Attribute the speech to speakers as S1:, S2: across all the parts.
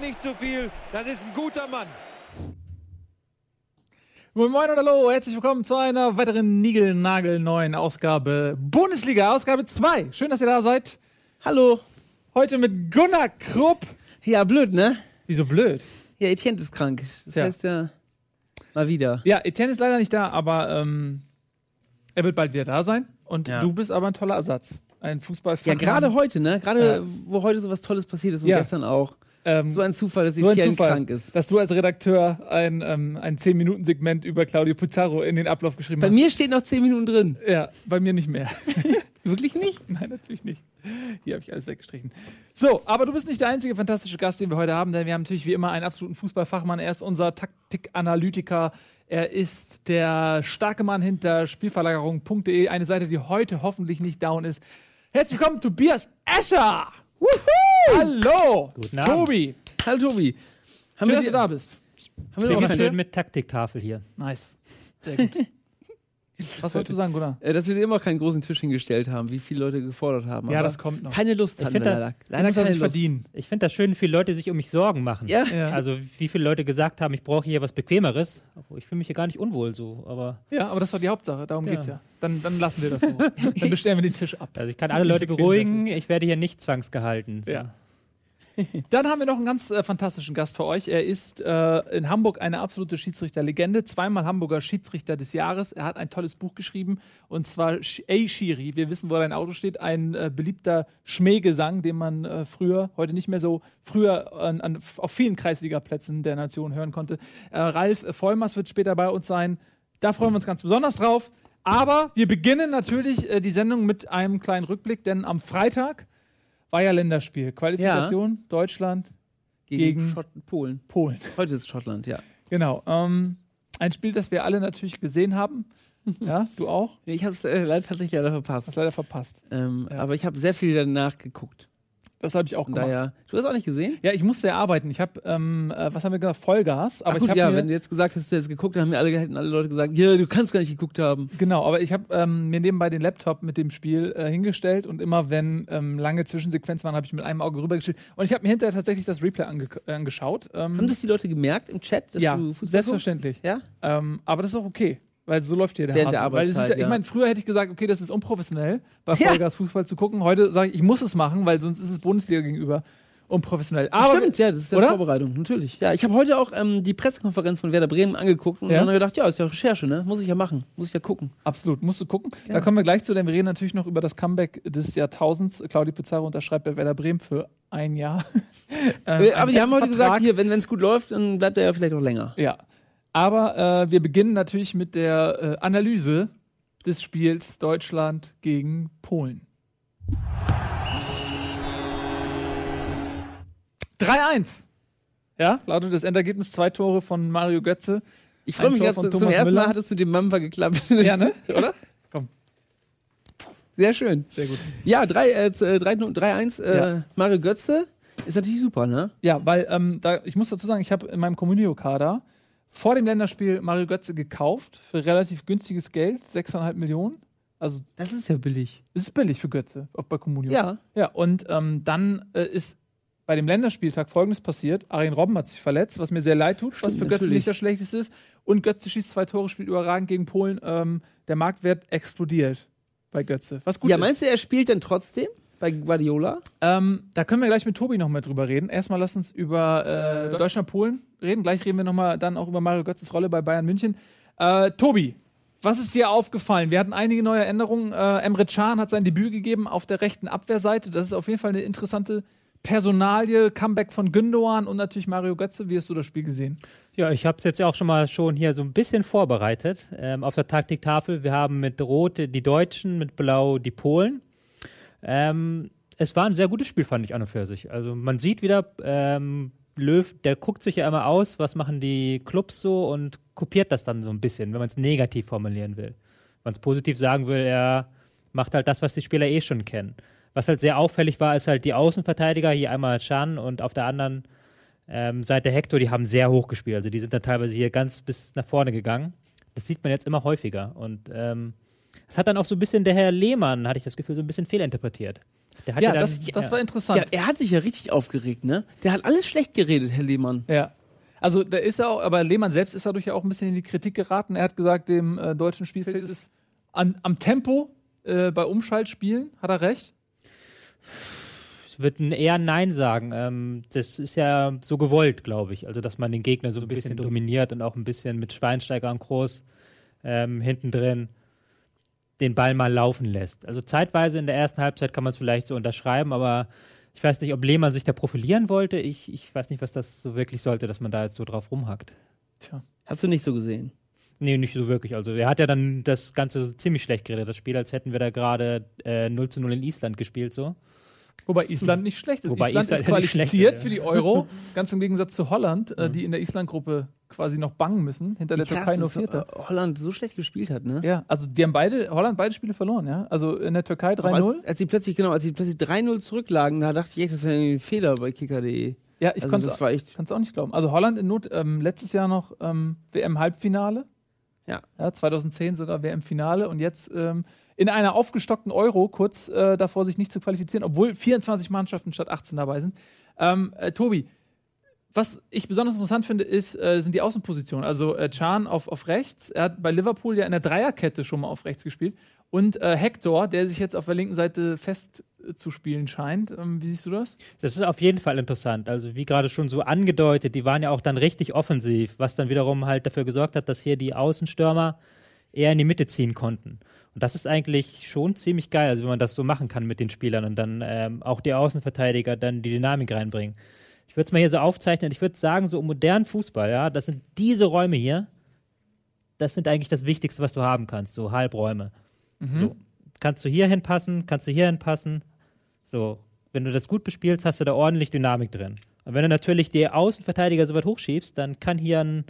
S1: nicht zu viel. Das ist ein guter Mann.
S2: Moin Moin und Hallo, herzlich willkommen zu einer weiteren Nigel-Nagel-neuen Ausgabe Bundesliga, Ausgabe 2. Schön, dass ihr da seid.
S3: Hallo.
S2: Heute mit Gunnar Krupp.
S3: Ja, blöd, ne?
S2: Wieso blöd?
S3: Ja, Etienne ist krank. Das
S2: Ja.
S3: heißt ja mal wieder.
S2: Ja, Etienne ist leider nicht da, aber ähm, er wird bald wieder da sein. Und
S3: Ja.
S2: du bist aber ein toller Ersatz. Ein
S3: Ja,
S2: Fußballfan.
S3: gerade heute, ne? Gerade
S2: Ja.
S3: wo heute sowas Tolles passiert ist und
S2: Ja.
S3: gestern auch.
S2: ähm,
S3: So ein Zufall, dass
S2: so ein
S3: Etienne
S2: Zufall,
S3: krank ist.
S2: dass du als Redakteur ein, ähm, ein 10-Minuten-Segment über Claudio Pizarro in den Ablauf geschrieben
S3: Bei
S2: hast.
S3: mir steht noch 10 Minuten drin.
S2: Ja, bei mir nicht mehr.
S3: Wirklich nicht?
S2: Nein, natürlich nicht. Hier habe ich alles weggestrichen. So, aber du bist nicht der einzige fantastische Gast, den wir heute haben, denn wir haben natürlich wie immer einen absoluten Fußballfachmann. Er ist unser Taktikanalytiker. Er ist der starke Mann hinter Spielverlagerung.de, eine Seite, die heute hoffentlich nicht down ist. Herzlich willkommen, Tobias Escher! Wuhu! Hallo!
S4: Guten Abend.
S2: Tobi!
S3: Hallo Tobi. Haben
S2: Schön,
S3: wir
S2: dass
S3: dir-
S2: du da bist.
S3: Haben wir
S4: Wir
S3: noch
S4: gehen schön
S3: keine,
S4: mit Taktiktafel hier.
S2: Nice. Sehr gut. Was wolltest du sagen, Gunnar?
S3: äh, dass wir dir immer keinen großen Tisch hingestellt haben, wie viele Leute gefordert haben.
S2: Ja,
S3: aber
S2: das kommt noch.
S3: Keine Lust
S4: Ich
S3: haben wir
S4: find da-
S3: leider. Leider
S2: Das
S3: keine
S2: muss
S3: Lust.
S2: verdienen.
S4: Ich finde das schön, wie viele Leute sich um mich Sorgen machen.
S3: Ja.
S2: Ja.
S4: Also wie viele Leute gesagt haben, ich brauche hier was Bequemeres. Obwohl, Ich fühle mich hier gar nicht unwohl so, aber
S2: ja, aber das war die Hauptsache. Darum
S4: Ja.
S2: geht's ja. Dann, dann lassen wir das so. Dann bestellen wir den Tisch ab.
S4: also ich kann alle Leute
S2: Bequem
S4: beruhigen, ich werde hier nicht zwangsgehalten. So.
S2: Ja. Dann haben wir noch einen ganz äh, fantastischen Gast für euch. Er ist äh, in Hamburg eine absolute Schiedsrichterlegende, zweimal Hamburger Schiedsrichter des Jahres. Er hat ein tolles Buch geschrieben und zwar Sch- Ey Schiri, wir wissen, wo dein Auto steht. Ein äh, beliebter Schmähgesang, den man äh, früher, heute nicht mehr so, früher an, an, auf vielen Kreisligaplätzen der Nation hören konnte. Äh, Ralf Vollmers wird später bei uns sein. Da freuen wir uns ganz besonders drauf. Aber wir beginnen natürlich äh, die Sendung mit einem kleinen Rückblick, denn am Freitag war ja Länderspiel. Qualifikation Deutschland,
S3: Gegen,
S2: Gegen-
S3: Schotten, Polen.
S2: Polen.
S3: Heute ist Schottland, ja.
S2: Genau. Ähm, ein Spiel, das wir alle natürlich gesehen haben. ja, du auch.
S3: Nee, Ich habe es äh, leider- tatsächlich leider
S2: Hast
S3: verpasst.
S2: leider verpasst.
S3: Ähm,
S2: Ja.
S3: Aber ich habe sehr viel danach geguckt.
S2: Das habe ich auch
S3: Von
S2: gemacht.
S3: daher, du hast auch nicht gesehen?
S2: Ja, ich musste ja arbeiten. Ich habe, ähm, äh, was haben wir gesagt? Vollgas. Aber
S3: Ach gut,
S2: ich habe
S3: ja,
S2: mir-
S3: wenn du jetzt gesagt hast, du hättest geguckt, dann haben mir alle, hätten alle Leute gesagt, ja, du kannst gar nicht geguckt haben.
S2: Genau, aber ich habe ähm, mir nebenbei den Laptop mit dem Spiel äh, hingestellt und immer wenn ähm, lange Zwischensequenzen waren, habe ich mit einem Auge rübergeschickt. Und ich habe mir hinterher tatsächlich das Replay ange äh, angeschaut.
S3: Haben
S2: Ähm,
S3: das die Leute gemerkt im Chat, dass
S2: ja,
S3: du Fußball guckst?
S2: selbstverständlich.
S3: Ja?
S2: Ähm, aber das ist auch okay, weil so läuft hier der
S3: Während der
S2: Hase. Weil es ist ja,
S3: Arbeitszeit,
S2: ich
S3: ja.
S2: meine, früher hätte ich gesagt, okay, das ist unprofessionell, bei
S3: Ja.
S2: Vollgas Fußball zu gucken. Heute sage ich, ich muss es machen, weil sonst ist es Bundesliga gegenüber unprofessionell. Aber
S3: Stimmt, ja, das ist ja
S2: Oder?
S3: Vorbereitung, natürlich. Ja, ich habe heute auch ähm, die Pressekonferenz von Werder Bremen angeguckt und
S2: Ja?
S3: dann habe ich gedacht, ja, Äh, ist ja Recherche, ne? Muss ich ja machen, muss ich ja gucken.
S2: absolut, musst du gucken.
S3: Genau.
S2: Da kommen wir gleich zu, denn wir reden natürlich noch über das Comeback des Jahrtausends. Claudio Pizarro unterschreibt bei Werder Bremen für ein Jahr. Ähm,
S3: Äh, aber
S2: einen
S3: die haben heute
S2: Vertrag.
S3: gesagt, hier, wenn es gut läuft, dann bleibt er ja vielleicht auch länger.
S2: Ja. Aber äh, wir beginnen natürlich mit der äh, Analyse des Spiels Deutschland gegen Polen. 3-1. Ja, lautet das Endergebnis. Zwei Tore von Mario Götze.
S3: Ich
S2: Ein
S3: freue mich
S2: Tor
S3: jetzt,
S2: von
S3: zum
S2: Thomas
S3: ersten
S2: Müller.
S3: Mal hat es mit dem Mamba geklappt.
S2: Ja, ne?
S3: Oder?
S2: Komm.
S3: Sehr schön.
S2: Sehr gut.
S3: Ja, 3-1, äh, drei- drei- eins, äh,
S2: Ja.
S3: Mario Götze ist natürlich super, ne?
S2: Ja, weil ähm, da, ich muss dazu sagen, ich habe in meinem Communio-Kader vor dem Länderspiel Mario Götze gekauft für relativ günstiges Geld, 6,5 Millionen. Also
S3: Das ist ja billig.
S2: es ist billig für Götze, auch bei Communio.
S3: Ja.
S2: Ja, und ähm, dann äh, ist bei dem Länderspieltag folgendes passiert. Arjen Robben hat sich verletzt, was mir sehr leid tut, was für
S3: Stimmt,
S2: Götze
S3: natürlich.
S2: nicht das Schlechteste ist. Und Götze schießt zwei Tore, spielt überragend gegen Polen. Ähm, der Marktwert explodiert bei Götze. Was gut
S3: ja,
S2: ist.
S3: meinst du, er spielt dann trotzdem bei Guardiola?
S2: Ähm, da können wir gleich mit Tobi nochmal drüber reden. Erstmal lass uns über äh, Deutschland-Polen reden. Gleich reden wir nochmal dann auch über Mario Götzes Rolle bei Bayern München. Äh, Tobi, was ist dir aufgefallen? Wir hatten einige neue Änderungen. Äh, Emre Can hat sein Debüt gegeben auf der rechten Abwehrseite. Das ist auf jeden Fall eine interessante Personalie. Comeback von Gündogan und natürlich Mario Götze. Wie hast du das Spiel gesehen?
S4: Ja, ich habe es jetzt ja auch schon mal schon hier so ein bisschen vorbereitet ähm, auf der Taktiktafel. Wir haben mit Rot die Deutschen, mit Blau die Polen. Ähm, es war ein sehr gutes Spiel, fand ich an und für sich. Also man sieht wieder, ähm, Löw, der guckt sich ja immer aus, was machen die Clubs so und kopiert das dann so ein bisschen, wenn man es negativ formulieren will. Wenn man es positiv sagen will, er macht halt das, was die Spieler eh schon kennen. Was halt sehr auffällig war, ist halt die Außenverteidiger, hier einmal Chan und auf der anderen ähm, seit der Hector, die haben sehr hoch gespielt. Also die sind dann teilweise hier ganz bis nach vorne gegangen. Das sieht man jetzt immer häufiger. Und ähm, das hat dann auch so ein bisschen der Herr Lehmann, hatte ich das Gefühl, so ein bisschen fehlinterpretiert. Der
S2: Ja,
S4: ja dann-
S2: das, das
S4: ja.
S2: war
S3: Ja,
S2: interessant.
S3: er hat sich ja richtig aufgeregt, ne? Der hat alles schlecht geredet, Herr Lehmann.
S2: Ja. Also da ist er auch, aber Lehmann selbst ist dadurch ja auch ein bisschen in die Kritik geraten. Er hat gesagt, dem äh, deutschen Spielfeld ist an, am Tempo äh, bei Umschaltspielen, hat er recht.
S4: Ich würde eher Nein sagen. Ähm, das ist ja so gewollt, glaube ich. Also, dass man den Gegner so, ein bisschen, dominiert und auch ein bisschen mit Schweinsteiger und Groß ähm, hinten drin den Ball mal laufen lässt. Also, zeitweise in der ersten Halbzeit kann man es vielleicht so unterschreiben, aber ich weiß nicht, ob Lehmann sich da profilieren wollte. Ich, ich weiß nicht, was das so wirklich sollte, dass man da jetzt so drauf rumhackt.
S3: Hast du nicht so gesehen?
S4: Nee, nicht so wirklich. Also, er hat ja dann das Ganze ziemlich schlecht geredet, das Spiel, als hätten wir da gerade äh, 0 zu 0 in Island gespielt, so.
S2: Wobei Island nicht schlecht ist.
S4: Wobei
S2: Island,
S4: Island
S2: ist
S4: ja nicht schlecht
S2: qualifiziert
S4: ist, ja. Mhm.
S2: für die Euro, ganz im Gegensatz zu Holland, äh, die in der Island-Gruppe quasi noch bangen müssen, hinter der
S3: Wie krass,
S2: Türkei nur
S3: dass, äh,
S2: Vierter.
S3: Holland so schlecht gespielt hat, ne?
S2: Ja, also die haben beide, Holland beide Spiele verloren, ja. Also in der Türkei
S3: Auch
S2: 3-0.
S3: Als, als sie plötzlich, genau, als sie plötzlich 3-0 zurücklagen, da dachte ich echt, das ist ein Fehler bei kicker.de.
S2: Ja, ich
S3: also
S2: konnte
S3: das war echt.
S2: Kannst du auch nicht glauben. Also Holland in Not, ähm, letztes Jahr noch ähm, WM-Halbfinale.
S3: Ja.
S2: 2010 sogar WM-Finale und jetzt ähm, in einer aufgestockten Euro kurz äh, davor, sich nicht zu qualifizieren, obwohl 24 Mannschaften statt 18 dabei sind. Ähm, äh, Tobi, was ich besonders interessant finde, ist, äh, sind die Außenpositionen. Also äh, Can auf, auf rechts, er hat bei Liverpool ja in der Dreierkette schon mal auf rechts gespielt. Und äh, Hector, der sich jetzt auf der linken Seite festzuspielen scheint. Ähm, wie siehst du das?
S4: Das ist auf jeden Fall interessant. Also wie gerade schon so angedeutet, die waren ja auch dann richtig offensiv, was dann wiederum halt dafür gesorgt hat, dass hier die Außenstürmer eher in die Mitte ziehen konnten. Und das ist eigentlich schon ziemlich geil, also wenn man das so machen kann mit den Spielern und dann ähm, auch die Außenverteidiger dann die Dynamik reinbringen. Ich würde es mal hier so aufzeichnen. Ich würde sagen, so im modernen Fußball, ja, das sind diese Räume hier, das sind eigentlich das Wichtigste, was du haben kannst, so Halbräume. So, kannst du hier hinpassen, kannst du hier hinpassen. So, wenn du das gut bespielst, hast du da ordentlich Dynamik drin. Und wenn du natürlich die Außenverteidiger so weit hochschiebst, dann kann hier ein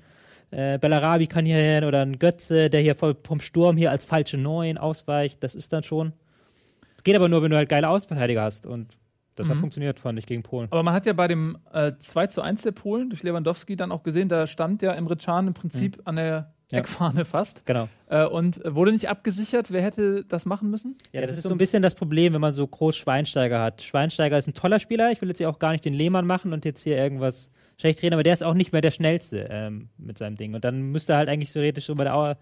S4: äh, Bellarabi kann hier hin oder ein Götze, der hier voll vom Sturm hier als falsche Neun ausweicht. Das ist dann schon. Geht aber nur, wenn du halt geile Außenverteidiger hast. Und das hat funktioniert, fand ich, gegen Polen.
S2: Aber man hat ja bei dem äh, 2 zu 1 der Polen durch Lewandowski dann auch gesehen, da stand ja Emre Can im Prinzip an der
S4: Mhm. Ja.
S2: Eckfahne fast
S4: Genau.
S2: äh, und wurde nicht abgesichert. Wer hätte das machen müssen?
S4: Ja, das, ist so ein bisschen das Problem, wenn man so groß Schweinsteiger hat. Schweinsteiger ist ein toller Spieler. Ich will jetzt hier auch gar nicht den Lehmann machen und jetzt hier irgendwas schlecht reden, aber der ist auch nicht mehr der Schnellste ähm, mit seinem Ding. Und dann müsste er halt eigentlich theoretisch so bei der Auer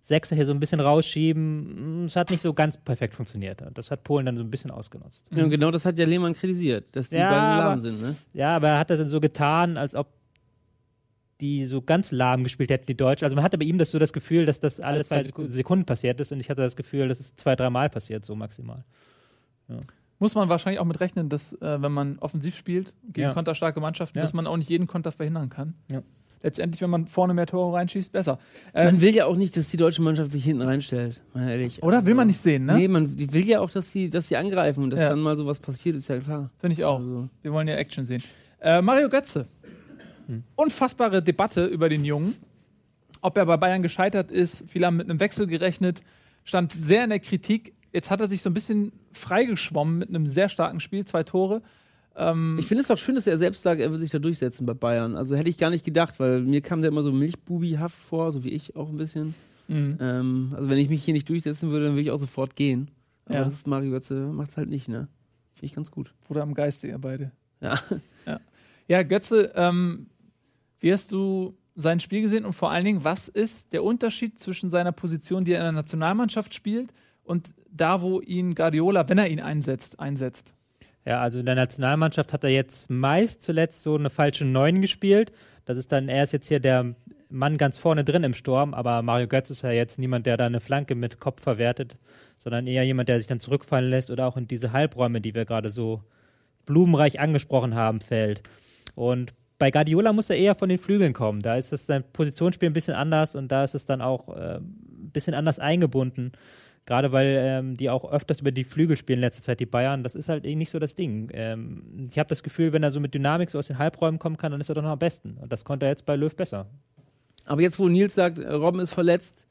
S4: Sechser hier so ein bisschen rausschieben. Mm, Es hat nicht so ganz perfekt funktioniert. Und das hat Polen dann so ein bisschen ausgenutzt.
S3: Ja, und genau das hat ja Lehmann kritisiert, dass die
S4: Ja,
S3: beiden
S4: aber-
S3: lahm sind, ne?
S4: Ja, aber er hat das dann so getan, als ob die so ganz lahm gespielt hätten, die Deutschen. Also man hatte bei ihm das so das Gefühl, dass das alle zwei Seku- Sekunden passiert ist und ich hatte das Gefühl, dass es zwei, dreimal passiert, so maximal.
S2: Muss man wahrscheinlich auch mit rechnen, dass äh, wenn man offensiv spielt gegen
S4: Ja.
S2: konterstarke Mannschaften,
S4: Ja.
S2: dass man auch nicht jeden Konter verhindern kann.
S4: Ja.
S2: Letztendlich, wenn man vorne mehr Tore reinschießt, besser. Äh,
S3: Man will ja auch nicht, dass die deutsche Mannschaft sich hinten reinstellt, mal ehrlich.
S2: oder will man
S4: äh,
S2: nicht sehen, ne?
S3: Also, Nee, man will ja auch, dass sie, dass sie angreifen und dass
S2: Ja.
S3: dann mal sowas passiert, ist ja klar.
S2: Finde ich auch.
S3: Also-
S2: Wir wollen ja Action sehen. Äh, Mario Götze. Unfassbare Debatte über den Jungen. Ob er bei Bayern gescheitert ist, viele haben mit einem Wechsel gerechnet, stand sehr in der Kritik. Jetzt hat er sich so ein bisschen freigeschwommen mit einem sehr starken Spiel, zwei Tore.
S3: Ich finde es auch schön, dass er selbst sagt, er will sich da durchsetzen bei Bayern. Also hätte ich gar nicht gedacht, weil mir kam der immer so milchbubihaft vor, so wie ich auch ein bisschen. Ähm, also wenn ich mich hier nicht durchsetzen würde, dann würde ich auch sofort gehen. Aber
S2: Ja.
S3: das ist Mario Götze macht es halt nicht, ne? Finde ich ganz gut.
S2: Bruder am Geiste, ihr beide.
S3: Ja.
S2: Ja, Götze, ähm, wie hast du sein Spiel gesehen und vor allen Dingen, was ist der Unterschied zwischen seiner Position, die er in der Nationalmannschaft spielt, und da, wo ihn Guardiola, wenn er ihn einsetzt, einsetzt?
S4: Ja, also in der Nationalmannschaft hat er jetzt meist zuletzt so eine falsche Neun gespielt. Das ist dann, er ist jetzt hier der Mann ganz vorne drin im Sturm, aber Mario Götz ist ja jetzt niemand, der da eine Flanke mit Kopf verwertet, sondern eher jemand, der sich dann zurückfallen lässt oder auch in diese Halbräume, die wir gerade so blumenreich angesprochen haben, fällt. Und bei Guardiola muss er eher von den Flügeln kommen. Da ist das sein Positionsspiel ein bisschen anders und da ist es dann auch äh, ein bisschen anders eingebunden. Gerade weil ähm, die auch öfters über die Flügel spielen in letzter Zeit, die Bayern. Das ist halt eh nicht so das Ding. Ähm, ich habe das Gefühl, wenn er so mit Dynamik so aus den Halbräumen kommen kann, dann ist er doch noch am besten. Und das konnte er jetzt bei Löw besser.
S3: Aber jetzt, wo Nils sagt, äh, Robben ist verletzt,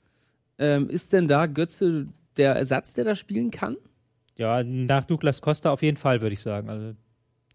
S3: ähm, ist denn da Götze der Ersatz, der da spielen kann?
S4: Ja, nach Douglas Costa auf jeden Fall, würde ich sagen. Also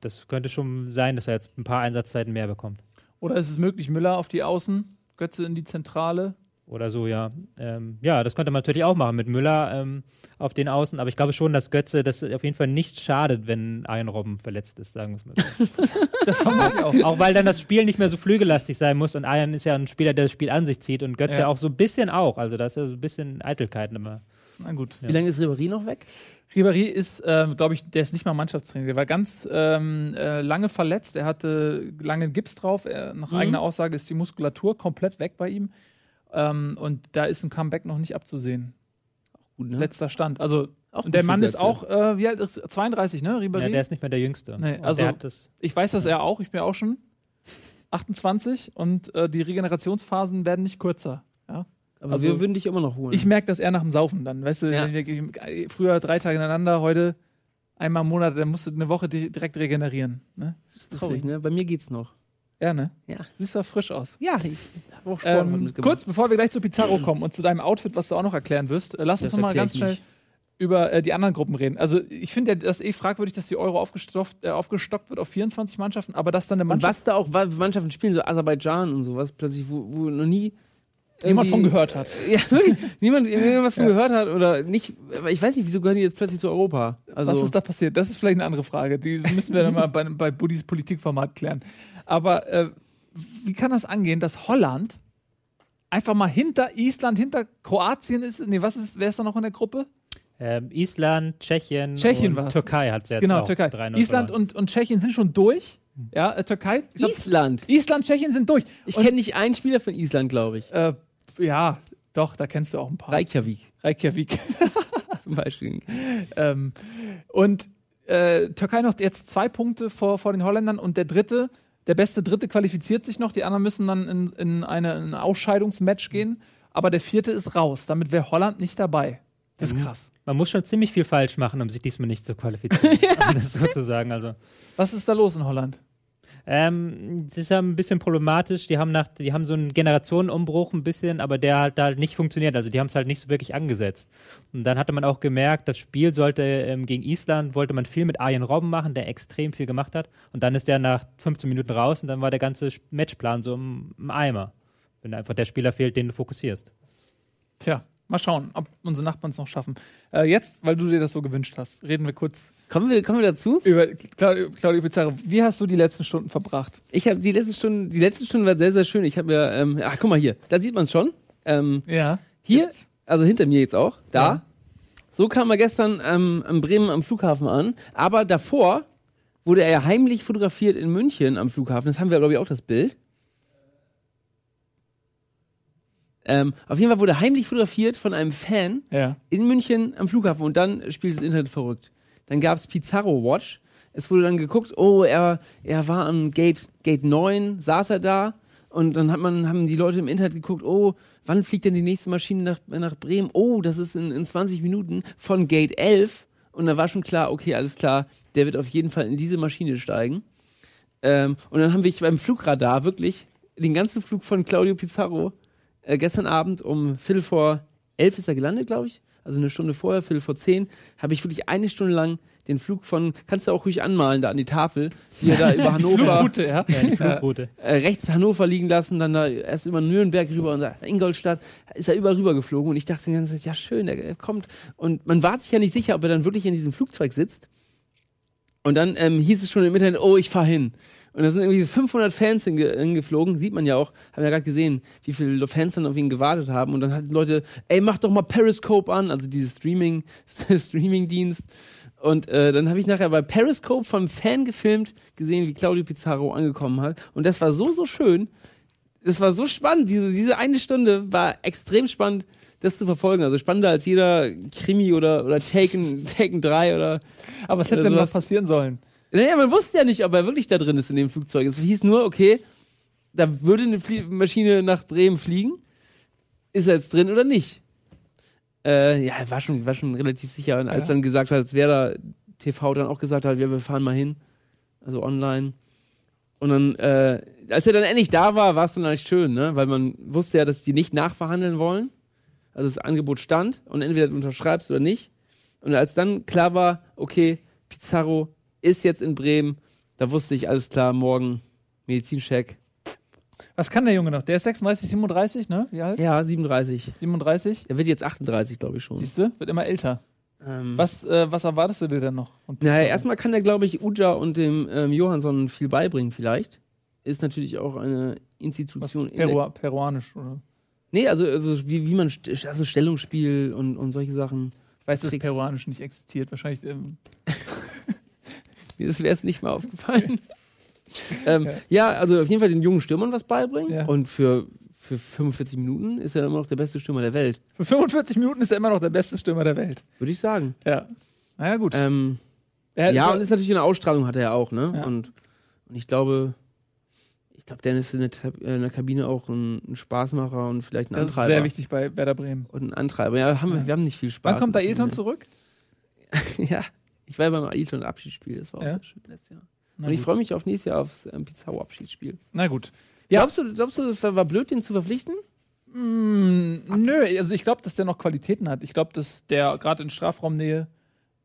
S4: das könnte schon sein, dass er jetzt ein paar Einsatzzeiten mehr bekommt.
S2: Oder ist es möglich, Müller auf die Außen, Götze in die Zentrale?
S4: Oder so, ja. Ähm, ja, das könnte man natürlich auch machen mit Müller ähm, auf den Außen. Aber ich glaube schon, dass Götze das auf jeden Fall nicht schadet, wenn ein Robben verletzt ist, sagen wir es mal so.
S2: Das vermag ich auch.
S4: auch weil dann das Spiel nicht mehr so flügellastig sein muss. Und Ayan ist ja ein Spieler, der das Spiel an sich zieht. Und Götze
S2: Ja.
S4: auch so ein bisschen auch. Also da ist ja so ein bisschen Eitelkeit immer.
S2: Na gut.
S3: Wie lange ist Ribéry noch weg?
S2: Ribéry ist, ähm, glaube ich, der ist nicht mal Mannschaftstrainer. Der war ganz ähm, äh, lange verletzt. Er hatte lange Gips drauf. Er,
S3: Mhm.
S2: nach eigener Aussage ist die Muskulatur komplett weg bei ihm. Ähm, und da ist ein Comeback noch nicht abzusehen.
S3: Gut, ne?
S2: Letzter Stand. Also,
S3: Auch
S2: und der
S3: gut für
S2: Mann ist
S3: Götze.
S2: auch, äh, wie alt ist 32, ne? Ribéry?
S4: Ja, der ist nicht mehr der Jüngste.
S2: Nee,
S4: Und
S2: also-
S4: der hat das,
S2: Ich weiß das er auch, ich bin auch schon 28 und äh, die Regenerationsphasen werden nicht kürzer. Ja?
S3: Aber
S2: Also-
S3: wir würden dich immer noch holen.
S2: Ich merke das eher nach dem Saufen dann. Weißt du,
S3: Ja.
S2: wenn wir, früher drei Tage hintereinander, heute einmal im Monat, dann musst du eine Woche di- direkt regenerieren. Ne? Das ist
S3: Traurig, ne? Bei mir geht's noch.
S2: Ja, ne?
S3: Ja.
S2: Siehst du frisch aus.
S3: Ja, ich habe auch Sport
S2: Ähm,
S3: mitgemacht.
S2: kurz, bevor wir gleich zu Pizarro kommen und zu deinem Outfit, was du auch noch erklären wirst, äh, lass
S3: Das
S2: uns nochmal
S3: erklär
S2: ganz
S3: ich
S2: schnell
S3: nicht.
S2: über äh, die anderen Gruppen reden. Also ich finde ja, das eh fragwürdig, dass die Euro aufgestockt, äh, aufgestockt wird auf 24 Mannschaften, aber dass dann eine
S3: Und
S2: Mannschaft
S3: was da auch wa- Mannschaften spielen, so Aserbaidschan und sowas, plötzlich, wo, wo noch nie.
S2: jemand von
S3: irgendwie-
S2: gehört hat.
S3: Ja, wirklich. Niemand, niemand was von gehört hat oder nicht. aber Ich weiß nicht, wieso gehören die jetzt plötzlich zu Europa? Also,
S2: Was ist da passiert? Das ist vielleicht eine andere Frage. Die müssen wir dann mal bei, bei Buddys Politikformat klären. Aber äh, wie kann das angehen, dass Holland einfach mal hinter Island, hinter Kroatien ist? Nee, was ist, wer ist da noch in der Gruppe?
S4: ähm, Island, Tschechien,
S2: Tschechien
S4: und
S2: war's.
S4: Türkei hat es jetzt
S2: genau,
S4: auch
S2: Türkei.
S4: 3-0
S2: Island
S4: verloren.
S2: und, und Tschechien sind schon durch. Ja, äh, Türkei. ich glaub,
S3: Island.
S2: Island, Tschechien sind durch.
S3: Ich
S2: Und,
S3: kenne nicht einen Spieler von Island, glaube ich.
S2: äh, ja, doch, da kennst du auch ein paar.
S3: Reykjavik
S2: Reykjavik.
S3: zum Beispiel.
S2: Ähm, und äh, Türkei noch jetzt zwei Punkte vor, vor den Holländern und der dritte, der beste dritte qualifiziert sich noch, die anderen müssen dann in, in, eine, in ein Ausscheidungsmatch gehen, aber der vierte ist raus, damit wäre Holland nicht dabei. Das ist krass.
S4: Man muss schon ziemlich viel falsch machen, um sich diesmal nicht zu qualifizieren. um das sozusagen. Also,
S2: Was ist da los in Holland?
S4: ähm, das ist ja ein bisschen problematisch. Die haben, nach, die haben so einen Generationenumbruch ein bisschen, aber der hat da halt nicht funktioniert. Also die haben es halt nicht so wirklich angesetzt. Und dann hatte man auch gemerkt, das Spiel sollte ähm, gegen Island, wollte man viel mit Arjen Robben machen, der extrem viel gemacht hat. Und dann ist der nach 15 Minuten raus und dann war der ganze Sch- Matchplan so im, im Eimer. Wenn einfach der Spieler fehlt, den du fokussierst.
S2: Tja, mal schauen, ob unsere Nachbarn es noch schaffen. Äh, jetzt, weil du dir das so gewünscht hast, reden wir kurz
S3: Kommen wir, kommen wir dazu?
S2: über Claudio, Claudio Pizarro. Wie hast du die letzten Stunden verbracht?
S3: Ich habe die letzten Stunden, die letzten Stunden war sehr, sehr schön. Ich habe ja, ähm, ach guck mal hier, da sieht man schon. Ähm,
S2: Ja.
S3: Hier, also hinter mir jetzt auch, da. So kam er gestern ähm, am Bremen am Flughafen an. Aber davor wurde er ja heimlich fotografiert in München am Flughafen. Das haben wir, glaube ich, auch das Bild. Ähm, auf jeden Fall wurde er heimlich fotografiert von einem Fan
S2: Ja.
S3: in München am Flughafen und dann spielt das Internet verrückt. Dann gab es Pizarro Watch. Es wurde dann geguckt, oh, er, er war am Gate, Gate 9, saß er da. Und dann hat man, haben die Leute im Internet geguckt, oh, wann fliegt denn die nächste Maschine nach, nach Bremen? Oh, das ist in, in 20 Minuten von Gate 11. Und da war schon klar, okay, alles klar, der wird auf jeden Fall in diese Maschine steigen. Ähm, und dann haben wir beim Flugradar wirklich den ganzen Flug von Claudio Pizarro äh, gestern Abend um Viertel vor elf ist er gelandet, glaube ich. Also eine Stunde vorher, Viertel vor zehn, habe ich wirklich eine Stunde lang den Flug von, kannst du auch ruhig anmalen da an die Tafel, wie er da über Hannover,
S2: Gute, ja.
S4: Flugroute.
S3: äh, rechts Hannover liegen lassen, dann da erst über Nürnberg rüber und da Ingolstadt, ist er überall rüber geflogen und ich dachte die ganze Zeit, ja schön, der äh, kommt. Und man war sich ja nicht sicher, ob er dann wirklich in diesem Flugzeug sitzt. Und dann ähm, hieß es schon im Internet, oh, ich fahr hin. Und da sind irgendwie 500 Fans hinge hingeflogen, sieht man ja auch, haben ja gerade gesehen, wie viele Fans dann auf ihn gewartet haben. Und dann hatten Leute, ey, mach doch mal Periscope an, also dieses Streaming, Streaming-Dienst. Und äh, dann habe ich nachher bei Periscope vom Fan gefilmt, gesehen, wie Claudio Pizarro angekommen hat. Und das war so, so schön. Das war so spannend. Diese, diese eine Stunde war extrem spannend, das zu verfolgen. Also spannender als jeder Krimi oder, oder Taken, Taken 3 oder
S2: Aber Also was hätte
S3: Oder
S2: denn noch
S3: sowas.
S2: passieren sollen?
S3: naja, man wusste ja nicht, ob er wirklich da drin ist in dem Flugzeug. Es hieß nur, okay, da würde eine Flie Maschine nach Bremen fliegen. Ist er jetzt drin oder nicht? Äh, ja, war schon, war schon relativ sicher. Und als
S2: Ja.
S3: dann gesagt hat, als Werder TV dann auch gesagt hat, ja, wir fahren mal hin. Also online. Und dann, äh, als er dann endlich da war, war es dann eigentlich schön, ne? Weil man wusste ja, dass die nicht nachverhandeln wollen. Also das Angebot stand und entweder du unterschreibst oder nicht. Und als dann klar war, okay, Pizarro ist jetzt in Bremen, da wusste ich, alles klar, morgen Medizincheck.
S2: Was kann der Junge noch? Der ist 36, 37, ne? Wie alt?
S3: Ja, 37.
S2: 37?
S3: Er wird jetzt 38, glaube ich schon.
S2: Siehst du? Wird immer älter.
S3: Ähm,
S2: Was, äh, was erwartest du dir denn noch? von
S3: Naja,
S2: Pixar?
S3: erstmal kann er, glaube ich, Uja und dem ähm, Johansson viel beibringen, vielleicht. Ist natürlich auch eine
S2: was,
S3: Institution. in der-
S2: Perua, Peruanisch, oder?
S3: Nee, also, also wie, wie man, st- also Stellungsspiel und, und solche Sachen.
S2: Ich weiß, dass
S3: Tricks.
S2: Peruanisch nicht existiert. Wahrscheinlich. Ähm,
S3: Mir wäre es nicht mal aufgefallen. ähm, ja. also auf jeden Fall den jungen Stürmern was beibringen.
S2: Ja.
S3: Und für, für 45 Minuten ist er immer noch der beste Stürmer der Welt,
S2: für 45 Minuten ist er immer noch der beste Stürmer der Welt.
S3: würde ich sagen.
S2: Ja. Naja, gut.
S3: Ähm,
S2: Er-
S3: ja,
S2: Äh, so-
S3: und ist natürlich eine Ausstrahlung, hat er ja auch, ne?
S2: Ja.
S3: Und, und ich glaube, ich glaube, Dennis ist in der, Tab- äh, in der Kabine auch ein, ein Spaßmacher und vielleicht ein
S2: das ist
S3: Antreiber.
S2: sehr wichtig bei Werder Bremen.
S3: Und ein Antreiber. Ja, haben, wir- wir haben nicht viel Spaß.
S2: Wann kommt da
S3: in der
S2: Elton
S3: Kabine.
S2: zurück?
S3: ja, ich war ja beim Ailton-Abschiedsspiel, das war auch
S2: Ja?
S3: sehr schön letztes Jahr.
S2: Na
S3: und ich
S2: gut.
S3: freue mich auf nächstes Jahr aufs ähm, Pizarro-Abschiedsspiel.
S2: Na gut. Ja.
S3: Glaubst du, glaubst du, das war, war blöd, den zu verpflichten?
S2: Mm, nö, also ich glaube, dass der noch Qualitäten hat. Ich glaube, dass der gerade in Strafraumnähe,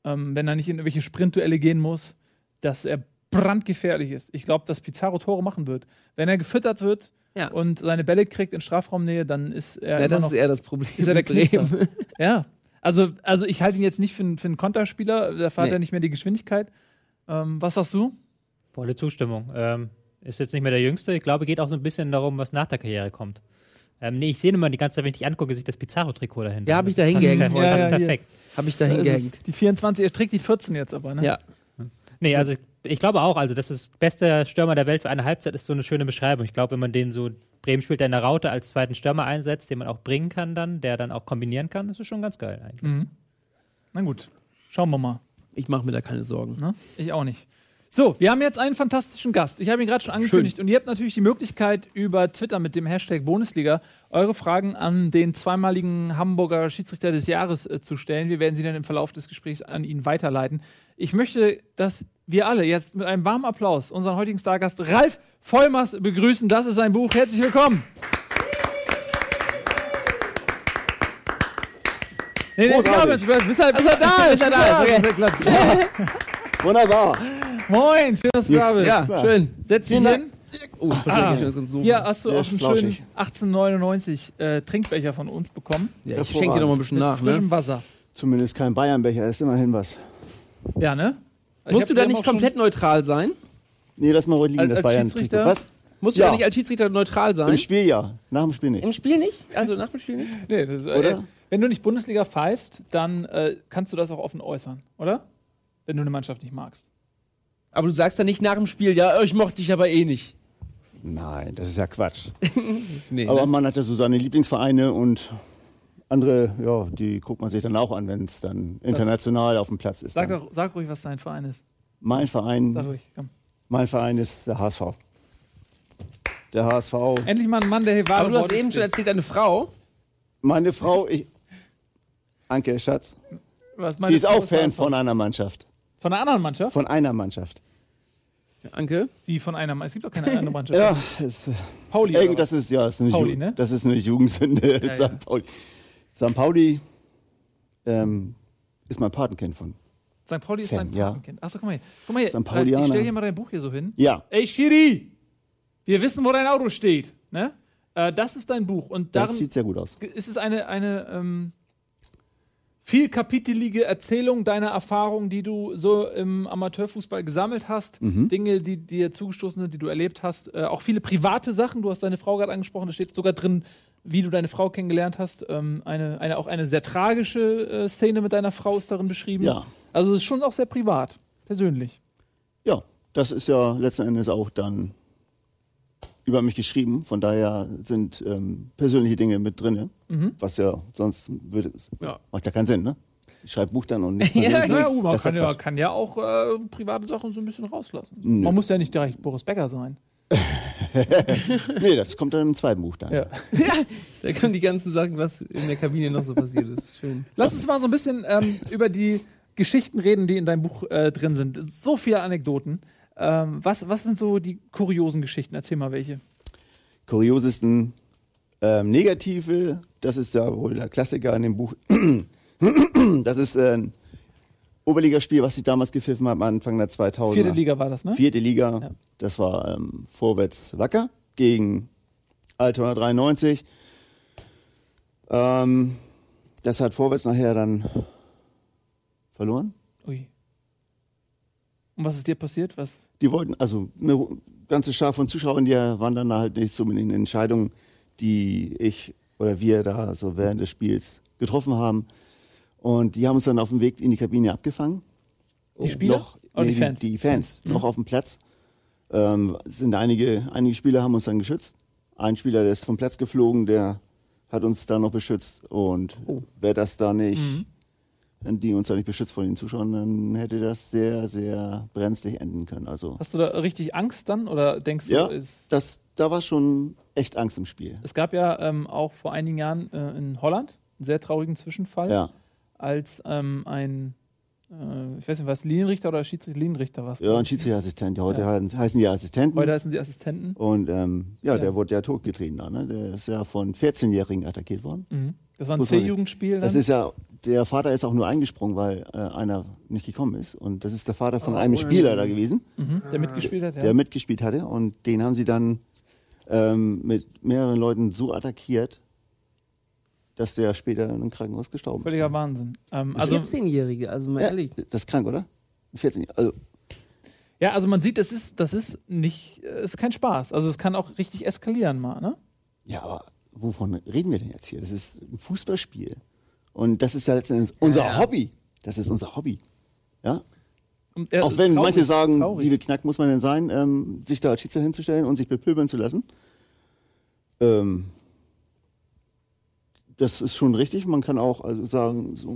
S2: ähm, wenn er nicht in irgendwelche Sprintduelle gehen muss, dass er brandgefährlich ist. Ich glaube, dass Pizarro Tore machen wird. Wenn er gefüttert wird
S3: Ja.
S2: und seine Bälle kriegt in Strafraumnähe, dann ist er
S3: Ja,
S2: immer
S3: das
S2: noch
S3: ist eher das Problem.
S2: Ist er der
S3: mit Bremen.
S2: Knipser? Ja, also, also ich halte ihn jetzt nicht für, einen- für einen Konterspieler, da hat
S3: Nee.
S2: er nicht mehr die Geschwindigkeit. Ähm, was sagst du?
S4: Volle Zustimmung. Ähm, ist jetzt nicht mehr der Jüngste. Ich glaube, geht auch so ein bisschen darum, was nach der Karriere kommt. Ähm, nee, ich sehe ihn immer die ganze Zeit, wenn ich dich angucke, sich das Pizarro-Trikot dahinter.
S3: Ja, hab ich da
S4: Das passt
S3: hingehängt.
S4: perf-
S2: Ja,
S4: passt
S2: ja, hier.
S4: perfekt.
S3: Hab ich da
S2: Da ist es.
S3: hingehängt.
S2: Die 24, er trägt die 14 jetzt aber, ne?
S3: Ja.
S4: Nee, also ich, ich glaube auch, also das ist beste Stürmer der Welt für eine Halbzeit ist so eine schöne Beschreibung. Ich glaube, wenn man den so Bremen spielt, der in der Raute als zweiten Stürmer einsetzt, den man auch bringen kann dann, der dann auch kombinieren kann, das ist schon ganz geil eigentlich.
S2: Mhm. Na gut, schauen wir mal.
S3: Ich mache mir da keine Sorgen.
S2: Ne? Ich auch nicht. So, wir haben jetzt einen fantastischen Gast. Ich habe ihn gerade schon angekündigt. Und ihr habt natürlich die Möglichkeit, über Twitter mit dem Hashtag Bundesliga eure Fragen an den zweimaligen Hamburger Schiedsrichter des Jahres äh, zu stellen. Wir werden sie dann im Verlauf des Gesprächs an ihn weiterleiten. Ich möchte, dass wir alle jetzt mit einem warmen Applaus unseren heutigen Stargast Ralf Vollmers begrüßen. Das ist sein Buch. Herzlich willkommen. Nee, nee,
S5: Großartig.
S2: bis er, bis er da ist. Bis er da ist. Okay.
S5: Wunderbar.
S2: Moin, schön, dass du da bist.
S3: Ja,
S5: klar.
S3: schön.
S2: Setz dich
S5: Vielen Dank.
S2: hin.
S3: Oh, ich ah. schon das ganze Sofa.
S2: Hier hast du
S5: Sehr
S2: auch einen schönen
S5: flauschig.
S2: 1899 äh, Trinkbecher von uns bekommen.
S3: ja, ich schenke dir
S5: hervorragend.
S3: noch mal ein bisschen
S2: Mit
S3: nach,
S2: frischem
S3: ne?
S2: Wasser.
S5: Zumindest kein Bayernbecher, ist immerhin was.
S2: Ja, ne? Ich hab
S3: Musst du da
S2: eben
S3: nicht
S2: auch schon-
S3: komplett neutral sein?
S5: Nee, lass mal ruhig liegen,
S2: Als-
S5: das
S2: als
S5: bayern
S2: Schiedsrichter?
S5: Was?
S3: Musst du
S5: Ja.
S3: da nicht als Schiedsrichter neutral sein?
S5: Im Spiel ja, nach dem Spiel
S3: Im
S5: nicht.
S3: Spiel nicht? Also nach dem Spiel nicht?
S2: Nee, das, äh,
S5: Oder?
S2: Wenn du nicht Bundesliga pfeifst, dann äh, kannst du das auch offen äußern, oder? Wenn du eine Mannschaft nicht magst.
S3: Aber du sagst dann nicht nach dem Spiel, ja, ich mochte dich aber eh nicht.
S5: Nein, das ist ja Quatsch.
S3: Nee,
S5: Aber
S3: ne?
S5: man hat ja so seine Lieblingsvereine und andere, ja, die guckt man sich dann auch an, wenn es dann international auf dem Platz ist.
S2: Sag,
S5: Dann.
S2: doch, sag ruhig, was dein Verein ist.
S5: Mein
S2: Sag
S5: Verein,
S2: ruhig, komm.
S5: mein Verein ist der HSV. Der HSV.
S2: Endlich mal ein Mann, der hier war.
S3: aber du hast eben schon erzählt, deine Frau.
S5: Meine Frau, ich. Anke, Schatz.
S2: erzählt.
S5: Sie ist auch Fan von einer Mannschaft.
S2: Von einer anderen Mannschaft?
S5: Von einer Mannschaft.
S3: Anke.
S2: Wie von einer Mannschaft? Es gibt doch keine andere Mannschaft.
S5: Ja, es,
S2: Pauli. oder
S5: Ey,
S2: was?
S5: das ist ja das ist eine,
S2: Pauli,
S5: Ju
S2: ne?
S5: das ist eine Jugendsünde.
S2: ja.
S5: St. Pauli, St. Pauli ähm, ist mein Patenkind von.
S2: St. Pauli ist
S5: Fan,
S2: dein
S5: ja.
S2: Patenkind. Achso, guck mal hier. Guck mal hier.
S5: St.
S2: Ralf,
S5: Paulianer.
S2: Ich stell dir mal dein Buch hier so hin.
S5: Ja,
S2: Ey, Schiri, wir wissen, wo dein Auto steht. Ne? Äh, das ist dein Buch. Und
S5: das
S2: darin
S5: sieht sehr gut aus.
S2: ist es eine, eine ähm, vielkapitelige Erzählung deiner Erfahrungen, die du so im Amateurfußball gesammelt hast.
S5: Mhm.
S2: Dinge, die dir zugestoßen sind, die du erlebt hast. Äh, auch viele private Sachen. Du hast deine Frau gerade angesprochen. Da steht sogar drin, wie du deine Frau kennengelernt hast. Ähm, eine, eine, auch eine sehr tragische äh, Szene mit deiner Frau ist darin beschrieben.
S5: Ja.
S2: Also es ist schon auch sehr privat, persönlich.
S5: Ja, das ist ja letzten Endes auch dann über mich geschrieben. Von daher sind ähm, persönliche Dinge mit drin.
S2: Mhm.
S5: Was ja sonst würde,
S3: Ja.
S5: macht ja keinen Sinn, ne? Ich schreibe Buch dann und nichts
S3: Ja,
S5: mehr.
S2: Ja, oh, man
S5: Das ist
S2: kann ja,
S5: Quatsch.
S2: kann ja auch äh, private Sachen so ein bisschen rauslassen. Man muss ja nicht direkt Boris Becker sein.
S5: Nee, das kommt dann im zweiten Buch dann.
S2: Ja.
S3: Ja, da kann die ganzen Sachen, was in der Kabine noch so passiert ist. Schön.
S2: Lass uns mal so ein bisschen ähm, über die Geschichten reden, die in deinem Buch äh, drin sind. So viele Anekdoten. Ähm, was, was sind so die kuriosen Geschichten? Erzähl mal welche.
S5: kuriosesten ähm, Negative, das ist ja wohl der Klassiker in dem Buch. Das ist äh, ein Oberligaspiel, was ich damals gepfiffen habe, Anfang der 2000er.
S2: Vierte Liga war das, ne?
S5: Vierte Liga.
S2: Ja.
S5: Das war ähm, Vorwärts Wacker gegen Altona 93. Ähm, das hat Vorwärts nachher dann verloren.
S2: Ui. Und was ist dir passiert? Was?
S5: Die wollten, also eine ganze Schar von Zuschauern, die waren dann halt nicht so mit den Entscheidungen, die ich oder wir da so während des Spiels getroffen haben. Und die haben uns dann auf dem Weg in die Kabine abgefangen.
S2: Die Spieler?
S5: Noch,
S2: Oh, die
S5: nee, die
S2: Fans. Mhm.
S5: Fans. Die Fans, noch auf dem Platz. Ähm, sind einige, einige Spieler haben uns dann geschützt. Ein Spieler, der ist vom Platz geflogen, der hat uns da noch beschützt. Und
S2: Oh.
S5: wäre das da nicht,
S2: Mhm.
S5: wenn die uns da nicht beschützt von den Zuschauern, dann hätte das sehr, sehr brenzlig enden können. Also,
S2: Hast du da richtig Angst dann? Oder denkst du,
S5: ja,
S2: es,
S5: das, da war schon echt Angst im Spiel.
S2: es gab ja ähm, auch vor einigen Jahren äh, in Holland einen sehr traurigen Zwischenfall,
S5: Ja,
S2: als ähm, ein, äh, ich weiß nicht, was, Linienrichter oder Schiedsrichter? Linienrichter war es.
S5: ja ein Schiedsrichterassistent. Ja, heute heißen die Assistenten.
S2: Heute heißen sie Assistenten.
S5: Und ähm, ja,
S2: Ja.
S5: der wurde ja totgetrieben da. Ne? Der ist ja von 14-Jährigen attackiert worden.
S2: Mhm. Das war ein
S5: muss man-
S2: C-Jugendspiel.
S5: Das
S2: dann?
S5: ist ja, der Vater ist auch nur eingesprungen, weil äh, einer nicht gekommen ist. Und das ist der Vater von einem Spieler da gewesen,
S2: mhm. der mitgespielt hat. Ja.
S5: der mitgespielt hatte. Und den haben sie dann ähm, mit mehreren Leuten so attackiert, dass der später in einem Krankenhaus gestorben ist.
S2: Völliger Wahnsinn. Ähm, also,
S3: 14-Jährige, also mal
S5: Ja,
S3: ehrlich.
S5: das ist krank, oder? 14 Jahre. Also,
S2: ja, also man sieht, das ist, das ist nicht, äh, ist kein Spaß. Also es kann auch richtig eskalieren mal, ne?
S5: ja, aber wovon reden wir denn jetzt hier? Das ist ein Fußballspiel. Und das ist ja letztendlich unser Hobby. Das ist unser Hobby. Ja,
S2: Und, äh,
S5: Auch wenn
S2: traurig,
S5: manche sagen,
S2: traurig.
S5: wie beknackt muss man denn sein, ähm, sich da als Schiedsrichter hinzustellen und sich bepöbeln zu lassen. Ähm, das ist schon richtig. Man kann auch also sagen, so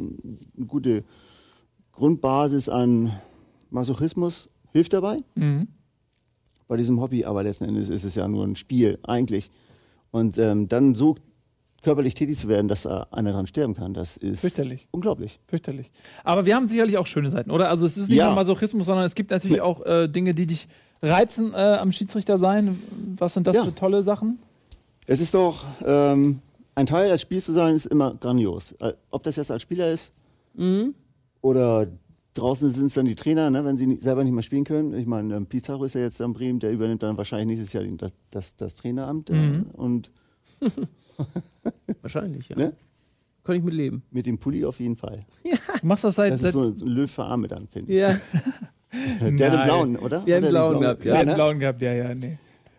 S5: eine gute Grundbasis an Masochismus hilft dabei
S2: Mhm.
S5: bei diesem Hobby, aber letzten Endes ist es ja nur ein Spiel eigentlich. Und ähm, dann so körperlich tätig zu werden, dass da einer dran sterben kann, das ist
S2: Fürchterlich.
S5: unglaublich.
S2: Fürchterlich. Aber wir haben sicherlich auch schöne Seiten, oder? Also es ist nicht
S5: Ja.
S2: nur Masochismus, sondern es gibt natürlich auch äh, Dinge, die dich reizen äh, am Schiedsrichter sein. Was sind das
S5: Ja.
S2: für tolle Sachen?
S5: Es ist doch, ähm, ein Teil des Spiels zu sein, ist immer grandios. Äh, Ob das jetzt als Spieler ist oder draußen sind es dann die Trainer, ne, wenn sie ni- selber nicht mehr spielen können. Ich meine, ähm, Pizarro ist ja jetzt am Bremen, der übernimmt dann wahrscheinlich nächstes Jahr den, das, das, das Traineramt. äh, Und
S3: Wahrscheinlich, ja.
S5: Ne?
S3: Kann ich mitleben.
S5: mit dem Pulli auf jeden Fall.
S2: Du machst das seit,
S5: Das ist
S2: seit
S5: so ein Löw für Arme dann, finde ich.
S3: Ja,
S5: Der hat den
S2: Nein.
S5: blauen, oder? Hat
S3: den
S5: er den
S3: blauen gehabt, ja.
S2: ja,
S5: ne?
S2: blauen gehabt, ja, ja, nee.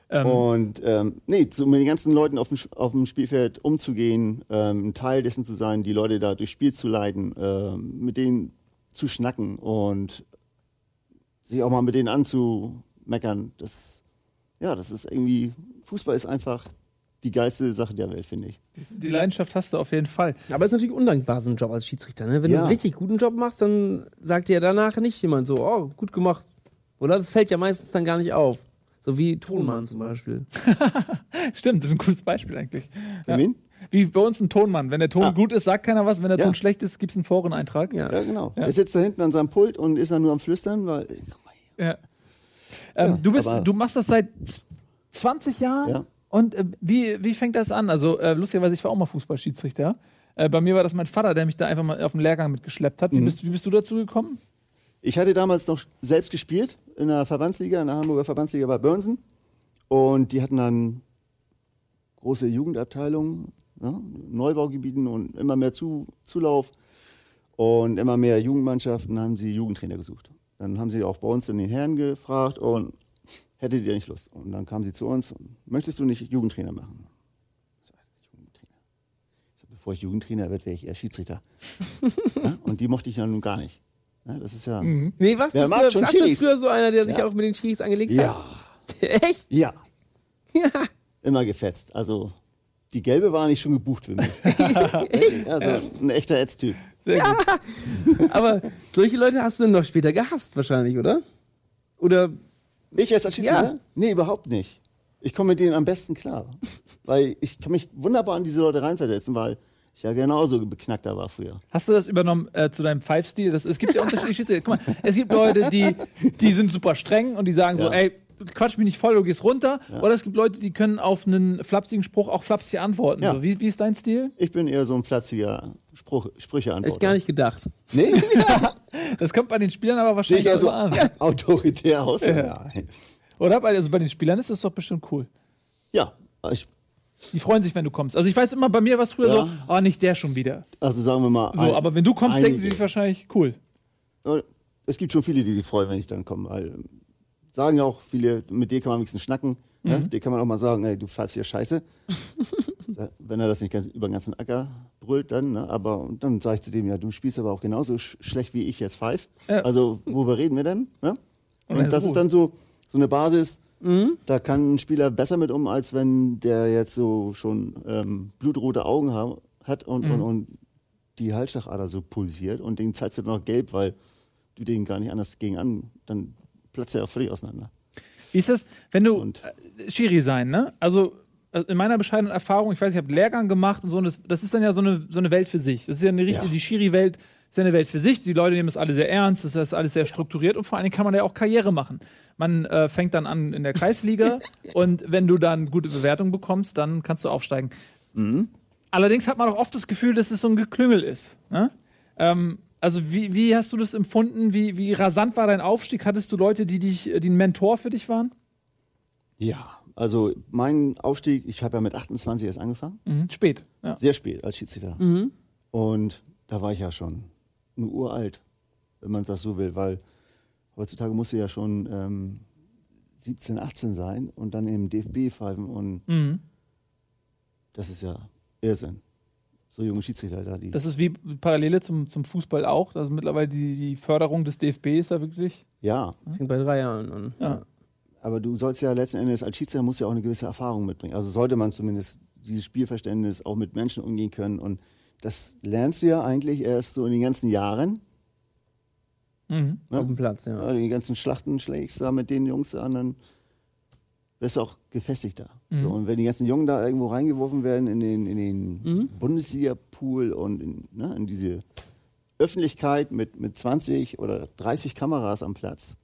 S2: Ähm,
S5: Und ähm, nee, so mit den ganzen Leuten auf dem, Sch- auf dem Spielfeld umzugehen, ähm, ein Teil dessen zu sein, die Leute da durchs Spiel zu leiten, ähm, mit denen zu schnacken und sich auch mal mit denen anzumeckern, das, ja, das ist irgendwie, Fußball ist einfach die geilste Sache der Welt, finde ich.
S2: die, die Leidenschaft hast du auf jeden Fall.
S3: aber ist natürlich undankbar, so ein Job als Schiedsrichter. Ne? Wenn du
S5: Ja.
S3: einen richtig guten Job machst, dann sagt dir ja danach nicht jemand so, oh, gut gemacht. Oder das fällt ja meistens dann gar nicht auf. So wie Tonmann zum Beispiel.
S2: Stimmt, das ist ein cooles Beispiel eigentlich. Ja.
S5: Wen?
S2: Wie bei uns ein Tonmann. Wenn der Ton
S5: Ah.
S2: gut ist, sagt keiner was. Wenn der
S5: Ja.
S2: Ton schlecht ist, gibt es einen Foreneintrag.
S3: Ja.
S5: Ja, genau.
S2: Ja.
S5: Der sitzt da hinten an seinem Pult und ist dann nur am Flüstern, weil, guck mal hier.
S2: Ja. Ähm, du, bist,
S5: aber-
S2: du machst das seit 20 Jahren
S5: Ja.
S2: und äh, wie, wie fängt das an? Also äh, lustigerweise, ich war auch mal Fußballschiedsrichter. Äh, bei mir war das mein Vater, der mich da einfach mal auf den Lehrgang mitgeschleppt hat. Wie,
S5: Mhm.
S2: bist, wie bist du dazu gekommen?
S5: Ich hatte damals noch selbst gespielt in der Verbandsliga, in der Hamburger Verbandsliga bei Börnsen. Und die hatten dann große Jugendabteilungen, ne? Neubaugebieten und immer mehr Zu Zulauf. Und immer mehr Jugendmannschaften haben sie Jugendtrainer gesucht. Dann haben sie auch bei uns in den Herren gefragt und hättet ihr nicht Lust? Und dann kamen sie zu uns und möchtest du nicht Jugendtrainer machen? Ich so, Jugendtrainer. Ich so, bevor ich Jugendtrainer werde, wäre ich eher Schiedsrichter. ja? Und die mochte ich ja nun gar nicht. Ja, das ist ja.
S3: Nee, was?
S5: Wer
S3: das
S5: mag
S3: früher,
S5: schon
S3: warst du
S5: Schiris?
S3: früher so einer, der sich
S5: Ja.
S3: auch mit den Schiris angelegt
S5: Ja,
S3: hat? Echt?
S5: ja.
S3: Ja.
S5: Immer gefetzt. Also die gelbe war nicht schon gebucht für mich. also ein echter Ätztyp.
S2: Sehr gut.
S3: Aber solche Leute hast du dann noch später gehasst wahrscheinlich, oder? Oder
S5: Ich jetzt als Schiedsrichter?
S3: Ja.
S5: Nee, überhaupt nicht. Ich komme mit denen am besten klar. Weil ich kann mich wunderbar an diese Leute reinversetzen, weil ich ja genauso beknackter war früher.
S2: Hast du das übernommen äh, zu deinem Pfeifstil? Das, es gibt ja unterschiedliche Schiedsrichter. Guck mal, es gibt Leute, die, die sind super streng und die sagen so,
S5: Ja.
S2: ey, quatsch mich nicht voll, du gehst runter. Oder es gibt Leute, die können auf einen flapsigen Spruch auch flapsig antworten.
S5: Ja.
S2: So, wie, wie ist dein Stil?
S5: Ich bin eher so ein flatziger Spruch, Sprüche
S3: hätte ich gar nicht gedacht.
S5: Nee,
S2: Das kommt bei den Spielern aber
S5: sehe ich also
S2: wahrscheinlich
S5: ja so
S2: immer an.
S5: autoritär aus. Ja,
S2: Oder? Bei- Also bei den Spielern ist das doch bestimmt cool.
S5: ja. ich
S2: Die freuen sich, wenn du kommst. Also ich weiß immer, bei mir war es früher
S5: Ja.
S2: so, oh, nicht der schon wieder.
S5: Also sagen wir mal.
S2: So,
S5: ein-
S2: aber wenn du kommst, denken sie
S5: einige.
S2: sich wahrscheinlich, cool.
S5: Es gibt schon viele, die sich freuen, wenn ich dann komme. Weil, ähm, sagen ja auch viele, mit dir kann man wenigstens schnacken. Ne?
S2: Mhm.
S5: Dir kann man auch mal sagen, ey, du pfeifst hier Scheiße. Sa- wenn er das nicht ganz, über den ganzen Acker brüllt, dann, ne? aber und dann sage ich zu dem, ja, du spielst aber auch genauso sch schlecht, wie ich jetzt pfeif.
S2: Ja.
S5: Also, worüber reden wir denn? Ne?
S2: Und dann
S5: Und,
S2: ist Mhm.
S5: das
S2: Ruhe.
S5: ist dann so, so eine Basis, da kann ein Spieler besser mit um, als wenn der jetzt so schon ähm, blutrote Augen haben, hat und,
S2: Mhm.
S5: und, und die Halsschlagader so pulsiert und den zeigst du noch gelb, weil du den gar nicht anders gegen an, dann platzt er auch völlig auseinander.
S2: Wie ist das, wenn du
S5: Und-
S2: äh, Schiri sein, ne? Also äh, in meiner bescheidenen Erfahrung, ich weiß, ich habe Lehrgang gemacht und so, und das, das ist dann ja so eine, so eine Welt für sich. Das ist ja eine richtige,
S5: Ja.
S2: die Schiri-Welt ist ja eine Welt für sich. Die Leute nehmen das alle sehr ernst, das ist alles sehr strukturiert und vor allen Dingen kann man ja auch Karriere machen. Man äh, fängt dann an in der Kreisliga und wenn du dann gute Bewertung bekommst, dann kannst du aufsteigen.
S5: Mhm.
S2: Allerdings hat man auch oft das Gefühl, dass es so ein Geklüngel ist. Ne? Ähm, also wie, wie hast du das empfunden? Wie, wie rasant war dein Aufstieg? Hattest du Leute, die dich, die ein Mentor für dich waren?
S5: Ja. Also mein Aufstieg, ich habe ja mit 28 erst angefangen,
S2: Mhm. Spät. Ja.
S5: sehr spät als Schiedsrichter. Und da war ich ja schon nur uralt, wenn man das so will, weil heutzutage musst du ja schon ähm, 17, 18 sein und dann im DFB pfeifen und
S2: Mhm.
S5: Das ist ja Irrsinn. So junge Schiedsrichter da, die.
S2: Das ist wie Parallele zum, zum Fußball auch. Also mittlerweile die, die Förderung des DFB ist da wirklich.
S5: ja,
S3: Fängt bei drei Jahren an.
S2: Ja.
S5: aber du sollst ja letzten Endes als Schiedsrichter musst du ja auch eine gewisse Erfahrung mitbringen. Also sollte man zumindest dieses Spielverständnis auch mit Menschen umgehen können. Und das lernst du ja eigentlich erst so in den ganzen Jahren.
S2: Mhm.
S5: Ne?
S3: Auf dem Platz, ja.
S5: Ja, die ganzen Schlachten schlägst da mit den Jungs an, dann wirst du auch gefestigter.
S2: Mhm.
S5: So, und wenn die ganzen Jungen da irgendwo reingeworfen werden in den, in den
S2: Mhm.
S5: Bundesliga-Pool und in, ne, in diese Öffentlichkeit mit, mit 20 oder 30 Kameras am Platz,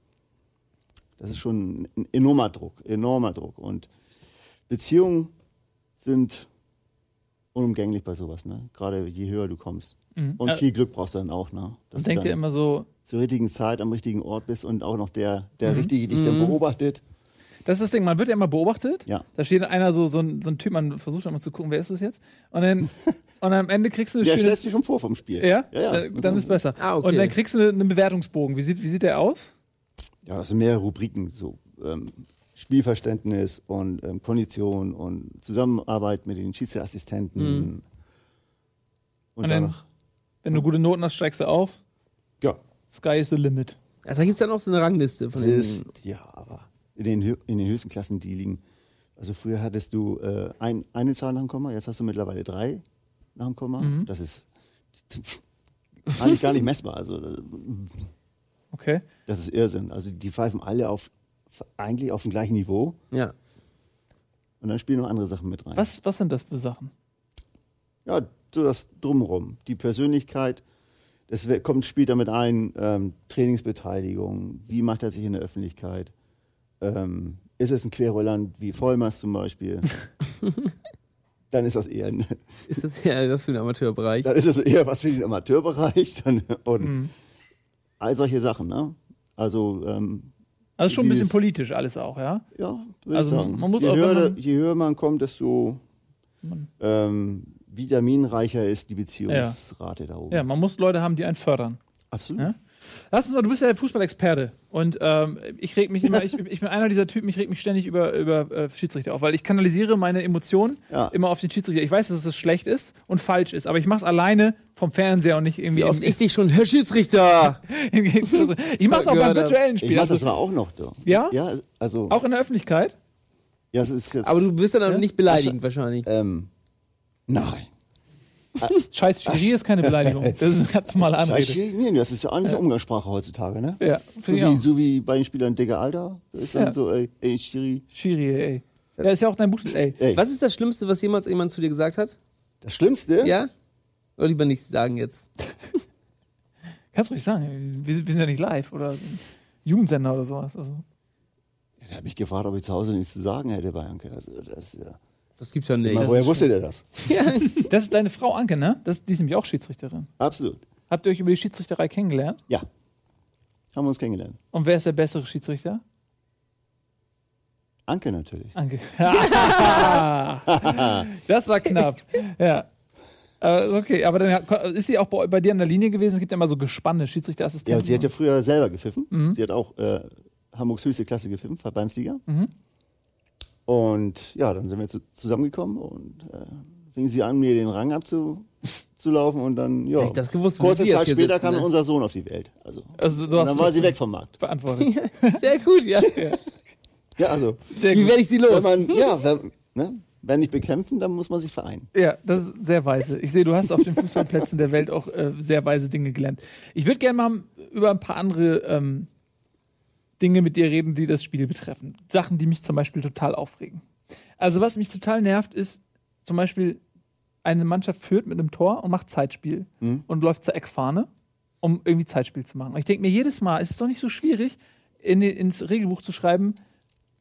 S5: das ist schon ein enormer Druck, enormer Druck. Und Beziehungen sind unumgänglich bei sowas, ne? gerade je höher du kommst.
S2: Mhm.
S5: Und
S2: Äh,
S5: viel Glück brauchst du dann auch. Ne? Dass
S2: Und
S5: du
S2: denkt ihr
S5: dann-
S2: immer so,
S5: zur richtigen Zeit am richtigen Ort bist und auch noch der, der Richtige dich dann beobachtet.
S2: Das ist das Ding, man wird ja immer beobachtet.
S5: Ja.
S2: Da steht einer so, so, ein, so ein Typ, man versucht immer zu gucken, wer ist das jetzt? Und dann und am Ende kriegst du eine
S5: Der
S2: schöne.
S5: stellt sich schon vor vom Spiel.
S2: Ja? Also
S5: Ja, ja.
S2: Dann, dann ist besser.
S3: Ah, okay.
S2: Und dann kriegst du eine, einen Bewertungsbogen. Wie sieht, wie sieht der aus?
S5: ja, das sind mehrere Rubriken. So, ähm, Spielverständnis und ähm, Kondition und Zusammenarbeit mit den Schiedsrichterassistenten. Und,
S2: Und dann-
S5: danach.
S2: Wenn du gute Noten hast, steigst du auf.
S5: Ja,
S2: Sky is the limit.
S3: Also da gibt es dann auch so eine Rangliste von
S5: das
S3: den.
S5: ist, ja, aber in den, hö- in den höchsten Klassen, die liegen. Also früher hattest du äh, ein, eine Zahl nach dem Komma, jetzt hast du mittlerweile drei nach dem Komma. Das ist eigentlich gar nicht messbar. Also das-
S2: Okay.
S5: Das ist Irrsinn. Also die pfeifen alle auf eigentlich auf dem gleichen Niveau
S3: Ja.
S5: und dann spielen noch andere Sachen mit rein.
S2: Was, was sind das für Sachen?
S5: Ja, so das drumherum. Die Persönlichkeit, das we- kommt später mit ein, ähm, Trainingsbeteiligung, wie macht er sich in der Öffentlichkeit? Ähm, ist es ein Querulant wie Vollmers zum Beispiel? dann ist das eher ein,
S3: Ist das ja das für ein Amateurbereich?
S5: dann ist das eher was für den Amateurbereich. Dann, und all solche Sachen, ne? Also ähm,
S2: Also schon ein bisschen
S5: Dieses-
S2: politisch alles auch, ja?
S5: Ja, würde
S2: Also
S5: ich sagen.
S2: man- man muss
S5: je,
S2: auch, wenn
S5: höher,
S2: man-
S5: je höher man kommt, desto ähm, vitaminreicher ist die Beziehungsrate da oben.
S2: Ja, man muss Leute haben, die einen fördern.
S5: Absolut.
S2: Ja? Lass uns mal, du bist ja Fußballexperte und ähm, ich reg mich immer, ich, ich bin einer dieser Typen, ich reg mich ständig über, über äh, Schiedsrichter auf, weil ich kanalisiere meine Emotionen
S5: Ja.
S2: immer auf den Schiedsrichter. Ich weiß, dass es schlecht ist und falsch ist, aber ich mach's alleine vom Fernseher und nicht irgendwie.
S3: Wie oft
S2: im-
S3: ich dich schon, Herr Schiedsrichter!
S2: im Gegensatz- ich mach's auch beim
S3: Gehört hab.
S2: virtuellen
S5: Ich
S2: Spiel.
S5: mache
S2: Also,
S5: das mal auch noch. Da.
S2: Ja?
S5: Ja, also.
S2: auch in der Öffentlichkeit.
S5: Ja, es ist jetzt,
S3: Aber du bist dann
S2: Ja?
S3: nicht beleidigend wahrscheinlich.
S5: ähm, nein.
S2: Scheiß Schiri ist keine Beleidigung. Das ist eine ganz normale Anrede.
S5: Scheiße, nee, das ist ja eigentlich Umgangssprache heutzutage, ne?
S2: Ja,
S5: So
S2: finde ich
S5: wie,
S2: auch.
S5: so wie bei den Spielern Digga Alter. Da ist dann
S2: Ja.
S5: so, ey, ey Schiri.
S2: Schiri, ey. Ja, ist ja auch dein Buch, ey.
S5: Ey,
S3: Was ist das Schlimmste, was jemals jemand zu dir gesagt hat?
S5: Das Schlimmste?
S3: Ja? Oder lieber nichts sagen jetzt.
S2: Kannst du ruhig sagen, wir, wir sind ja nicht live oder Jugendsender oder sowas. Also,
S5: Der hat mich gefragt, ob ich zu Hause nichts zu sagen hätte bei Anke. Also, das, ist ja.
S3: Das gibt's ja nicht.
S5: Mal, woher wusste der das?
S2: das ist deine Frau Anke, ne? Das, die ist nämlich auch Schiedsrichterin.
S5: Absolut.
S2: Habt ihr euch über die Schiedsrichterei kennengelernt?
S5: Ja. Haben wir uns kennengelernt.
S2: Und wer ist der bessere Schiedsrichter?
S5: Anke natürlich.
S2: Ange das war knapp. Ja. Aber okay, aber dann ist sie auch bei, bei dir an der Linie gewesen. Es gibt ja immer so Gespanne,
S5: Ja,
S2: Schiedsrichterassistenten.
S5: sie hat ja früher selber gepfiffen.
S3: Mhm.
S5: Sie hat auch äh, Hamburgs höchste Klasse gepfiffen, Verbandsliga.
S3: Mhm.
S5: Und ja, dann sind wir zu, zusammengekommen und äh, fing sie an, mir den Rang abzulaufen. Und dann, ja,
S3: Hätte ich das gewusst, würde
S5: kurze
S3: sie jetzt
S5: Zeit
S3: hier
S5: später
S3: sitzen,
S5: kam
S3: ne?
S5: unser Sohn auf die Welt. Also,
S2: Also, du
S5: und
S2: hast
S5: dann
S2: es
S5: war sie weg vom Markt.
S2: beantwortet.
S3: Sehr gut, ja.
S5: Ja, also,
S2: Sehr
S3: Wie
S2: gut.
S3: werde ich sie
S5: wenn
S3: los?
S5: man, ja, wenn, ne, wenn nicht bekämpfen, dann muss man sich vereinen.
S2: Ja, das ist sehr weise. Ich sehe, du hast auf den Fußballplätzen der Welt auch äh, sehr weise Dinge gelernt. Ich würde gerne mal über ein paar andere ähm, Dinge mit dir reden, die das Spiel betreffen. Sachen, die mich zum Beispiel total aufregen. Also, was mich total nervt, ist zum Beispiel, eine Mannschaft führt mit einem Tor und macht Zeitspiel und läuft zur Eckfahne, um irgendwie Zeitspiel zu machen. Und ich denke mir jedes Mal, es ist doch nicht so schwierig, in, ins Regelbuch zu schreiben,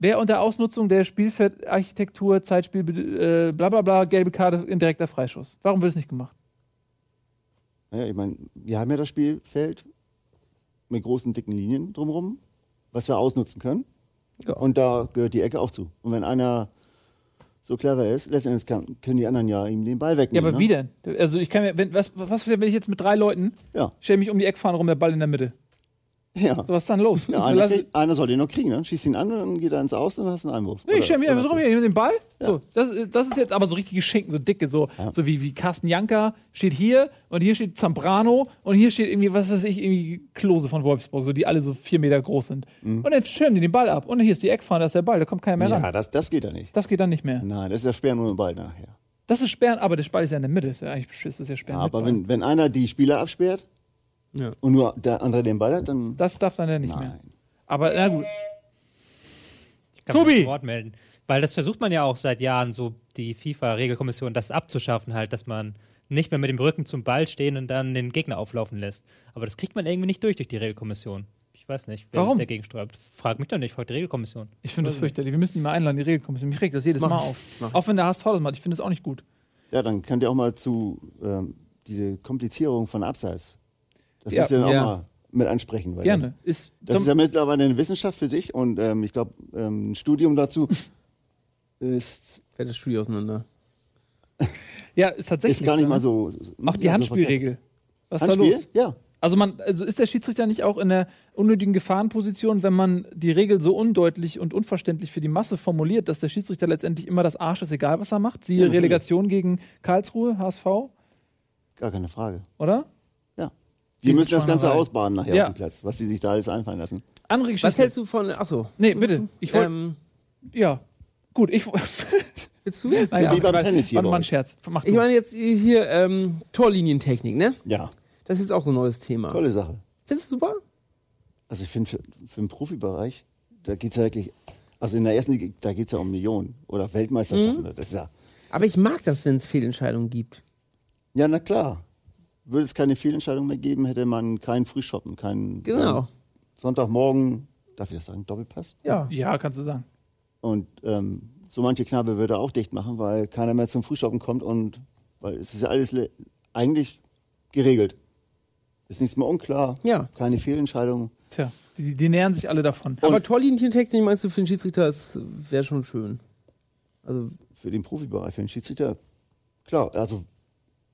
S2: Wer unter Ausnutzung der Spielfeldarchitektur, Zeitspiel, äh, bla bla bla, gelbe Karte, indirekter Freischuss. Warum wird es nicht gemacht?
S5: Naja, ich meine, wir haben ja das Spielfeld mit großen, dicken Linien drumherum, was wir ausnutzen können.
S3: Ja.
S5: Und da gehört die Ecke auch zu. Und wenn einer so clever ist, letztendlich kann, können die anderen ja ihm den Ball
S2: Ja,
S5: wegnehmen.
S2: aber
S5: ne?
S2: wie denn? Also ich kann mir, wenn, was, was, was, wenn ich jetzt mit drei Leuten,
S5: Ja,
S2: stelle mich um die Eckfahne rum, der Ball in der Mitte.
S5: ja.
S2: So, was ist dann los?
S5: ja
S2: Ich
S5: einer,
S2: lasse-
S5: krieg, einer soll den noch kriegen, ne? Schießt ihn an und dann geht er ins Aus und dann hast du einen Einwurf.
S2: Nee, ich stelle mir
S5: Oder-
S2: einfach so hier den Ball. So, das, das ist jetzt aber so richtige Schinken, so dicke, so, so wie, wie Carsten Janka steht hier und hier steht Zambrano und hier steht irgendwie, was weiß ich, irgendwie Klose von Wolfsburg, so die alle so vier Meter groß sind. Und dann schirmen die den Ball ab. Und hier ist die Eckfahne, da ist der Ball, da kommt keiner mehr
S5: Mhm. Ja,
S2: ran.
S5: das, das geht ja nicht.
S2: Das geht dann nicht mehr.
S5: Nein, das ist ja Sperren ohne Ball nachher.
S2: Das ist Sperren, aber der Ball ist ja in der Mitte. Ist ja eigentlich beschiss, ist ja Sperren.
S5: Ja,
S2: mit
S5: aber
S2: Ball.
S5: wenn, wenn einer die Spieler absperrt
S3: Ja.
S5: und nur der andere den Ball hat, dann.
S2: das darf dann ja nicht mehr.
S5: Nein.
S2: Aber na gut.
S4: Ich kann mich
S2: Tobi!
S4: nicht zu Wort melden. Weil das versucht man ja auch seit Jahren, so die FIFA-Regelkommission das abzuschaffen, halt, dass man nicht mehr mit dem Rücken zum Ball stehen und dann den Gegner auflaufen lässt. Aber das kriegt man irgendwie nicht durch durch die Regelkommission. Ich weiß nicht, wer
S2: Warum?
S4: sich dagegen sträubt. Frag mich doch nicht, frag die Regelkommission.
S2: Ich finde das fürchterlich. Wir müssen die mal einladen, die Regelkommission. Mich regt das jedes Mal auf. Auch wenn der HSV das macht. Ich finde das auch nicht gut.
S5: Ja, dann könnt ihr auch mal zu ähm, diese Komplizierung von Abseits. Das
S2: Ja.
S5: müsst ihr dann auch
S3: Ja.
S5: mal mit ansprechen. Weil
S2: Gerne. Ist,
S5: Das, das ist ja mittlerweile eine Wissenschaft für sich und ähm, ich glaube, ähm, ein Studium dazu ist,
S3: Fällt das Studio auseinander.
S2: ja, ist tatsächlich.
S5: ist gar nicht
S2: so,
S5: mal
S2: ne?
S5: so.
S2: Auch die
S5: so
S2: Handspielregel. Was ist
S5: verkehrt.
S2: da
S5: Handspiel?
S2: los?
S5: Ja.
S2: Also, man, also ist der Schiedsrichter nicht auch in der unnötigen Gefahrenposition, wenn man die Regel so undeutlich und unverständlich für die Masse formuliert, dass der Schiedsrichter letztendlich immer das Arsch ist, egal was er macht? Siehe
S5: natürlich.
S2: Relegation gegen Karlsruhe, HSV,
S5: Gar keine Frage.
S2: oder?
S5: Ja. Die
S2: Diese
S5: müssen das Ganze
S2: Schweinerei.
S5: ausbaden nachher
S2: Ja.
S5: auf dem Platz, was sie sich da alles einfallen lassen.
S2: Andere Geschichte.
S3: Was hältst du von. Achso.
S2: Nee, bitte. Ich wollte.
S3: Ähm,
S2: ja. Gut, ich.
S3: willst du jetzt?
S5: Nein. wie beim
S2: weil-
S5: Tennis hier
S2: Warte
S5: bei
S2: mal, ein
S5: euch.
S2: Scherz. Mach
S3: Ah Ich
S2: du.
S3: meine jetzt hier ähm, Torlinientechnik, ne?
S5: Ja,
S3: Das ist jetzt auch so ein neues Thema.
S5: tolle Sache.
S3: Findest du super?
S5: Also ich finde, für, für den Profibereich, da geht es ja wirklich, also in der ersten Liga, da geht es ja um Millionen oder Weltmeisterschaften.
S2: Mhm.
S5: Das ist ja,
S3: Aber ich mag das, wenn es Fehlentscheidungen gibt.
S5: ja, na klar. Würde es keine Fehlentscheidung mehr geben, hätte man keinen Frühschoppen, keinen
S3: Genau.
S5: ähm, Sonntagmorgen, darf ich das sagen, Doppelpass?
S3: Ja.
S2: ja, kannst du sagen.
S5: Und ähm, so manche Knabe würde auch dicht machen, weil keiner mehr zum Frühschoppen kommt und weil es ist ja alles le- eigentlich geregelt. Ist nichts mehr unklar,
S3: Ja.
S5: keine Fehlentscheidung.
S2: Tja, die, die nähern sich alle davon.
S5: Oh,
S3: Aber Torlinientechnik meinst du für den Schiedsrichter, das wäre schon schön. Also,
S5: Für den Profibereich, für den Schiedsrichter, klar, also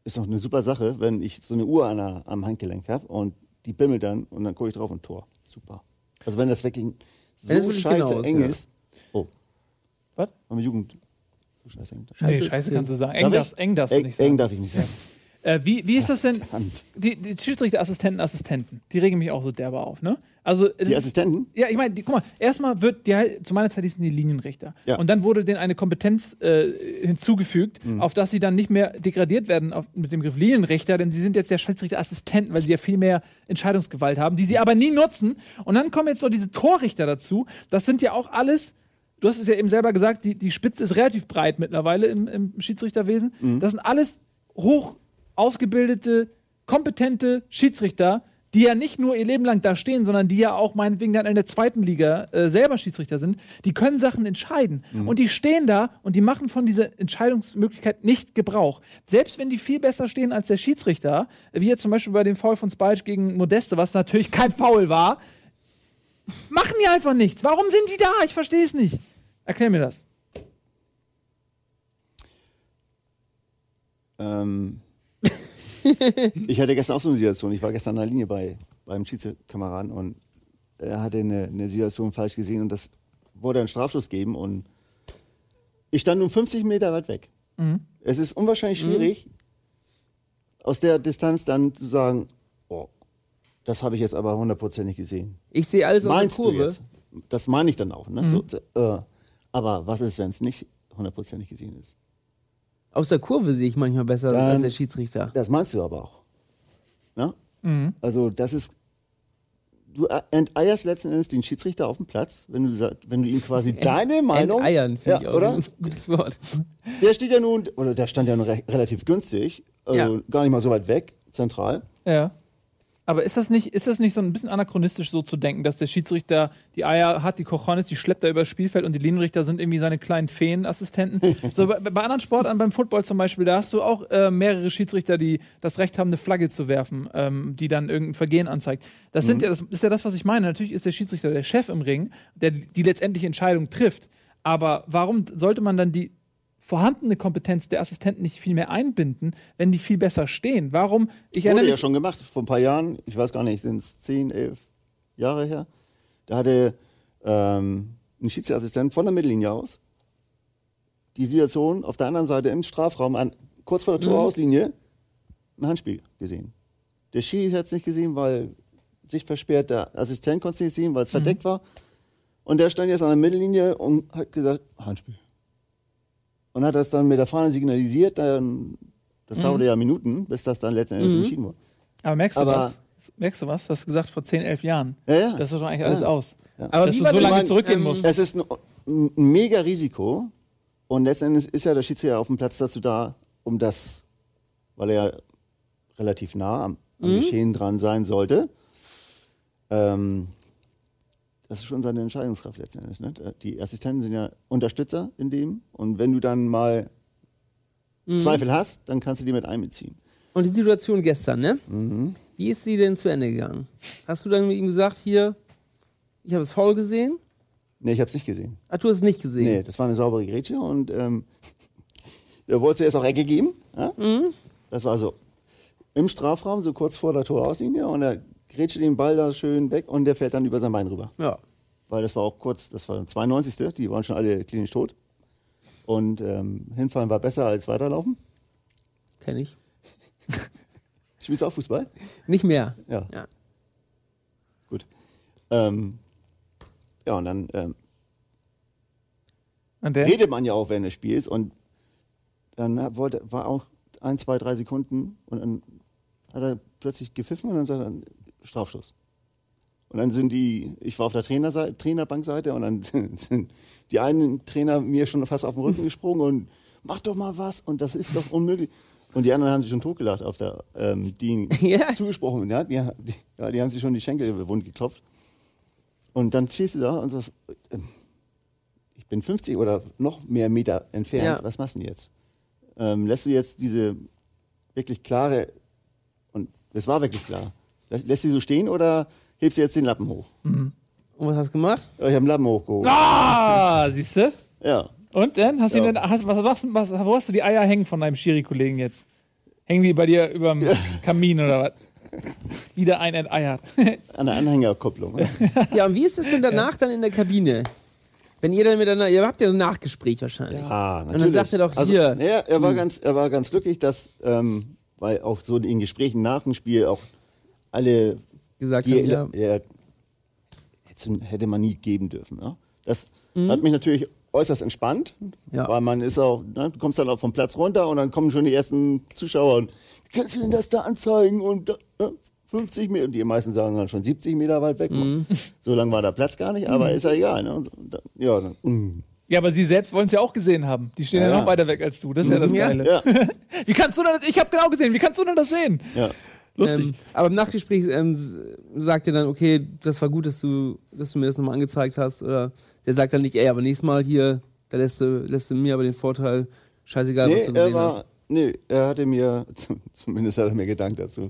S5: ist noch eine super Sache, wenn ich so eine Uhr an der, am Handgelenk habe und die bimmelt dann und dann gucke ich drauf und Tor. Super. Also wenn das wirklich so
S3: Wenn es wirklich
S5: scheiße
S3: genau ist,
S5: eng
S3: ja.
S5: ist. Oh.
S2: Was?
S5: Haben wir Jugend. So scheiße eng.
S2: nee,
S3: Scheiße,
S2: scheiße
S3: ist-
S2: kannst du sagen.
S5: Darf
S2: Eng,
S5: ich?
S2: darfst, eng darfst du
S5: Eng-
S2: nicht
S5: Eng
S2: sagen.
S5: darf ich nicht sagen.
S2: Äh, wie, wie ist das denn?
S5: Hand.
S2: Die, die Schiedsrichterassistenten, Assistenten, die regen mich auch so derbe auf, ne? Also, es
S5: Die
S2: ist-
S5: Assistenten?
S2: Ja, ich meine, die- guck mal, erstmal wird, die, hei- zu meiner Zeit hießen die Linienrichter.
S5: Ja.
S2: Und dann wurde denen eine Kompetenz äh, hinzugefügt, auf dass sie dann nicht mehr degradiert werden auf, mit dem Begriff Linienrichter, denn sie sind jetzt ja Schiedsrichterassistenten, weil sie ja viel mehr Entscheidungsgewalt haben, die sie aber nie nutzen. Und dann kommen jetzt noch diese Torrichter dazu. Das sind ja auch alles. Du hast es ja eben selber gesagt, die, die Spitze ist relativ breit mittlerweile im, im Schiedsrichterwesen. Das sind alles hoch ausgebildete, kompetente Schiedsrichter, die ja nicht nur ihr Leben lang da stehen, sondern die ja auch meinetwegen dann in der zweiten Liga äh, selber Schiedsrichter sind, die können Sachen entscheiden. Und die stehen da und die machen von dieser Entscheidungsmöglichkeit nicht Gebrauch. Selbst wenn die viel besser stehen als der Schiedsrichter, äh, wie jetzt zum Beispiel bei dem Foul von Spalch gegen Modeste, was natürlich kein Foul war, machen die einfach nichts. Warum sind die da? Ich verstehe es nicht. Erklär mir das.
S5: Ähm, ich hatte gestern auch so eine Situation. Ich war gestern an der Linie bei beim Schiedskameraden und er hatte eine, eine Situation falsch gesehen und das wollte einen Strafschuss geben und ich stand nun 50 Meter weit weg. Es ist unwahrscheinlich schwierig, aus der Distanz dann zu sagen, oh, das habe ich jetzt aber hundertprozentig gesehen.
S3: Ich sehe alles aus der
S5: Meinst du
S3: Kurve.
S5: jetzt? Das meine ich dann auch. Ne? So, äh, aber was ist, wenn es nicht hundertprozentig gesehen ist?
S3: Aus der Kurve sehe ich manchmal besser
S5: Dann-
S3: als der Schiedsrichter.
S5: Das meinst du aber auch. Ne?
S3: Mhm.
S5: Also, das ist. Du äh, enteierst letzten Endes den Schiedsrichter auf dem Platz, wenn du, sa- wenn du ihm quasi deine Meinung.
S3: Eiern, finde
S5: ja,
S3: ich auch. ne?
S5: Oder?
S3: Ein gutes Wort.
S5: Der steht ja nun, oder der stand ja nun re relativ günstig, also
S3: Ja.
S5: gar nicht mal so weit weg, zentral.
S2: Ja. Aber ist das, nicht, ist das nicht so ein bisschen anachronistisch, so zu denken, dass der Schiedsrichter die Eier hat, die Kochonis, die schleppt er übers Spielfeld und die Linienrichter sind irgendwie seine kleinen Feenassistenten? so, bei, bei anderen Sportarten, beim Football zum Beispiel, da hast du auch äh, mehrere Schiedsrichter, die das Recht haben, eine Flagge zu werfen, ähm, die dann irgendein Vergehen anzeigt. Das,
S5: Mhm.
S2: sind ja, das ist ja das, was ich meine. Natürlich ist der Schiedsrichter der Chef im Ring, der die letztendliche Entscheidung trifft. Aber warum sollte man dann die vorhandene Kompetenz der Assistenten nicht viel mehr einbinden, wenn die viel besser stehen? Warum? Ich erinnere
S5: Wurde
S2: mich
S5: ja schon gemacht, vor ein paar Jahren, ich weiß gar nicht, sind es 10, 11 Jahre her. Da hatte ähm, ein Schiedsassistent von der Mittellinie aus die Situation auf der anderen Seite im Strafraum, an, kurz vor der Torauslinie, ein Handspiel gesehen. Der Schiri hat es nicht gesehen, weil sich versperrt, der Assistent konnte es nicht sehen, weil es verdeckt war. Und der stand jetzt an der Mittellinie und hat gesagt, Handspiel. Und hat das dann mit der Fahne signalisiert. Dann, das dauerte ja Minuten, bis das dann letzten Endes entschieden wurde.
S2: Aber merkst du
S5: Aber-
S2: was? Merkst du was? Hast du gesagt vor 10, 11 Jahren?
S5: Ja, ja.
S2: Das ist doch eigentlich alles aus.
S3: Aber
S2: Dass
S3: wie
S2: du
S3: war
S2: so
S3: denn-
S2: lange
S5: mein-
S2: zurückgehen
S3: ähm,
S2: musst.
S5: Es ist ein, ein mega Risiko. Und letzten Endes ist ja der Schiedsrichter auf dem Platz dazu da, um das, weil er ja relativ nah am, am Geschehen dran sein sollte. Ähm, das ist schon seine Entscheidungskraft letzten Endes. Ne? Die Assistenten sind ja Unterstützer in dem. Und wenn du dann mal Zweifel hast, dann kannst du die mit einbeziehen.
S3: Und die Situation gestern, ne?
S5: Mhm.
S3: Wie ist sie denn zu Ende gegangen? Hast du dann mit ihm gesagt, hier, ich habe es faul gesehen?
S5: Nee, ich habe es nicht gesehen.
S3: Ach, du hast es nicht gesehen.
S5: Nee, das war eine saubere Grätsche und ähm, er wollte erst auch Ecke geben. Ja? Das war so im Strafraum, so kurz vor der Torauslinie und er grätscht den Ball da schön weg und der fällt dann über sein Bein rüber.
S3: Ja.
S5: Weil das war auch kurz, das war 92. Die waren schon alle klinisch tot. Und ähm, hinfallen war besser als weiterlaufen.
S3: Kenne ich.
S5: Spielst du auch Fußball?
S3: Nicht mehr.
S5: Ja.
S3: Ja.
S5: Gut. Ähm, ja, und dann ähm,
S2: Und der?
S5: redet man ja auch während des Spiels und dann hat- wollte, war auch ein, zwei, drei Sekunden und dann hat er plötzlich gepfiffen und dann sagt er Strafschuss. Und dann sind die, ich war auf der Trainerseite, Trainerbankseite und dann sind, sind die einen Trainer mir schon fast auf den Rücken gesprungen und mach doch mal was und das ist doch unmöglich. Und die anderen haben sich schon totgelacht auf der, ähm, die
S3: Ja.
S5: zugesprochen, ja, die, die, ja, die haben sich schon die Schenkel wund geklopft. Und dann stehst du da und sagst, ähm, ich bin 50 oder noch mehr Meter entfernt,
S3: Ja.
S5: was machst du denn jetzt? Ähm, lässt du jetzt diese wirklich klare, und das war wirklich klar, lässt, lässt sie so stehen oder hebst du jetzt den Lappen hoch?
S3: Und was hast du gemacht?
S5: Ja, Ich habe den Lappen hochgehoben.
S2: Ah, siehst du?
S5: Ja.
S2: Und dann? Hast du
S5: Ja.
S2: ihn denn, hast, was, was, was, wo hast du die Eier hängen von deinem Schiri-Kollegen jetzt? Hängen die bei dir überm Kamin oder was? Wieder ein enteiert.
S5: An der Anhängerkupplung. ne?
S3: Ja, und wie ist es denn danach dann in der Kabine? Wenn ihr dann miteinander, ihr habt ja so ein Nachgespräch wahrscheinlich.
S5: Ah, natürlich.
S3: sagt er doch hier. hm.
S5: nee, er, war ganz, er war ganz glücklich, dass, ähm, weil auch so in Gesprächen nach dem Spiel auch alle
S3: Gesagt
S5: die,
S3: haben, ja.
S5: er, hätte, hätte man nie geben dürfen. Ja? Das hat mich natürlich äußerst entspannt,
S3: Mhm. Ja.
S5: weil man ist auch, ne, du kommst dann auch vom Platz runter und dann kommen schon die ersten Zuschauer und wie kannst du denn das da anzeigen und da, ne, 50 Meter, und die meisten sagen dann schon 70 Meter weit weg.
S3: Mhm.
S5: So lang war der Platz gar nicht, aber ist ja egal. Ne? Und so, und dann, ja, dann, mm.
S2: Ja, aber sie selbst wollen es ja auch gesehen haben. Die stehen ja,
S5: Ja, ja. Mhm.
S2: noch weiter weg als du. Das ist ja das
S3: Ja.
S2: Geile.
S5: ja,
S2: Wie kannst du denn das? Ich habe genau gesehen. Wie kannst du denn das sehen?
S5: ja.
S2: Lustig.
S3: Ähm, aber im Nachgespräch ähm, s- sagt er dann, okay, das war gut, dass du, dass du mir das nochmal angezeigt hast. Oder der sagt dann nicht, ey, aber nächstes Mal hier, da lässt du, lässt du mir aber den Vorteil, scheißegal, was
S5: Nee,
S3: du
S5: er
S3: gesehen
S5: war,
S3: hast.
S5: nee, er hatte mir, zumindest hat er mir gedankt dazu.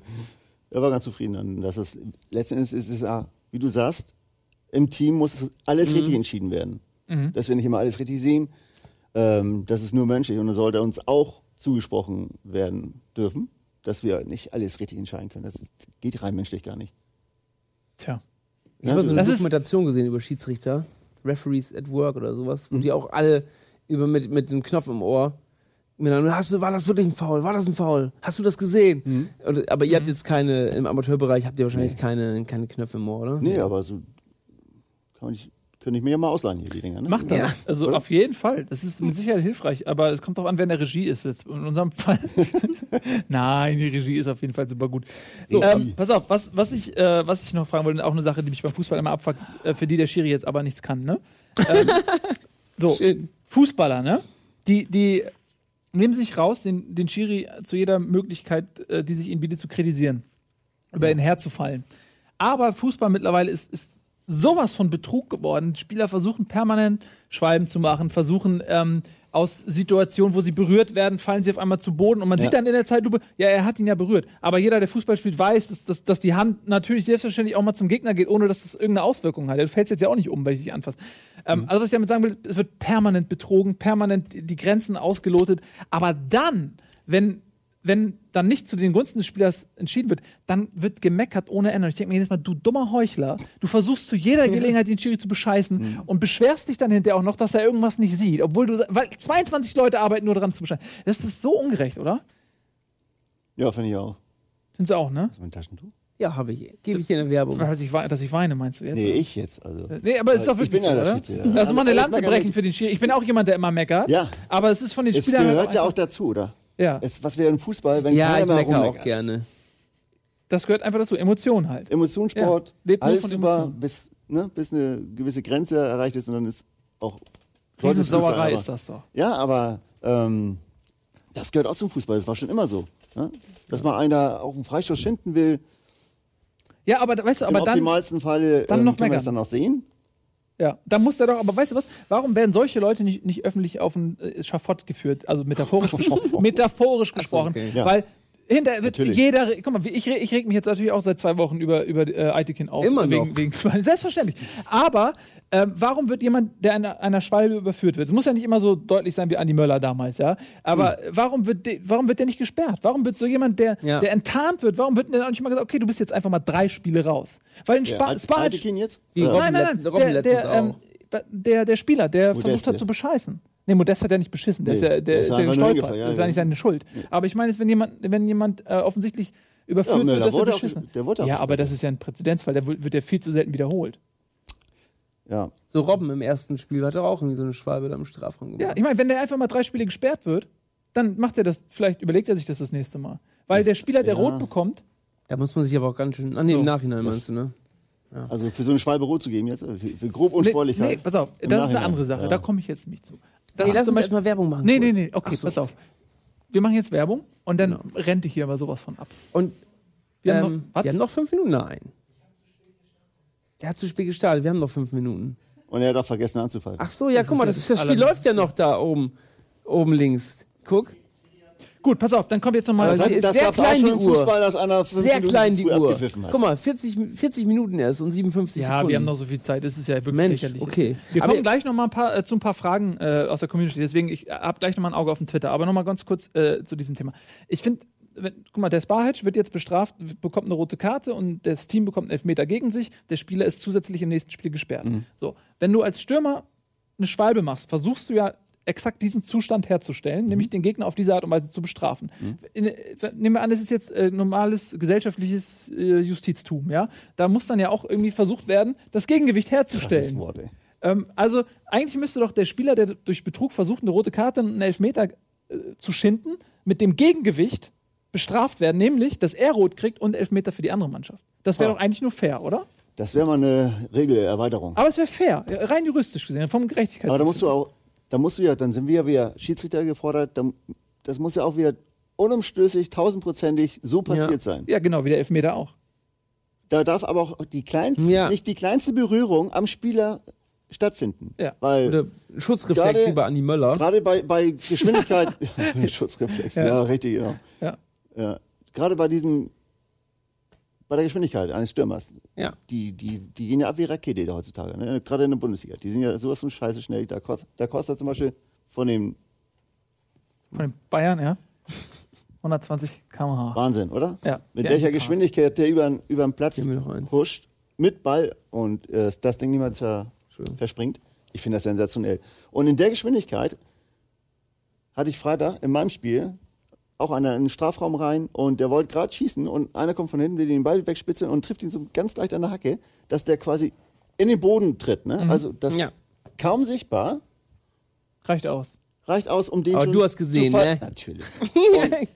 S5: Er war ganz zufrieden. dann, Dass
S3: Mhm.
S5: es, letzten Endes ist es, ah, wie du sagst, im Team muss alles richtig entschieden werden. dass wir nicht immer alles richtig sehen. Ähm, das ist nur menschlich und das sollte uns auch zugesprochen werden dürfen, dass wir nicht alles richtig entscheiden können. Das ist, geht rein menschlich gar nicht.
S2: Tja.
S3: Ich habe mal so eine
S2: Das ist-
S3: Dokumentation gesehen über Schiedsrichter, Referees at Work oder sowas,
S2: Mhm.
S3: wo die auch alle über mit, mit dem Knopf im Ohr miteinander, hast du, war das wirklich ein Foul? War das ein Foul? Hast du das gesehen?
S2: Mhm.
S3: Und, aber ihr habt jetzt keine, im Amateurbereich habt ihr wahrscheinlich keine, keine Knöpfe im Ohr, oder?
S5: Nee, aber so kann ich, könnte ich mir ja mal ausleihen hier, die Dinger. Ne?
S2: Macht das.
S3: Ja.
S2: Also auf jeden Fall. Das ist mit Sicherheit hilfreich. Aber es kommt darauf an, wer in der Regie ist. Jetzt in unserem Fall. Nein, die Regie ist auf jeden Fall super gut. So, ähm, pass auf, was, was, ich, äh, was ich noch fragen wollte, auch eine Sache, die mich beim Fußball immer abfuckt, äh, für die der Schiri jetzt aber nichts kann. Ne? Ähm, so,
S3: Schön.
S2: Fußballer, ne? Die, die nehmen sich raus, den, den Schiri zu jeder Möglichkeit, äh, die sich ihnen bietet, zu kritisieren, über ihn herzufallen. Aber Fußball mittlerweile ist, ist sowas von Betrug geworden. Spieler versuchen permanent Schwalben zu machen, versuchen ähm, aus Situationen, wo sie berührt werden, fallen sie auf einmal zu Boden und man
S5: Ja.
S2: sieht dann in der Zeitlupe, ja, er hat ihn ja berührt. Aber jeder, der Fußball spielt, weiß, dass, dass, dass die Hand natürlich selbstverständlich auch mal zum Gegner geht, ohne dass das irgendeine Auswirkung hat. Du fällst jetzt ja auch nicht um, weil ich dich anfasse. Ähm, Also, was ich damit sagen will, es wird permanent betrogen, permanent die- die Grenzen ausgelotet. Aber dann, wenn wenn dann nicht zu den Gunsten des Spielers entschieden wird, dann wird gemeckert ohne Ende. Und ich denke mir jedes Mal, du dummer Heuchler, du versuchst zu
S5: Mhm.
S2: jeder Gelegenheit, den Schiri zu bescheißen und beschwerst dich dann hinterher auch noch, dass er irgendwas nicht sieht, obwohl du, weil 22 Leute arbeiten nur daran zu bescheißen. Das ist so ungerecht, oder?
S5: Ja, finde ich auch.
S2: Findest du auch, ne?
S5: Ist mein Taschentuch?
S3: Ja, habe ich. Gebe ich dir eine Werbung.
S2: Dass ich, wei- dass ich weine, meinst du jetzt?
S5: Nee, ich jetzt. Also.
S3: Äh,
S2: Nee, aber es ist doch
S5: Ich
S2: wirklich
S5: bin ja
S2: so,
S5: der
S2: oder?
S5: Schiedsrichter. Also
S2: Lass mal eine
S5: Alles
S2: Lanze
S5: meckern
S2: brechen
S5: nicht.
S2: für den Schiri. Ich bin auch jemand, der immer meckert.
S5: Ja.
S2: Aber es ist von den
S5: Es
S2: Spielern...
S5: gehört ja auch dazu, oder?
S2: halt Ja,
S5: Es, was wäre im Fußball, wenn
S3: Ja,
S5: keiner
S3: ich
S5: mehr
S3: meckere auch
S5: rummeckert?
S3: gerne.
S2: das gehört einfach dazu. Emotionen halt.
S5: Emotionssport,
S2: Ja, lebt nur
S5: alles
S2: von
S5: super,
S2: Emotionen.
S5: bis, ne, bis eine gewisse Grenze erreicht ist und dann ist auch
S2: Diese Sauerei
S5: aber-
S2: ist das doch.
S5: Ja, aber ähm, das gehört auch zum Fußball, das war schon immer so. Ne? Dass mal einer auf einen Freistoß schinden will,
S2: Ja, aber weißt du, aber
S5: im
S2: dann...
S5: optimalsten Falle
S2: dann
S5: ähm,
S2: noch
S5: kann man
S2: meckern.
S5: das dann noch sehen.
S2: Ja, da muss er doch, aber weißt du was, warum werden solche Leute nicht, nicht öffentlich auf ein äh, Schafott geführt, also metaphorisch gesprochen, metaphorisch gesprochen,
S3: okay.
S5: Ja.
S2: weil hinterher wird
S5: Natürlich.
S2: jeder, guck mal, ich, re- ich reg mich jetzt natürlich auch seit zwei Wochen über, über äh, Eitekin auf.
S3: Immer
S2: wegen,
S3: noch.
S2: Wegen Schwalbe. Selbstverständlich. Aber ähm, warum wird jemand, der einer, einer Schwalbe überführt wird, es muss ja nicht immer so deutlich sein wie Andi Möller damals, ja, aber äh, warum, wird de, warum wird der nicht gesperrt? Warum wird so jemand, der,
S3: Hm. Ja.
S2: der enttarnt wird, warum wird denn auch nicht mal gesagt, okay, du bist jetzt einfach mal drei Spiele raus? Weil in Spa,
S5: Alt-
S2: Spa hat-
S5: Altekin jetzt?
S3: Wie
S5: Ähm, Oder?
S3: Robben
S2: Nein, nein,
S3: letzt-
S2: nein.
S3: Robben
S2: Der,
S3: letztens
S2: der, ähm, der, der Spieler, der
S5: Modest,
S2: versucht hat
S5: ja.
S2: zu bescheißen. Nee, Modest hat ja nicht beschissen. Der
S5: Nee,
S2: ist ja,
S5: der
S2: der
S5: ist
S2: ist ja
S5: einfach nur
S2: gestolpert.
S5: hingefallen, ja, genau.
S2: das ist ja
S5: ja.
S2: nicht seine Schuld. Aber ich meine, jetzt, wenn jemand, wenn jemand äh, offensichtlich überführt
S5: Ja, Müller
S2: wird, dass er
S5: wurde auch-
S2: beschissen.
S5: der wurde auch
S2: ja, aber
S5: gesperrt.
S2: das ist ja ein Präzedenzfall. Der wird wird ja viel zu selten wiederholt.
S5: Ja.
S3: So Robben im ersten Spiel hat er auch irgendwie so eine Schwalbe da im Strafraum
S2: Ja,
S3: gemacht.
S2: ich meine, wenn der einfach mal drei Spiele gesperrt wird, dann macht er das, vielleicht überlegt er sich das das nächste Mal. Weil der Spieler, der
S5: Ja.
S2: rot bekommt,
S3: Da muss man sich aber auch ganz schön. Ah, nee, im Nachhinein meinst du, ne?
S5: Also für so eine Schwalbe rot zu geben jetzt, äh, für, für
S2: nee,
S5: Grobunsportlichkeit.
S2: nee, pass auf, das
S5: halt. Im
S2: ist eine
S5: Nachhinein,
S2: andere Sache.
S5: ja.
S2: Da komme ich jetzt nicht zu. Das
S3: nee,
S2: ist
S3: lass
S2: zum Beispiel,
S3: uns erstmal Werbung machen.
S2: nee, nee,
S3: kurz.
S2: nee, okay,
S3: Ach so.
S2: pass auf. Wir machen jetzt Werbung und dann rennt ich hier aber sowas von ab.
S3: Und
S2: Wir
S3: ähm,
S2: haben noch- was?
S3: wir haben noch fünf Minuten. Nein. Er hat zu spät gestartet. Wir haben noch fünf Minuten.
S5: Und er hat auch vergessen anzufallen.
S3: Ach so, ja, guck
S2: ist
S3: mal,
S2: ja
S3: das,
S2: das
S3: das Spiel läuft ja noch da oben. Oben links. Guck.
S2: Gut, pass auf, dann kommt jetzt nochmal.
S5: das
S3: sie
S5: hat,
S3: ist
S5: das
S3: sehr
S5: gab's auch
S3: klein,
S5: schon
S3: die
S5: im
S3: Uhr.
S5: Fußball, dass einer fünf
S3: Sehr
S5: Minuten
S3: klein die
S5: früh
S3: Uhr.
S5: abgepfiffen hat.
S3: Guck mal, 40, 40 Minuten erst und 57
S2: ja,
S3: Sekunden.
S2: wir haben noch so viel Zeit. Das ist ja wirklich
S3: Mensch,
S2: lächerlich.
S3: okay.
S2: jetzt. Wir
S3: Aber-
S2: kommen gleich nochmal ein paar, äh, zu ein paar Fragen äh, aus der Community. Deswegen, ich habe gleich nochmal ein Auge auf den Twitter. Aber nochmal ganz kurz äh, zu diesem Thema. Ich finde, guck mal, der Sparhitch wird jetzt bestraft, bekommt eine rote Karte und das Team bekommt einen Elfmeter gegen sich. Der Spieler ist zusätzlich im nächsten Spiel gesperrt. So, wenn du als Stürmer eine Schwalbe machst, versuchst du ja exakt diesen Zustand herzustellen, nämlich den Gegner auf diese Art und Weise zu bestrafen. In, äh, nehmen wir an, es ist jetzt äh, normales gesellschaftliches äh, Justiztum, ja. Da muss dann ja auch irgendwie versucht werden, das Gegengewicht
S5: Krasses
S2: herzustellen.
S5: Wort, ey.
S2: Ähm, also eigentlich müsste doch der Spieler, der durch Betrug versucht, eine rote Karte und einen Elfmeter äh, zu schinden, mit dem Gegengewicht bestraft werden, nämlich, dass er rot kriegt und Elfmeter für die andere Mannschaft. Das wäre
S5: Ja.
S2: doch eigentlich nur fair, oder?
S5: Das wäre mal eine Regelerweiterung.
S2: Aber es wäre fair, rein juristisch gesehen, vom Gerechtigkeits.
S5: Aber da musst du auch, da musst du ja, dann sind wir ja wieder Schiedsrichter gefordert, dann, das muss ja auch wieder unumstößlich, tausendprozentig so passiert
S3: Ja.
S5: sein.
S2: ja, genau, wie der Elfmeter auch.
S5: Da darf aber auch die kleinste,
S3: Ja.
S5: nicht die kleinste Berührung am Spieler stattfinden.
S2: Ja.
S5: Weil
S3: Oder Schutzreflex
S5: Äh, Gerade-
S3: wie bei Andi Möller.
S5: gerade bei, bei Geschwindigkeit, Schutzreflex, ja. richtig, genau.
S2: Ja.
S5: Ja. Gerade bei diesen bei der Geschwindigkeit eines Stürmers.
S3: Ja.
S5: Die, die, die gehen ja ab wie Rakete da heutzutage, ne? gerade in der Bundesliga. Die sind ja sowas von scheiße schnell. Da Costa, da Costa zum Beispiel von dem
S2: Von den Bayern, ja. 120 km/h.
S5: Wahnsinn, oder?
S2: Ja.
S5: Mit
S2: Ja,
S5: welcher
S2: total.
S5: Geschwindigkeit der über, über den Platz
S3: Gib mir noch eins.
S5: huscht, mit Ball und äh, das Ding niemand ver
S3: Entschuldigung.
S5: verspringt. Ich finde das sensationell. Und in der Geschwindigkeit hatte ich Freitag in meinem Spiel auch einer in den Strafraum rein und der wollte gerade schießen und einer kommt von hinten, will den Ball wegspitzen und trifft ihn so ganz leicht an der Hacke, dass der quasi in den Boden tritt. Ne? Also das
S3: Ja.
S5: kaum sichtbar
S2: Reicht aus.
S5: reicht aus, um den
S3: Aber
S5: schon
S3: du hast gesehen,
S5: zu ver-
S3: ne?
S5: Natürlich.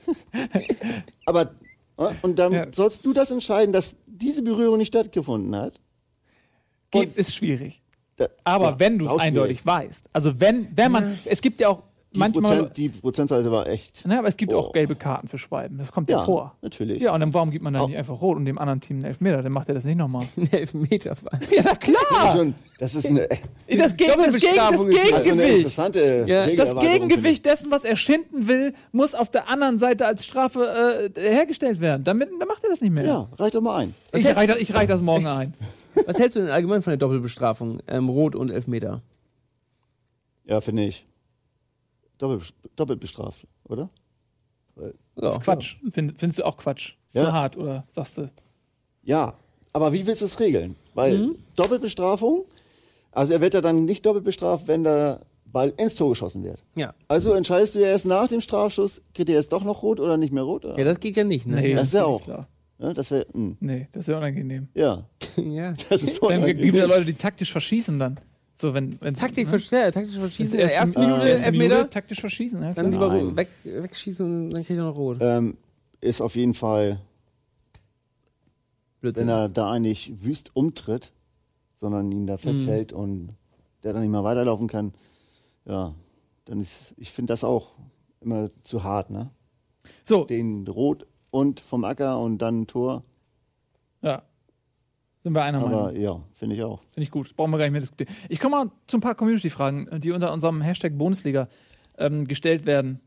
S5: Aber äh, und dann
S2: Ja.
S5: sollst du das entscheiden, dass diese Berührung nicht stattgefunden hat.
S2: Geht, ist schwierig.
S5: Da-
S2: Aber
S5: ja,
S2: wenn du es
S5: sauschwierig.
S2: eindeutig weißt, also wenn, wenn man, es gibt ja auch
S5: die
S2: manchmal,
S5: Prozent, die Prozentzahl war echt.
S2: ne, aber es gibt
S5: Oh.
S2: auch gelbe Karten für Schwalben, das kommt ja,
S5: Ja,
S2: vor.
S5: natürlich.
S2: Ja, und dann warum gibt man dann
S5: Auch-
S2: nicht einfach rot und dem anderen Team einen Elfmeter, dann macht er das nicht nochmal.
S3: Ein Elfmeter.
S2: ja, na klar!
S5: Schon, das ist eine,
S2: Das, Gegen, das, Gegen, das
S3: Doppelbestrafung ist
S2: Gegengewicht!
S3: das.
S5: also eine interessante
S3: Ja, das
S2: das
S5: Regelerweiterung, finde ich.
S2: Gegengewicht dessen, was er schinden will, muss auf der anderen Seite als Strafe äh, hergestellt werden. Damit, dann macht er das nicht mehr.
S5: Ja, reicht doch mal ein.
S2: Ich reich, das- ich reich das morgen ein.
S3: Was hältst du denn allgemein von der Doppelbestrafung? Ähm, Rot und Elfmeter.
S5: Ja, finde ich. Doppel, doppelt bestraft, oder?
S3: Ja.
S2: Das ist Quatsch. Find, findest du auch Quatsch? Ist
S5: Ja.
S2: Zu hart, oder sagst du?
S5: Ja, aber wie willst du es regeln? Weil
S2: Mhm.
S5: Doppelbestrafung, also er wird ja dann nicht doppelt bestraft, wenn der Ball ins Tor geschossen wird.
S3: Ja.
S5: Also entscheidest du ja erst nach dem Strafschuss, kriegt er jetzt doch noch rot oder nicht mehr rot? Oder?
S3: ja, das geht ja nicht, ne?
S5: das ist ja auch.
S2: Klar.
S5: Ja, das wäre. hm,
S2: Nee, das ist ja unangenehm.
S5: Ja,
S3: Ja.
S5: das ist
S2: Dann
S5: unangenehm.
S2: gibt es ja Leute, die taktisch verschießen dann. So, wenn, wenn
S3: Taktik,
S2: ne?
S3: versch- ja, taktisch verschießen.
S2: Erste-
S3: In der ersten Minute
S2: erste
S3: Elfmeter,
S2: Minute taktisch verschießen, ja,
S3: dann
S2: klar.
S3: lieber
S5: Nein.
S3: weg, wegschießen und dann kriegt er noch Rot.
S5: ähm, ist auf jeden Fall, wenn
S3: Blödsinn.
S5: er da eigentlich wüst umtritt, sondern ihn da
S2: Mhm.
S5: festhält und der dann nicht mehr weiterlaufen kann, ja, dann ist, ich finde das auch immer zu hart, ne?
S2: So,
S5: Den Rot und vom Acker und dann ein Tor.
S2: ja. Sind wir einer Meinung.
S5: Aber ja, finde ich auch.
S2: Finde ich gut. Brauchen wir gar nicht mehr diskutieren. Ich komme mal zu ein paar Community-Fragen, die unter unserem Hashtag Bundesliga ähm, gestellt werden.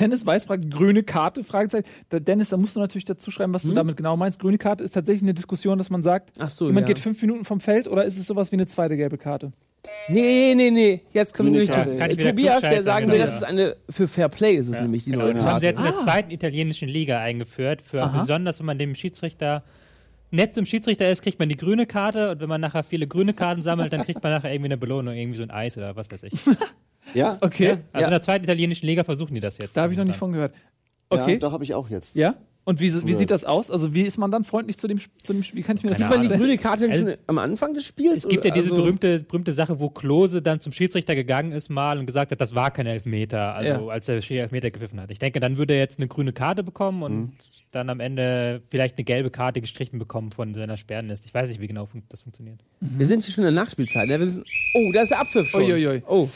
S2: Dennis Weiß fragt, grüne Karte? Fragezeichen. Da, Dennis, da musst du natürlich dazu schreiben, was du damit genau meinst. Grüne Karte ist tatsächlich eine Diskussion, dass man sagt,
S3: Hm? Ach so,
S2: jemand
S3: ja.
S2: geht fünf Minuten vom Feld oder ist es sowas wie eine zweite gelbe Karte?
S3: Nee, nee, nee. Jetzt kommt
S5: Grüne
S3: nämlich
S5: Karte.
S4: Kann ich wieder
S3: Tobias, der
S4: klugscheißern,
S3: sagen will,
S4: genau.
S3: das ist eine für Fair Play ist es nämlich die
S4: Genau,
S3: neue
S4: das haben
S3: Karte.
S4: sie jetzt in der zweiten italienischen Liga eingeführt. Für
S2: Ah. Aha.
S4: besonders, wenn man dem Schiedsrichter nett zum Schiedsrichter ist, kriegt man die grüne Karte und wenn man nachher viele grüne Karten sammelt, dann kriegt man nachher irgendwie eine Belohnung, irgendwie so ein Eis oder was weiß ich. Also
S5: Ja,
S2: Okay,
S4: in der zweiten italienischen Liga versuchen die das jetzt.
S2: da habe ich noch nicht von gehört. Okay,
S5: ja da habe ich auch jetzt.
S2: ja. Und wie, so- wie
S5: Ja.
S2: sieht das aus? Also wie ist man dann freundlich zu dem, Sp- zu dem Sp- Wie kann ich mir das
S4: Keine
S3: Sieht man die
S2: vorstellen?
S3: grüne Karte denn
S4: Also-
S3: schon am Anfang des Spiels?
S2: Äh,
S4: Es gibt ja
S3: Oder-
S4: diese
S3: also-
S4: berühmte, berühmte Sache, wo Klose dann zum Schiedsrichter gegangen ist mal und gesagt hat, das war kein Elfmeter, also
S2: Ja.
S4: als der Schiri Elfmeter gepfiffen hat. Ich denke, dann würde er jetzt eine grüne Karte bekommen und
S2: Mhm.
S4: dann am Ende vielleicht eine gelbe Karte gestrichen bekommen von seiner Sperrenliste. Ich weiß nicht, wie genau fun das funktioniert.
S3: Wir sind hier schon in der Nachspielzeit. Ne? Wir müssen, oh, da ist der Abpfiff schon.
S2: Uiuiui.
S3: Oh,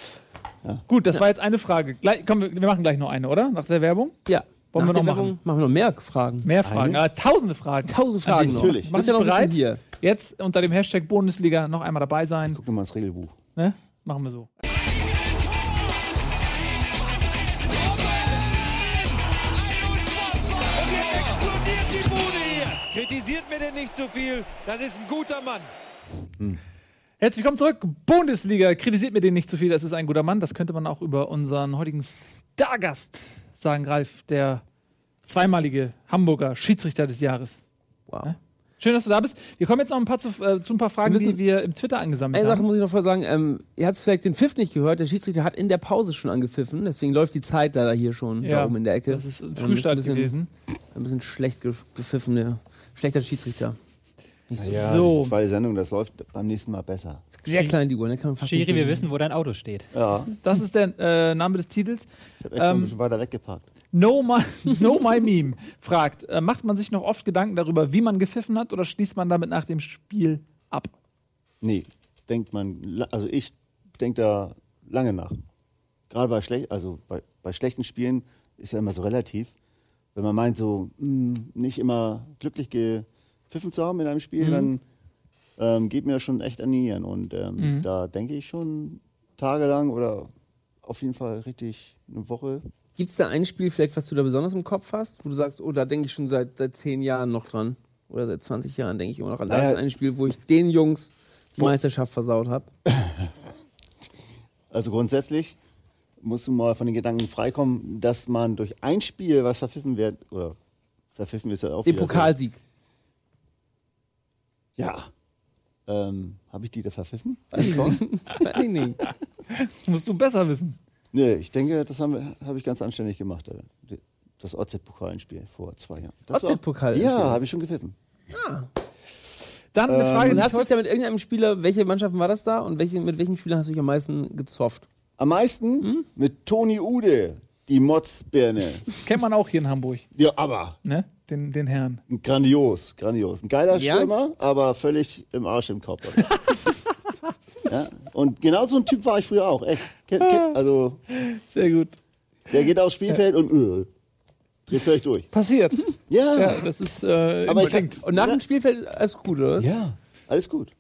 S2: Gut, das war jetzt eine Frage. Gleich, komm, wir wir machen gleich noch eine, oder? Nach der Werbung?
S3: ja.
S2: Wollen wir
S3: Nach der
S2: noch
S3: Werbung Machen wir noch mehr Fragen.
S2: Mehr Fragen, aber tausende Fragen.
S3: Tausend Fragen noch.
S5: Natürlich.
S2: Mach
S3: Bist ja
S2: dich
S3: noch
S2: bereit?
S3: bereit? Hier.
S2: Jetzt unter dem Hashtag Bundesliga noch einmal dabei sein.
S5: Guck mal ins Regelbuch.
S2: Ne? Machen wir so.
S6: explodiert die Bude hier.
S1: Kritisiert mir denn nicht zu viel, das ist ein guter Mann.
S2: Herzlich willkommen zurück. Bundesliga. Kritisiert mir den nicht zu viel, das ist ein guter Mann. Das könnte man auch über unseren heutigen Stargast sagen, Ralf, der zweimalige Hamburger Schiedsrichter des Jahres.
S3: Wow.
S2: Schön, dass du da bist. Wir kommen jetzt noch ein paar zu, äh, zu ein paar Fragen,
S3: Wir müssen-
S2: die wir im Twitter angesammelt
S3: Eine Sache
S2: haben.
S3: muss ich noch vorher sagen. Ähm, ihr habt vielleicht den Pfiff nicht gehört. Der Schiedsrichter hat in der Pause schon angepfiffen. Deswegen läuft die Zeit leider hier schon da oben in der Ecke.
S2: Das ist ein
S3: Ähm,
S2: Frühstart
S3: bisschen,
S2: gewesen.
S3: Ein bisschen schlecht ge- gepfiffen, der schlechter Schiedsrichter.
S5: Ja,
S2: So.
S5: diese zweite Sendung, das läuft beim nächsten Mal besser.
S3: Sehr klein die Uhr, ne? Kann man fast nicht
S4: Schiri, wir
S3: sehen.
S4: wissen, wo dein Auto steht.
S5: Ja,
S2: Das ist der äh, Name des Titels.
S5: ich habe extra
S2: Ähm,
S5: ein bisschen weiter weggeparkt.
S2: No My, no my Meme fragt, äh, macht man sich noch oft Gedanken darüber, wie man gepfiffen hat oder schließt man damit nach dem Spiel ab?
S5: Nee, denkt man, la- also ich denke da lange nach. Gerade bei, schlech also bei, bei schlechten Spielen ist ja immer so relativ. Wenn man meint, so hm, nicht immer glücklich gepfiffen zu haben in einem Spiel, dann ähm, geht mir das schon echt an die Nieren. Und ähm, da denke ich schon tagelang oder auf jeden Fall richtig eine Woche
S3: Gibt es da ein Spiel vielleicht, was du da besonders im Kopf hast, wo du sagst, oh, da denke ich schon seit, seit zehn Jahren noch dran? Oder seit 20 Jahren denke ich immer noch an. Das
S5: Naja.
S3: ist ein Spiel, wo ich den Jungs die Meisterschaft versaut habe.
S5: Also grundsätzlich musst du mal von den Gedanken freikommen, dass man durch ein Spiel, was verpfiffen wird, oder verpfiffen ist ja auch
S3: Den
S5: wieder so.
S3: Pokalsieg.
S5: Ja. Ähm, Habe ich die da verpfiffen?
S3: Weiß ich nicht.
S2: Das musst du besser wissen.
S5: Nee, ich denke, das habe hab ich ganz anständig gemacht. äh, die- Das OZ-Pokalenspiel vor zwei Jahren. Das war auch-
S3: OZ-Pokalenspiel?
S5: Ja, habe ich schon gepfiffen.
S2: Dann eine Frage,
S5: Ähm,
S3: Und
S2: die
S3: hast du
S2: toll-
S3: dich da mit irgendeinem Spieler, welche Mannschaften war das da und welche, mit welchem Spieler hast du dich am meisten gezofft?
S5: Am meisten mit Toni Ude, die Motzbirne.
S2: kennt man auch hier in Hamburg,
S5: ja, aber
S2: ne? Den, den Herrn.
S5: grandios, grandios. Ein geiler
S3: Ja?
S5: Stürmer, aber völlig im Arsch im Kopf. ja? Und genau so ein Typ war ich früher auch, echt. Ken-
S2: Ah.
S5: ken- Also,
S2: Sehr gut.
S5: der geht aufs Spielfeld und äh, dreht völlig durch.
S2: Passiert.
S5: Ja,
S2: Ja, das ist äh,
S5: aber ich kann,
S2: Instinkt.
S3: Und nach
S5: Ja.
S3: dem Spielfeld ist alles gut, oder?
S5: Ja, alles gut.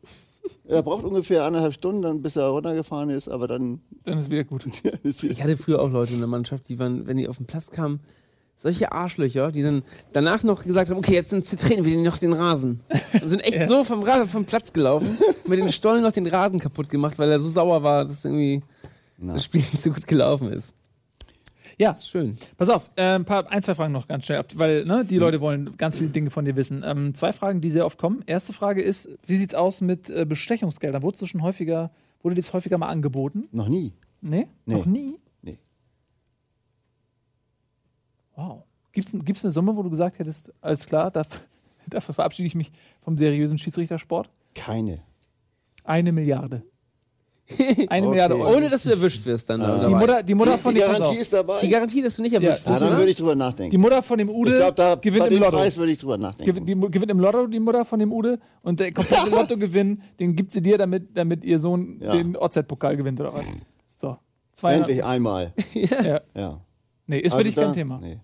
S5: Er braucht ungefähr anderthalb Stunden, dann, bis er runtergefahren ist, aber dann
S2: Dann ist wieder gut.
S5: ist wieder.
S3: Ich hatte früher auch Leute in der Mannschaft, die waren, wenn die auf den Platz kamen, solche Arschlöcher, die dann danach noch gesagt haben, okay, jetzt sind trainieren wir den noch den Rasen. Und sind echt so vom, Ra- vom Platz gelaufen, mit den Stollen noch den Rasen kaputt gemacht, weil er so sauer war, dass irgendwie das Spiel nicht so gut gelaufen ist.
S2: Ja,
S3: Das ist schön.
S2: pass auf, äh, ein, paar, ein, zwei Fragen noch ganz schnell, ab, weil ne,
S5: Mhm.
S2: die Leute wollen ganz viele Dinge von dir wissen. Ähm, zwei Fragen, die sehr oft kommen. Erste Frage ist, wie sieht's aus mit äh, Bestechungsgeldern? Wurdest du schon häufiger, wurde dir das häufiger mal angeboten?
S5: Noch nie.
S2: Nee?
S5: Nee.
S2: Noch nie?
S5: Nee.
S2: Wow. Gibt's, gibt's eine Summe, wo du gesagt hättest, alles klar, dafür, dafür verabschiede ich mich vom seriösen Schiedsrichtersport?
S5: Keine.
S2: Eine Milliarde. Eine Milliarde Euro.
S3: Ohne, dass du erwischt wirst dann. da
S5: Die
S2: Die
S3: dabei.
S2: Mutter, die Mutter von
S5: die
S2: dem pass
S5: Garantie
S2: auf.
S5: ist dabei.
S3: die Garantie, dass du nicht
S2: Ja,
S3: erwischt
S5: ja,
S3: wirst,
S5: dann würde
S3: oder?
S5: ich drüber
S2: Die
S5: nachdenken.
S2: Mutter von dem Ude
S5: ich glaube, da bei
S2: gewinnt im
S5: dem
S2: Lotto.
S5: Preis würde ich drüber nachdenken.
S2: Gewinnt, die, gewinnt im Lotto die Mutter von dem Ude und der komplette Lottogewinn, den gibt sie dir, damit, damit ihr Sohn
S5: Ja.
S2: den OZ-Pokal gewinnt oder was. So.
S5: Endlich einmal.
S2: Ja.
S5: Ja.
S2: Nee, ist für
S5: Also
S2: dich
S5: da-
S2: kein Thema.
S5: Nee.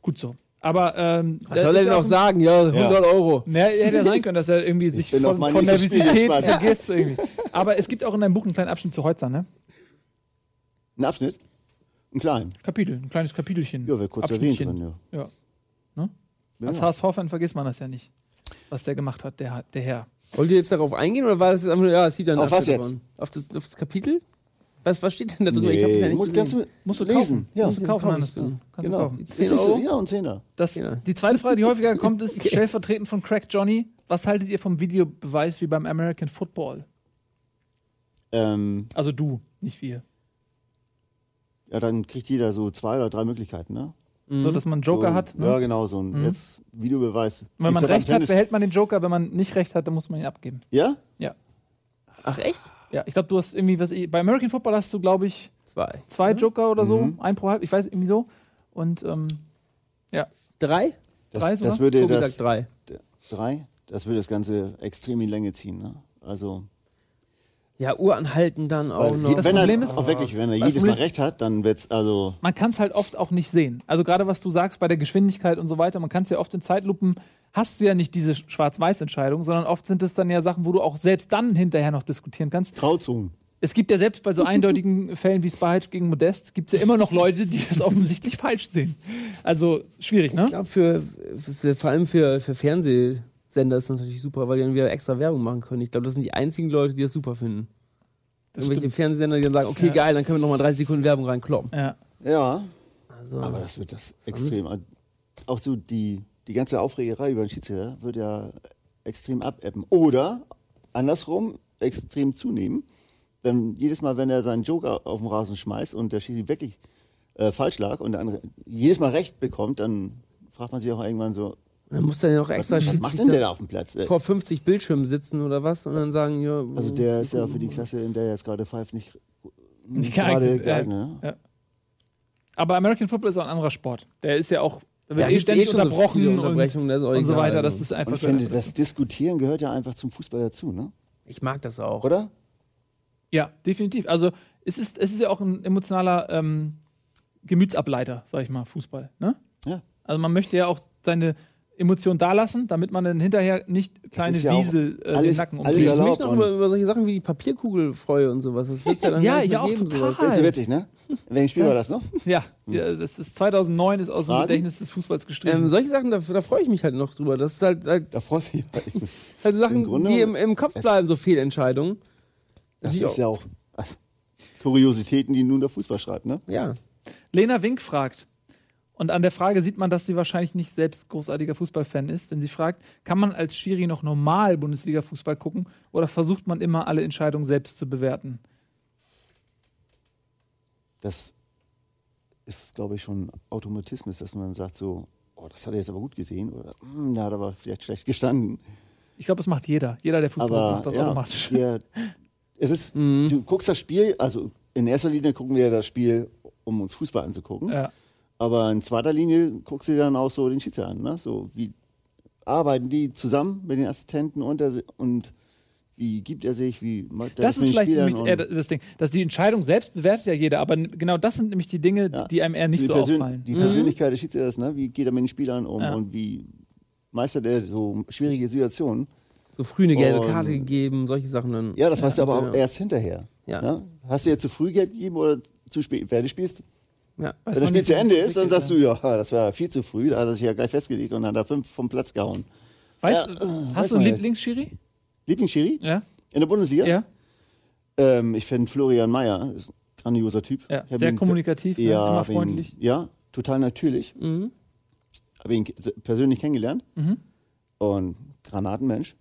S2: Gut so. Aber ähm,
S3: Was soll er denn auch sagen? Ja, 100 Euro.
S2: Ne, hätte ja sein können, dass er irgendwie sich
S5: bin
S2: von,
S5: auf mein
S2: von
S5: nächstes Spiel
S2: Nervosität
S5: gespannt.
S2: vergisst. Irgendwie. Aber es gibt auch in deinem Buch einen kleinen Abschnitt zu Holzer, ne?
S5: Ein Abschnitt? Ein kleinen.
S2: Kapitel, ein kleines Kapitelchen.
S5: Ja, wir kurz erwähnt
S2: Abschnittchen.
S5: drin, ja.
S2: Ja. Ne? Als
S5: Ja.
S2: HSV-Fan vergisst man das ja nicht, was der gemacht hat, der, der Herr.
S3: Wollt ihr jetzt darauf eingehen oder war das jetzt einfach nur, ja, es sieht dann
S5: Auf was jetzt?
S3: Auf das, auf das Kapitel? Was, was steht denn da drüber? Ich hab's
S5: Nee,
S3: ja nicht
S5: musst,
S3: gesehen.
S5: ganz,
S2: Musst du
S5: lesen.
S2: kaufen.
S5: Ja,
S2: Musst du kaufen,
S3: Kauf ich
S2: Hannes, du.
S3: dann.
S2: Kannst du
S5: genau.
S2: kaufen.
S5: Das
S3: Zehn
S5: siehst du,
S3: Euro?
S5: ja, und Zehner.
S2: Das,
S3: Genau.
S2: Die zweite Frage, die häufiger kommt, ist stellvertretend von Crack Johnny. Was haltet ihr vom Videobeweis wie beim American Football?
S5: Ähm,
S2: Also du, nicht wir.
S5: ja, dann kriegt jeder so zwei oder drei Möglichkeiten, ne?
S2: So, dass man einen Joker
S5: so, ein-
S2: hat. Ne?
S5: Ja, genau, so ein jetzt Videobeweis.
S2: Wenn man
S5: Gibt's ja beim
S2: recht hat,
S5: Tennis-
S2: behält man den Joker. Wenn man nicht recht hat, dann muss man ihn abgeben.
S5: Ja?
S2: Ja.
S3: Ach echt?
S2: Ja, ich glaube, du hast irgendwie was. Bei American Football hast du, glaube ich,
S3: Zwei.
S2: zwei Joker oder so. Ein pro halb, ich weiß irgendwie so. Und ähm,
S3: Drei?
S5: Das,
S2: Drei sogar?
S5: das würde
S3: Tobi
S5: das
S3: sagt drei.
S5: drei, das würde das Ganze extrem in Länge ziehen, ne? Also,
S3: Ja, Uhr anhalten dann auch
S5: weil
S3: noch.
S5: je- wenn
S2: Oh, Problem
S5: er
S2: ist-
S5: auch wirklich, wenn er
S2: das
S5: jedes
S2: Problem
S5: Mal
S2: ist-
S5: recht hat, dann wird's also
S2: man kann es halt oft auch nicht sehen. Also gerade was du sagst bei der Geschwindigkeit und so weiter, man kann es ja oft in Zeitlupen, hast du ja nicht diese Schwarz-Weiß-Entscheidung, sondern oft sind es dann ja Sachen, wo du auch selbst dann hinterher noch diskutieren kannst.
S5: Grauzone.
S2: Es gibt ja selbst bei so eindeutigen Fällen wie Spahic gegen Modest, gibt es ja immer noch Leute, die das offensichtlich falsch sehen. Also schwierig,
S3: Ich
S2: ne?
S3: glaube, für, für, vor allem für, für Fernsehsender ist das natürlich super, weil die dann wieder extra Werbung machen können. Ich glaube, das sind die einzigen Leute, die das super finden.
S2: Das
S3: Irgendwelche
S2: stimmt.
S3: Fernsehsender, die dann sagen, okay, geil, dann können wir nochmal 30 Sekunden Werbung reinkloppen.
S2: Ja.
S5: Ja,
S3: Also,
S5: aber das wird das extrem. Auch so die, die ganze Aufregerei über den Schiedsrichter wird ja extrem abebben. Oder andersrum extrem zunehmen. Denn jedes Mal, wenn er seinen Joker auf den Rasen schmeißt und der Schiri wirklich äh, falsch lag und der andere jedes Mal recht bekommt, dann fragt man sich auch irgendwann so,
S3: dann muss dann ja auch
S5: was,
S3: extra
S5: was macht denn der
S3: Schiedsrichter
S5: da auf dem Platz? Äh,
S3: vor 50 Bildschirmen sitzen oder was und dann sagen, ja,
S5: Also der ist ja für
S3: Hm.
S5: die Klasse, in der er jetzt gerade pfeift, nicht,
S2: geeignet,
S5: nicht gerade
S2: ja.
S5: geeignet. ne?
S2: Aber American Football ist auch ein anderer Sport. Der ist ja auch, da
S3: ja,
S2: wird eh ständig unterbrochen und,
S3: und,
S2: und so weiter. Das ist
S5: Und
S2: einfach
S5: ich finde, das Diskutieren gehört ja einfach zum Fußball dazu, ne?
S3: ich mag das auch.
S5: Oder?
S2: Ja, definitiv. Also es ist, es ist ja auch ein emotionaler ähm, Gemütsableiter, sag ich mal, Fußball. Ne?
S5: Ja.
S2: Also man möchte ja auch seine Emotionen dalassen, damit man dann hinterher nicht kleine
S5: ist ja auch
S2: Wiesel äh,
S5: alles-
S2: den Nacken
S5: alles
S2: umkriegt.
S3: Wie ich mich
S5: erlaubt
S3: noch
S5: und-
S3: über, über solche Sachen wie die Papierkugel freue und sowas. Das wird's ja dann
S2: Ja,
S3: gar nicht
S2: ja,
S3: mehr
S2: auch
S3: geben, sowas.
S2: total.
S5: Das ist so witzig, ne? Welchen Spiel war das noch?
S2: Ja, ja, das ist 2009 ist aus dem
S5: Fragen?
S2: Gedächtnis des Fußballs gestrichen.
S5: Hm.
S3: Ähm, solche Sachen, da, da freue ich mich halt noch drüber. Das ist halt, halt
S5: Da freust du dich.
S3: also Sachen,
S5: Im Grunde-
S3: die im, im Kopf
S5: es-
S3: bleiben, so Fehlentscheidungen.
S5: Das
S3: Die
S5: ist ja auch also, Kuriositäten, die nun der Fußball schreibt, ne?
S3: Ja.
S2: Lena Wink fragt. Und an der Frage sieht man, dass sie wahrscheinlich nicht selbst großartiger Fußballfan ist, denn sie fragt, kann man als Schiri noch normal Bundesliga-Fußball gucken oder versucht man immer alle Entscheidungen selbst zu bewerten?
S5: Das ist, glaube ich, schon Automatismus, dass man sagt so, oh, das hat er jetzt aber gut gesehen oder "Hm, da hat er aber vielleicht schlecht gestanden.
S2: Ich glaube, das macht jeder. Jeder, der Fußball
S5: aber
S2: macht, das
S5: ja,
S2: automatisch. Mhm.
S5: Wir, es ist, du guckst das Spiel, also in erster Linie gucken wir das Spiel, um uns Fußball anzugucken.
S2: Ja.
S5: Aber in zweiter Linie guckst du dir dann auch so den Schiedsrichter an, ne? So wie arbeiten die zusammen mit den Assistenten und, der, und wie gibt er sich, wie macht er
S2: Das,
S5: mit
S2: ist
S5: den
S2: vielleicht äh,
S5: Spielern
S2: nämlich
S5: und
S2: eher das Ding. Dass die Entscheidung selbst bewertet ja jeder, aber n- genau das sind nämlich die Dinge,
S5: Ja.
S2: die einem eher nicht
S5: die,
S2: so
S5: Persön-
S2: auffallen.
S5: die Persönlichkeit des Schiedsrichters, ne? Wie geht er mit den Spielern um
S2: Ja.
S5: und wie meistert er so schwierige Situationen?
S3: So früh eine gelbe
S5: Und-
S3: Karte gegeben, solche Sachen dann.
S5: Ja, das weißt du aber
S3: ja.
S5: auch erst hinterher.
S3: Ja.
S5: Ne? Hast du jetzt zu früh Geld gegeben oder zu spät? Wer du spielst,
S3: ja.
S2: Weiß
S5: Wenn das
S2: man
S5: Spiel
S2: nicht,
S5: zu
S2: wie
S5: Ende
S2: es
S5: ist, dann
S2: entwickelt,
S5: sagst du, ja, das war viel zu früh, da hat er sich ja gleich festgelegt und hat da fünf vom Platz gehauen.
S2: Weißt,
S5: Ja, äh,
S2: hast
S5: weiß
S2: du einen
S5: man ja.
S2: Lieblingsschiri?
S5: Lieblingsschiri
S2: Ja?
S5: in der Bundesliga?
S2: Ja? ja?
S5: Ähm, ich finde Florian Mayer, ist ein grandioser Typ. Ich hab
S2: Sehr
S5: ihn-
S2: kommunikativ, ne?
S5: ja,
S2: immer
S5: hab ihn-
S2: freundlich. Mhm.
S5: Ja, total natürlich. Habe ihn ke- persönlich kennengelernt. Und Granatenmensch.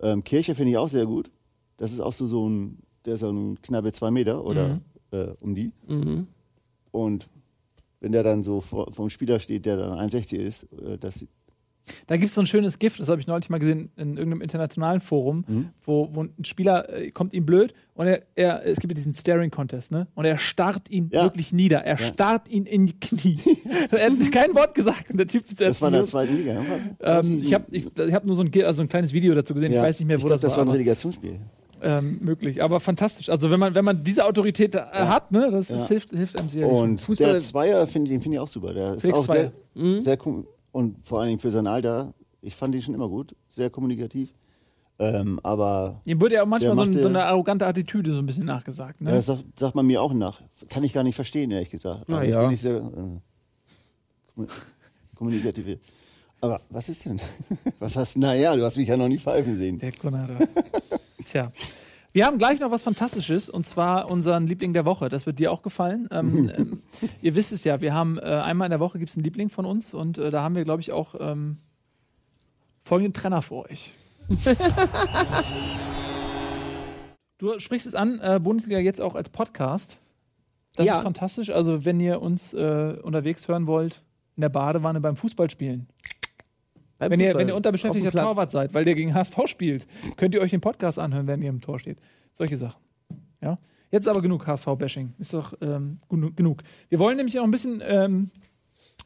S5: Ähm, Kirche finde ich auch sehr gut. Das ist auch so, so ein, der ist so ein knappe zwei Meter oder
S2: Mhm.
S5: äh, um die. Und wenn der dann so vor, vom Spieler steht, der dann 1,60 ist, äh, das
S2: Da gibt es so ein schönes Gift, das habe ich neulich mal gesehen in irgendeinem internationalen Forum,
S5: Mhm.
S2: wo, wo ein Spieler äh, kommt ihm blöd und er, er, es gibt ja diesen Staring Contest, ne? Und er starrt ihn
S5: Ja.
S2: wirklich nieder. Er starrt ihn in die Knie. er hat kein Wort gesagt und der Typ ist
S5: Das war in der zweiten Liga.
S2: ähm, ich habe ich, ich hab nur so ein, Ge- also ein kleines Video dazu gesehen, ich weiß nicht mehr, wo
S5: glaub,
S2: das,
S5: das war.
S2: war.
S5: ein
S2: aber,
S5: Relegationsspiel.
S2: ähm, möglich, aber fantastisch. Also wenn man, wenn man diese Autorität äh, hat, ne, das, das
S5: Ja.
S2: hilft, hilft einem sehr.
S5: Und
S3: Fußball- Mhm.
S5: der Zweier, finde ich, den finde ich auch super. Der ist
S2: Felix
S5: auch sehr, sehr kom- und vor allen Dingen für sein Alter. Ich fand ihn schon immer gut, sehr kommunikativ. Ähm, aber
S2: Ihm wurde ja auch manchmal so,
S5: macht
S2: ein,
S5: ja-
S2: so eine arrogante Attitüde so ein bisschen nachgesagt. Ne?
S5: ja, das sagt, sagt man mir auch nach. Kann ich gar nicht verstehen, ehrlich gesagt. Aber
S3: Na
S5: ich
S3: ja.
S5: bin nicht sehr äh, kommu- kommunikativ. Aber was ist denn? Was hast du? Naja, du hast mich ja noch nie pfeifen sehen.
S2: Der Konrad. Tja. Wir haben gleich noch was Fantastisches und zwar unseren Liebling der Woche. Das wird dir auch gefallen. Ähm, ähm, ihr wisst es ja, wir haben äh, einmal in der Woche gibt es einen Liebling von uns und äh, da haben wir, glaube ich, auch ähm, folgenden Trenner für euch. du sprichst es an, äh, Bundesliga jetzt auch als Podcast. Das
S3: Ja.
S2: ist fantastisch. Also, wenn ihr uns äh, unterwegs hören wollt, in der Badewanne beim Fußballspielen,
S3: Beim
S2: wenn, ihr,
S3: Fußball.
S2: wenn ihr unterbeschäftigter
S3: Auf dem Platz.
S2: Torwart seid, weil der gegen HSV spielt, könnt ihr euch den Podcast anhören, wenn ihr im Tor steht. Solche Sachen. Ja? Jetzt aber genug HSV-Bashing. Ist doch ähm, genu- genug. Wir wollen nämlich noch ein bisschen ähm,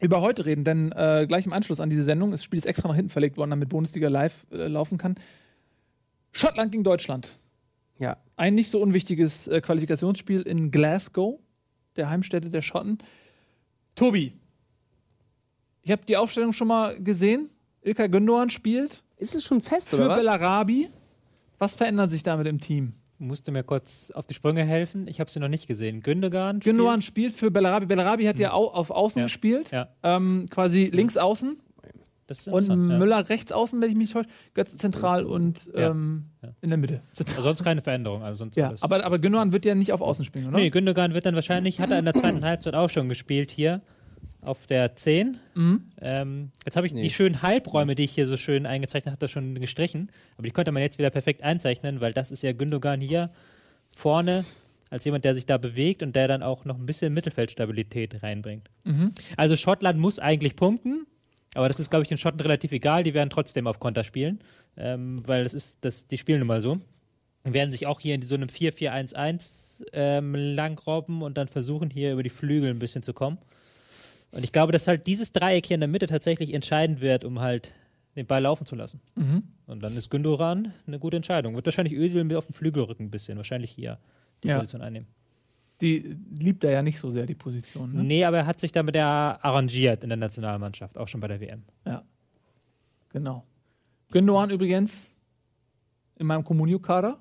S2: über heute reden, denn äh, gleich im Anschluss an diese Sendung, das Spiel ist extra nach hinten verlegt worden, damit Bundesliga live äh, laufen kann. Schottland gegen Deutschland.
S3: Ja.
S2: Ein nicht so unwichtiges äh, Qualifikationsspiel in Glasgow, der Heimstätte der Schotten. Tobi, ich habe die Aufstellung schon mal gesehen. Ilkay Gündogan spielt
S3: Ist es schon fest,
S2: für
S3: oder was?
S2: Bellarabi. Was verändert sich damit im Team?
S4: Musst du mir kurz auf die Sprünge helfen? Ich habe sie noch nicht gesehen. Gündogan. spielt-
S2: Gündogan spielt für Bellarabi. Bellarabi hat ja au auf Außen
S4: Hm. Ja.
S2: gespielt,
S4: Ja,
S2: ähm, quasi links außen
S4: das ist
S2: und
S4: interessant. ja. äh,
S2: Müller rechts außen, wenn ich mich nicht täusche. Götze zentral und
S4: Ja.
S2: ähm, in der Mitte.
S4: Also sonst keine Veränderung. Also sonst
S2: Ja,
S4: alles.
S2: aber, aber Gündogan wird ja nicht auf Außen spielen, oder?
S4: Nee, Gündogan wird dann wahrscheinlich, hat er in der zweiten Halbzeit auch schon gespielt hier auf der 10. Ähm, jetzt habe ich die schönen Halbräume, die ich hier so schön eingezeichnet habe, schon gestrichen. Aber die konnte man jetzt wieder perfekt einzeichnen, weil das ist ja Gündogan hier vorne als jemand, der sich da bewegt und der dann auch noch ein bisschen Mittelfeldstabilität reinbringt. Also Schottland muss eigentlich punkten. Aber das ist, glaube ich, den Schotten relativ egal. Die werden trotzdem auf Konter spielen, ähm, weil das ist, das, die spielen nun mal so werden sich auch hier in so einem 4-4-1-1 ähm, langrobben und dann versuchen, hier über die Flügel ein bisschen zu kommen. Und ich glaube, dass halt dieses Dreieck hier in der Mitte tatsächlich entscheidend wird, um halt den Ball laufen zu lassen. Und dann ist Gündogan eine gute Entscheidung. Wird wahrscheinlich Özil mit auf den Flügel rücken ein bisschen, wahrscheinlich hier die
S2: Ja.
S4: Position einnehmen.
S2: Die liebt er ja nicht so sehr, die Position. Ne?
S4: Nee, aber er hat sich damit ja arrangiert in der Nationalmannschaft, auch schon bei der WM.
S2: Ja. Genau. Gündogan übrigens in meinem Comunio-Kader.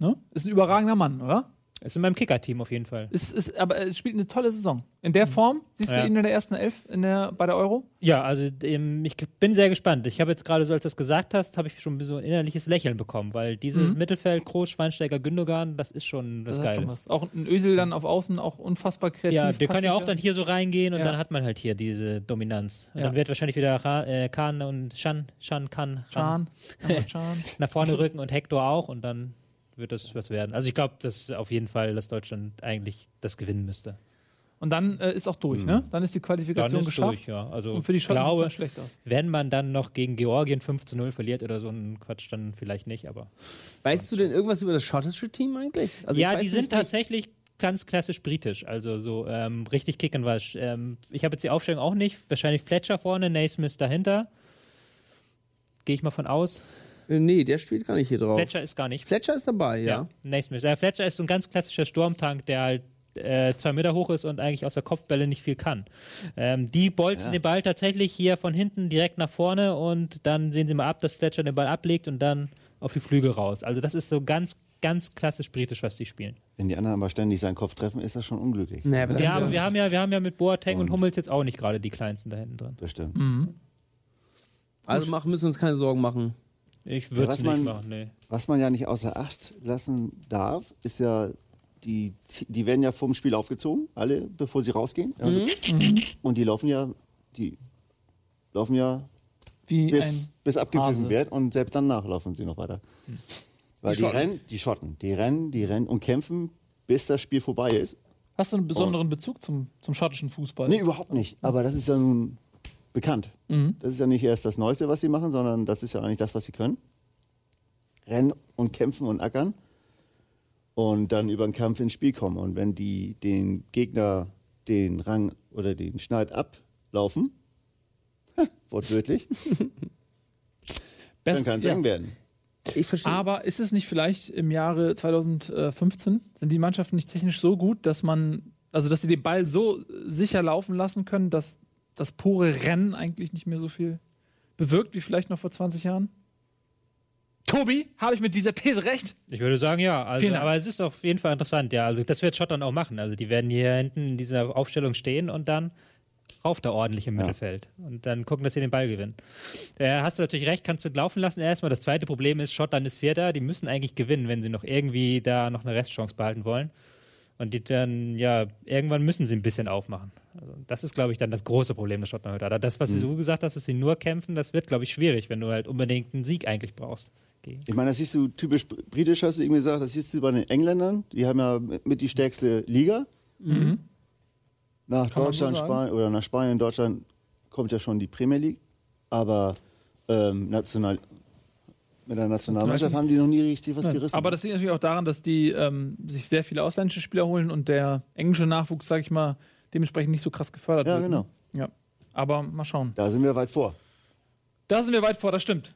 S2: ne? Ist ein überragender Mann, oder?
S4: Ist in meinem Kicker-Team auf jeden Fall.
S2: Ist, ist, aber er spielt eine tolle Saison. In der Form, siehst
S4: Mhm. Ja.
S2: du ihn in der ersten Elf in der, bei der Euro?
S4: Ja, also ähm, ich bin sehr gespannt. Ich habe jetzt gerade, so als du das gesagt hast, habe ich schon so ein innerliches Lächeln bekommen, weil dieses Mittelfeld, Groß, Schweinsteiger, Gündogan, das ist schon was
S2: Mhm. Das hat schon
S4: Geiles.
S2: was. Auch ein Ösel dann auf Außen, auch unfassbar kreativ.
S4: Ja, der kann ja auch
S2: passsicher.
S4: dann hier so reingehen und
S2: Ja.
S4: dann hat man halt hier diese Dominanz. Und
S2: Ja.
S4: dann wird wahrscheinlich wieder Ra äh, Kahn und Shan, Shan, Kan, Shan
S2: Can, Emre Can.
S4: nach vorne rücken und Hector auch und dann wird das was werden. Also ich glaube, dass auf jeden Fall, dass Deutschland eigentlich das gewinnen müsste.
S2: Und dann äh, ist auch durch, ne? Dann ist die
S4: Mhm. Dann
S2: Qualifikation
S4: ist
S2: geschafft.
S4: durch, ja. Also
S2: Und für die
S4: ich
S2: Schotten sieht es
S4: glaube,
S2: dann schlecht aus.
S4: wenn man dann noch gegen Georgien 5 zu 0 verliert oder so ein Quatsch, dann vielleicht nicht, aber
S3: Weißt du denn irgendwas über das schottische Team eigentlich? Also ich
S4: ja,
S3: weiß
S4: die sind
S3: nicht, nichts.
S4: tatsächlich ganz klassisch britisch, also so ähm, richtig kick and rush. Ähm, ich habe jetzt die Aufstellung auch nicht. Wahrscheinlich Fletcher vorne, Naismith dahinter. Gehe ich mal von aus.
S3: Äh, Nee, der spielt gar nicht hier drauf. Oh. Fletcher,
S4: Fletcher ist gar nicht.
S3: ist dabei, ja.
S4: Naismith. Äh, Fletcher ist so ein ganz klassischer Sturmtank, der halt äh, zwei Meter hoch ist und eigentlich aus der Kopfbälle nicht viel kann. Ähm, die bolzen den Ball tatsächlich hier von hinten direkt nach vorne und dann sehen sie mal ab, dass Fletcher den Ball ablegt und dann auf die Flügel raus. Also das ist so ganz, ganz klassisch britisch, was die spielen.
S5: Wenn die anderen aber ständig seinen Kopf treffen, ist das schon unglücklich.
S3: Naja, aber das
S4: Ja,
S3: ist
S4: aber wir haben ja, wir haben ja mit Boateng und,
S5: Und-
S4: Hummels jetzt auch nicht gerade die kleinsten da hinten drin.
S5: Das stimmt.
S3: also machen, müssen wir uns keine Sorgen machen.
S4: Ich
S5: Ja,
S4: würde
S5: was
S4: es nicht
S5: man-
S4: machen, nee.
S5: Was man ja nicht außer Acht lassen darf, ist ja, die, die werden ja vorm Spiel aufgezogen, alle, bevor sie rausgehen. Ja,
S2: Mhm.
S5: Und die laufen ja, die laufen ja
S2: Wie
S5: bis,
S2: ein,
S5: bis abgegriffen
S2: Hase. Mhm.
S5: wird und selbst danach laufen sie noch weiter. Weil
S3: Die
S5: die,
S3: Schotten.
S5: rennen, die Schotten, die rennen, die rennen und kämpfen, bis das Spiel vorbei ist.
S2: hast du einen
S4: Oh.
S2: besonderen Bezug zum, zum schottischen Fußball?
S5: Nee, überhaupt nicht. Aber das ist ja nun bekannt.
S2: Mhm.
S5: Das ist ja nicht erst das Neueste, was sie machen, sondern das ist ja eigentlich das, was sie können. Rennen und kämpfen und ackern und dann über den Kampf ins Spiel kommen. Und wenn die den Gegner den Rang oder den Schneid ablaufen, wortwörtlich, dann
S2: Best-
S5: kann es
S2: ja.
S5: eng werden.
S3: Ich verstehe.
S2: Aber ist es nicht vielleicht im Jahre 2015, sind die Mannschaften nicht technisch so gut, dass man, also dass sie den Ball so sicher laufen lassen können, dass das pure Rennen eigentlich nicht mehr so viel bewirkt wie vielleicht noch vor 20 Jahren? Tobi, habe ich mit dieser These recht?
S4: Ich würde sagen, ja. Also,
S2: Vielen Dank.
S4: aber es ist auf jeden Fall interessant, ja. Also das wird Schottland auch machen. Also die werden hier hinten in dieser Aufstellung stehen und dann rauf da ordentlich im Mittelfeld. Und dann gucken, dass sie den Ball gewinnen. Äh, hast du natürlich recht, kannst du laufen lassen erstmal. Das zweite Problem ist, Schottland ist Vierter. Die müssen eigentlich gewinnen, wenn sie noch irgendwie da noch eine Restchance behalten wollen. Und die dann, ja, irgendwann müssen sie ein bisschen aufmachen. Also das ist, glaube ich, dann das große Problem der Schottland heute. Aber das, was du gesagt hast, dass sie nur kämpfen, das wird, glaube ich, schwierig, wenn du halt unbedingt einen Sieg eigentlich brauchst. Gegen.
S5: Ich meine, das siehst du typisch britisch, hast du eben gesagt, das siehst du bei den Engländern, die haben ja mit die stärkste Liga. Nach
S2: Mhm. Kann man so
S5: Deutschland,
S2: sagen.
S5: Spanien oder nach Spanien, Deutschland kommt ja schon die Premier League, aber ähm, national, mit der Nationalmannschaft haben die noch nie richtig was gerissen.
S2: Aber das liegt natürlich auch daran, dass die ähm, sich sehr viele ausländische Spieler holen und der englische Nachwuchs, sage ich mal, dementsprechend nicht so krass gefördert
S5: Ja,
S2: wird. ne?
S5: genau.
S2: Ja. Aber mal schauen.
S5: da sind wir weit vor.
S2: Da sind wir weit vor, das stimmt.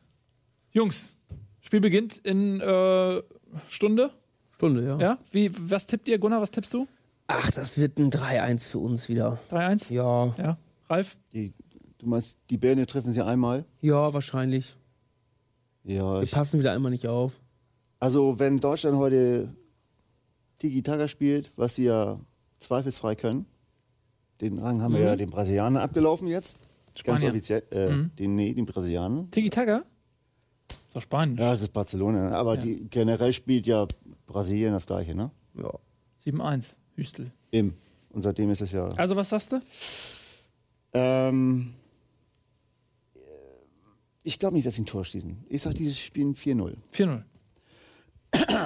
S2: Jungs, Spiel beginnt in äh, Stunde.
S3: Stunde, ja.
S2: Ja? Wie, was tippt ihr, Gunnar? Was tippst du?
S3: Ach, das wird ein 3-1 für uns wieder.
S2: 3-1?
S3: Ja,
S2: Ja. Ralf?
S5: Die, du meinst, die Bären treffen sie einmal?
S3: ja, wahrscheinlich.
S5: Ja,
S3: Wir
S5: ich,
S3: passen wieder einmal nicht auf.
S5: also wenn Deutschland heute Tiki-Taka spielt, was sie ja zweifelsfrei können, den Rang haben wir ja den Brasilianern abgelaufen jetzt. Ganz
S2: Spanier.
S5: offiziell, äh, den, nee, den Brasilianern.
S2: Tiki-Taka? Ist doch Spanisch.
S5: Ja, das ist Barcelona. ne? Aber die, generell spielt ja Brasilien das Gleiche, ne?
S3: Ja.
S2: 7-1. Hüstel.
S5: Im. Und seitdem ist es ja.
S2: Also, was sagst du?
S5: Ähm, äh, ich glaube nicht, dass sie ein Tor schießen. Ich sag, die spielen 4-0.
S2: 4-0.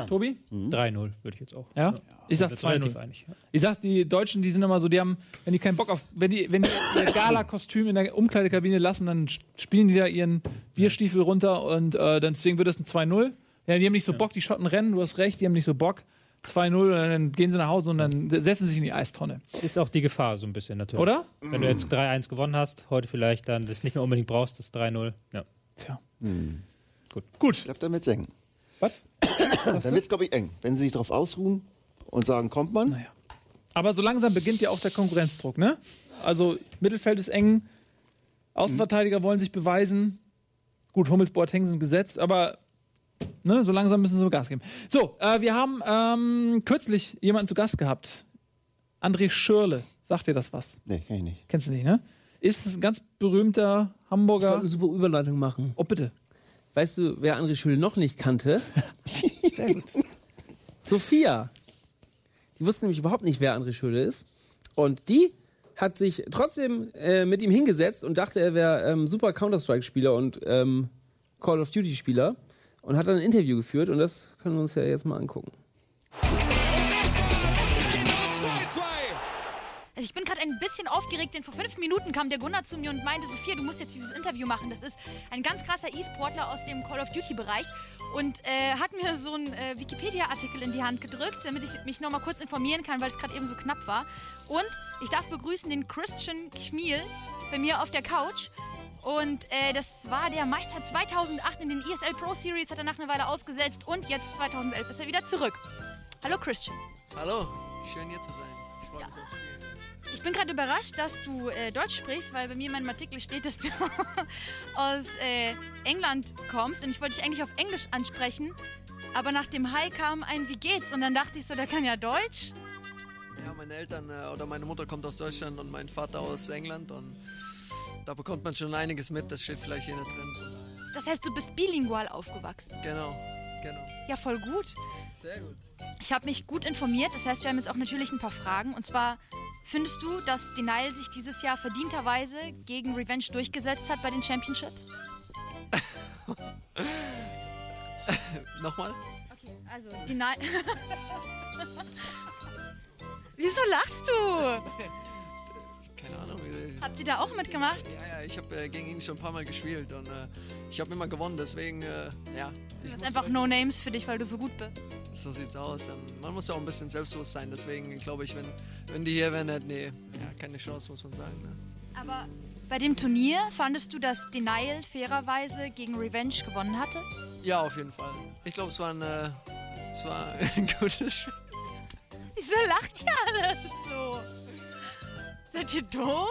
S2: Tobi?
S4: 3-0 würde ich jetzt auch.
S2: Ja? Ich sag
S4: Wir sind
S2: 2-0.
S4: relativ einig.
S2: Ich sag, die Deutschen, die sind immer so, die haben, wenn die keinen Bock auf, wenn die, wenn die ihr Gala-Kostüm in der Umkleidekabine lassen, dann sch- spielen die da ihren Bierstiefel runter und äh, dann deswegen wird das ein 2-0. Ja, die haben nicht so Bock, die Schotten rennen, du hast recht, die haben nicht so Bock. 2-0 und dann gehen sie nach Hause und dann setzen sie sich in die Eistonne.
S4: Ist auch die Gefahr so ein bisschen natürlich.
S2: Oder?
S4: Wenn du jetzt 3-1 gewonnen hast, heute vielleicht dann das nicht mehr unbedingt brauchst, das 3-0. Ja.
S2: Tja.
S5: Ich glaube, dann wird's eng.
S2: Was?
S5: Dann wird's, glaube ich, eng. Wenn sie sich darauf ausruhen und sagen, kommt man.
S2: Naja. Aber so langsam beginnt ja auch der Konkurrenzdruck, ne? Also Mittelfeld ist eng, Außenverteidiger wollen sich beweisen. Gut, Hummels, Boateng sind gesetzt, aber ne, so langsam müssen sie Gas geben. So, äh, wir haben ähm, kürzlich jemanden zu Gast gehabt. André Schürle. Sagt dir das was?
S5: Nee, kann ich nicht.
S2: Kennst du nicht, ne? Ist ein ganz berühmter
S3: Ich wollte
S2: Hamburger.
S3: eine super Überleitung machen.
S2: Oh, bitte.
S3: Weißt du, wer André Schüle noch nicht kannte? Sehr gut. Sophia. Die wusste nämlich überhaupt nicht, wer André Schüle ist. Und die hat sich trotzdem äh, mit ihm hingesetzt und dachte, er wäre ähm, super Counter-Strike-Spieler und ähm, Call of Duty-Spieler. Und hat dann ein Interview geführt und das können wir uns ja jetzt mal angucken.
S1: 2-2.
S7: Also ich bin gerade ein bisschen aufgeregt, denn vor fünf Minuten kam der Gunnar zu mir und meinte, Sophia, du musst jetzt dieses Interview machen. Das ist ein ganz krasser E-Sportler aus dem Call of Duty-Bereich und äh, hat mir so einen äh, Wikipedia-Artikel in die Hand gedrückt, damit ich mich nochmal kurz informieren kann, weil es gerade eben so knapp war. Und ich darf begrüßen den Christian Kmiel bei mir auf der Couch. Und äh, das war der Meister 2008 in den ESL Pro Series, hat er nach einer Weile ausgesetzt und jetzt 2011 ist er wieder zurück. Hallo Christian.
S8: Hallo, schön hier zu sein. Ich freue mich auf Sie.
S7: Ich bin gerade überrascht, dass du äh, Deutsch sprichst, weil bei mir in meinem Artikel steht, dass du aus äh, England kommst und ich wollte dich eigentlich auf Englisch ansprechen, aber nach dem Hi kam ein Wie geht's und dann dachte ich so, der kann ja Deutsch.
S8: Ja, meine Eltern äh, oder meine Mutter kommt aus Deutschland und mein Vater aus England und da bekommt man schon einiges mit, das steht vielleicht hier nicht drin.
S7: Das heißt, du bist bilingual aufgewachsen.
S8: Genau, genau.
S7: Ja, voll gut.
S8: Sehr gut.
S7: Ich habe mich gut informiert, das heißt, wir haben jetzt auch natürlich ein paar Fragen und zwar findest du, dass Denial sich dieses Jahr verdienterweise gegen Revenge durchgesetzt hat bei den Championships?
S8: Nochmal?
S7: Okay, also Denial Wieso lachst du?
S8: Keine Ahnung. wie-
S7: Habt ihr da auch mitgemacht?
S8: Ja, ja, ich habe äh, gegen ihn schon ein paar Mal gespielt und äh, ich habe immer gewonnen, deswegen, äh, ja.
S7: Das
S8: Ich muss
S7: ist einfach
S8: vielleicht-
S7: No Names für dich, weil du so gut bist.
S8: So sieht's aus. Ähm, man muss ja auch ein bisschen selbstbewusst sein, deswegen glaube ich, wenn, wenn die hier wären, hätten nee, ja, keine Chance, muss man sagen. Ne?
S7: Aber bei dem Turnier fandest du, dass Denial fairerweise gegen Revenge gewonnen hatte?
S8: Ja, auf jeden Fall. Ich glaube, es war ein, äh, es war ein gutes Spiel.
S7: Wieso lacht ihr alle so? Seid ihr doof?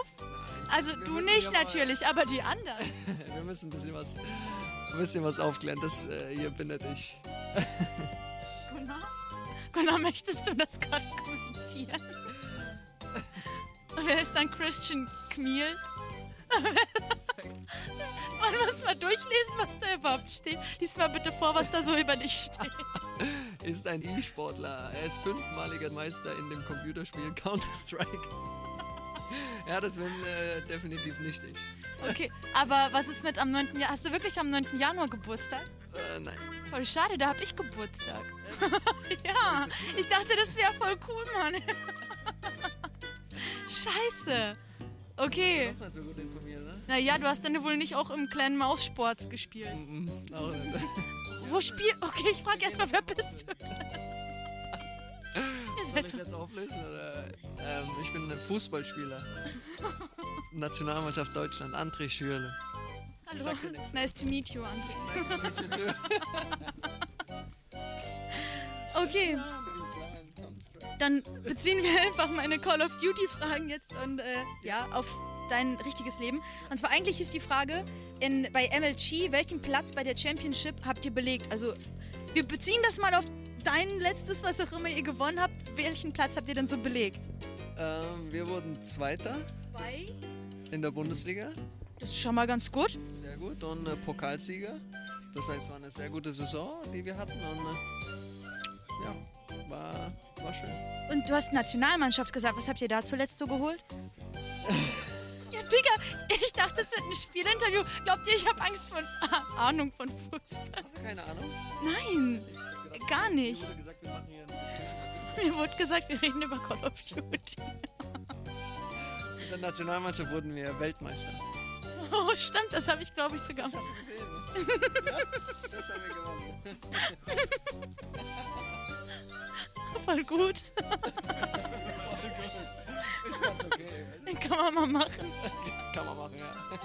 S7: Also
S8: wir
S7: du
S8: müssen
S7: nicht
S8: ja mal-
S7: natürlich, aber die anderen.
S8: Wir müssen ein bisschen was, ein bisschen was aufklären. Das äh, hier bindet ich.
S7: Gunnar? Gunnar, möchtest du das gerade kommentieren? Und Wer ist dann Christian Kmiel? Man muss mal durchlesen, was da überhaupt steht. Lies mal bitte vor, was da so über dich steht.
S8: Ist ein E-Sportler. Er ist fünfmaliger Meister in dem Computerspiel Counter-Strike. ja, das bin äh, definitiv nicht ich.
S7: Okay, aber was ist mit am 9. Januar? Hast du wirklich am 9. Januar Geburtstag?
S8: Äh, nein.
S7: Voll schade, da hab ich Geburtstag. ja, ich dachte, das wäre voll cool, Mann. Scheiße. Okay,
S8: Doch nicht so gut informiert, ne?
S7: naja, du hast dann wohl nicht auch im kleinen Maus-Sports gespielt.
S8: Mhm, auch nicht.
S7: Wo spiel... Okay, ich frage erstmal, wer bist du? denn? Ihr
S8: Soll
S7: seid
S8: ich
S7: so-
S8: jetzt auflösen? Oder? Ähm, ich bin ein Fußballspieler. Nationalmannschaft Deutschland, André Schürle.
S7: Hallo,
S8: sag dir nichts.
S7: nice to meet you, André. Okay, dann beziehen wir einfach meine Call of Duty Fragen jetzt und äh, ja auf dein richtiges Leben. Und zwar eigentlich ist die Frage in, bei MLG, welchen Platz bei der Championship habt ihr belegt? Also wir beziehen das mal auf dein letztes, was auch immer ihr gewonnen habt. Welchen Platz habt ihr denn so belegt?
S8: ähm, wir wurden Zweiter
S7: Zwei.
S8: in der Bundesliga.
S7: Das ist schon mal ganz gut.
S8: Sehr gut. Und äh, Pokalsieger. Das heißt, es war eine sehr gute Saison, die wir hatten. Und äh, ja, war, war schön.
S7: Und du hast Nationalmannschaft gesagt. Was habt ihr da zuletzt so geholt? ja, Digga, ich dachte, das wird ein Spielinterview. Glaubt ihr, ich habe Angst von Ahnung von Fußball?
S8: Hast du keine Ahnung?
S7: Nein, gar
S8: Mir
S7: nicht.
S8: wurde gesagt, wir machen hier
S7: Mir wurde gesagt, wir reden über Call of Duty.
S8: mit der Nationalmannschaft wurden wir Weltmeister.
S7: Oh, stimmt, das habe ich, glaube ich, sogar.
S8: Hast du gesehen? Das haben wir gewonnen.
S7: Voll gut.
S8: Ist ganz okay.
S7: Kann man mal machen.
S8: Kann man machen, ja.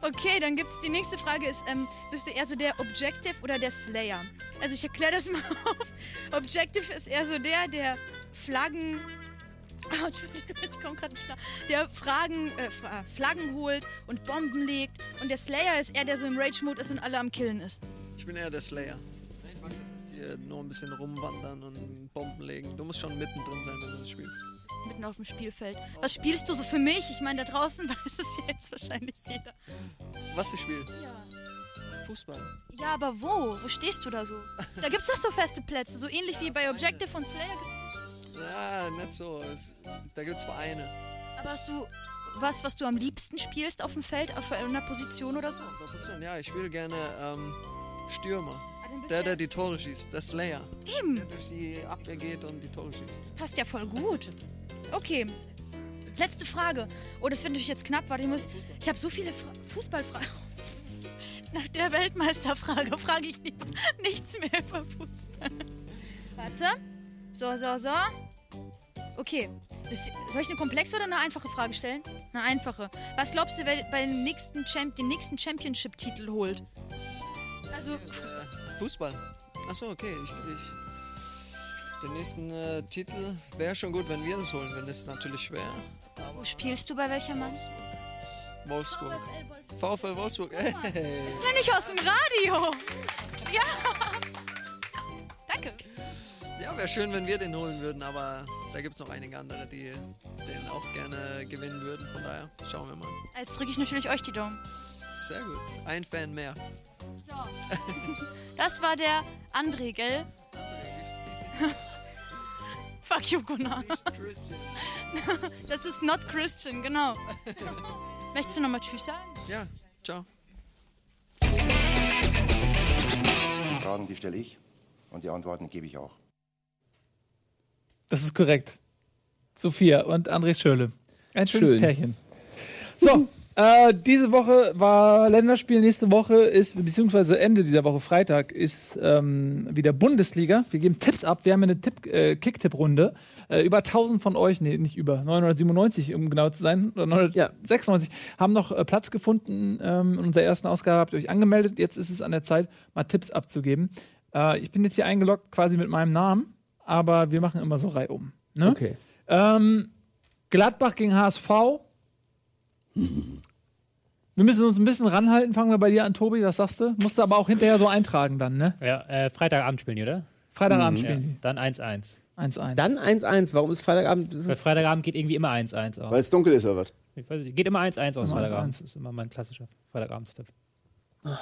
S7: Okay, dann gibt's die nächste Frage ist, ähm, bist du eher so der Objective oder der Slayer? Also ich erkläre das mal auf. Objective ist eher so der, der Flaggen oh, Entschuldigung, ich komme gerade nicht klar. Der Fragen, äh, Fra- Flaggen holt und Bomben legt. Und der Slayer ist er, der so im Rage-Mode ist und alle am Killen ist.
S8: Ich bin eher der Slayer. Ich mag das nicht. Hier nur ein bisschen rumwandern und Bomben legen. Du musst schon mittendrin sein, wenn du das spielst.
S7: Mitten auf dem Spielfeld. Was spielst du so für mich? Ich meine, da draußen weiß es jetzt wahrscheinlich jeder.
S8: Was ich spiele?
S7: Ja.
S8: Fußball.
S7: Ja, aber wo? Wo stehst du da so? Da gibt's doch so feste Plätze, so ähnlich wie bei Objective und Slayer. Gibt's
S8: Ah, nicht so. Es, da gibt's Vereine.
S7: aber hast du was, was du am liebsten spielst auf dem Feld, auf einer Position oder so?
S8: Da bist du- Ja, ich spiele gerne ähm, Stürmer.
S7: Ah, dann bist du ja-
S8: Der, der die Tore schießt, der Slayer. Der
S7: Eben,
S8: durch die Abwehr geht und die Tore schießt.
S7: passt ja voll gut. Okay, letzte Frage. Oh, das finde ich jetzt knapp. Warte, ich muss... Ich habe so viele Fra Fußballfragen. Nach der Weltmeisterfrage frage ich lieber nichts mehr über Fußball. Warte. So, so, so. Okay. Das, soll ich eine komplexe oder eine einfache Frage stellen? Eine einfache. Was glaubst du, wer beim nächsten Champ den nächsten Championship-Titel holt? Also,
S8: Fußball. Achso, okay. Ich, ich, den nächsten äh, Titel wäre schon gut, wenn wir das holen, wenn es natürlich schwer.
S7: wo spielst du bei welcher Mann?
S8: Wolfsburg. VfL Wolfsburg. Hey.
S7: Kenn ich aus dem Radio. Ja. Danke.
S8: Ja, wäre schön, wenn wir den holen würden, aber da gibt es noch einige andere, die den auch gerne gewinnen würden. Von daher schauen wir mal.
S7: Als drücke ich natürlich euch die Daumen.
S8: Sehr gut. Ein Fan mehr.
S7: So. Das war der André, gell? Fuck you, Gunnar. Das ist not Christian, genau. Möchtest du nochmal Tschüss sagen?
S8: Ja, ciao.
S9: Die Fragen, die stelle ich und die Antworten gebe ich auch.
S2: Das ist korrekt. Sophia und André Schöle. Ein schönes
S3: Schön.
S2: Pärchen. So, äh, diese Woche war Länderspiel, nächste Woche ist, beziehungsweise Ende dieser Woche, Freitag, ist ähm, wieder Bundesliga. Wir geben Tipps ab. Wir haben eine Tipp, äh, Kick-Tipp-Runde. Äh, über 1000 von euch, nee, nicht über, 997, um genau zu sein, oder 996, haben noch äh, Platz gefunden ähm, in unserer ersten Ausgabe. Habt ihr euch angemeldet? Jetzt ist es an der Zeit, mal Tipps abzugeben. Äh, ich bin jetzt hier eingeloggt quasi mit meinem Namen, aber wir machen immer so reihum. Ne?
S3: Okay.
S2: Ähm, Gladbach gegen HSV. Wir müssen uns ein bisschen ranhalten. Fangen wir bei dir an, Tobi. Was sagst du? Musst du aber auch hinterher so eintragen dann, ne?
S4: Ja, äh, Freitagabend spielen die, oder? Mhm.
S2: Freitagabend
S4: Ja,
S2: spielen
S4: dann 1-1.
S2: die. 1-1.
S3: Dann 1-1. Warum ist Freitagabend? Das
S4: Weil
S3: ist
S4: Freitagabend geht irgendwie immer 1-1
S5: Weil
S4: aus.
S5: es dunkel ist oder was?
S4: Ich weiß, nicht, geht immer 1-1 aus
S2: Immer
S4: Freitagabend.
S2: 1-1.
S4: Das ist immer mein klassischer Freitagabendstipp.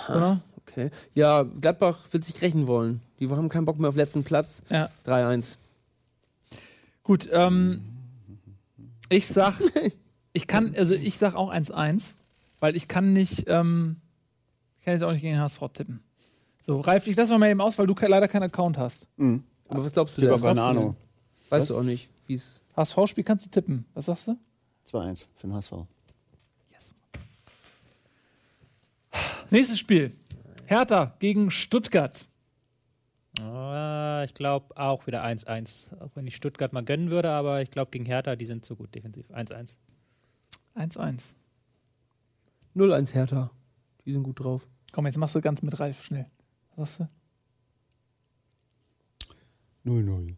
S2: Genau.
S3: okay. Ja, Gladbach wird sich rächen wollen. Die haben keinen Bock mehr auf letzten Platz.
S2: Ja.
S3: 3-1.
S2: Gut, ähm, ich sag, ich kann, also ich sag auch 1-1, weil ich kann nicht, ähm, ich kann jetzt auch nicht gegen den HSV tippen. So, Ralf, ich lass mal mal eben aus, weil du ke- leider keinen Account hast.
S3: Aber was glaubst du
S5: Ich
S3: denn?
S5: habe
S3: Was
S5: keine
S3: glaubst du
S5: Ahnung.
S3: denn? Weißt du auch nicht, wie es.
S2: HSV-Spiel kannst du tippen. Was sagst du?
S5: 2-1 für den HSV.
S2: Nächstes Spiel. Hertha gegen Stuttgart.
S4: Ah, ich glaube auch wieder 1-1. Auch wenn ich Stuttgart mal gönnen würde, aber ich glaube gegen Hertha, die sind zu gut defensiv. 1-1.
S2: 1-1.
S3: 0-1 Hertha. Die sind gut drauf.
S2: Komm, jetzt machst du ganz mit Ralf schnell. Was sagst du?
S5: 0-0.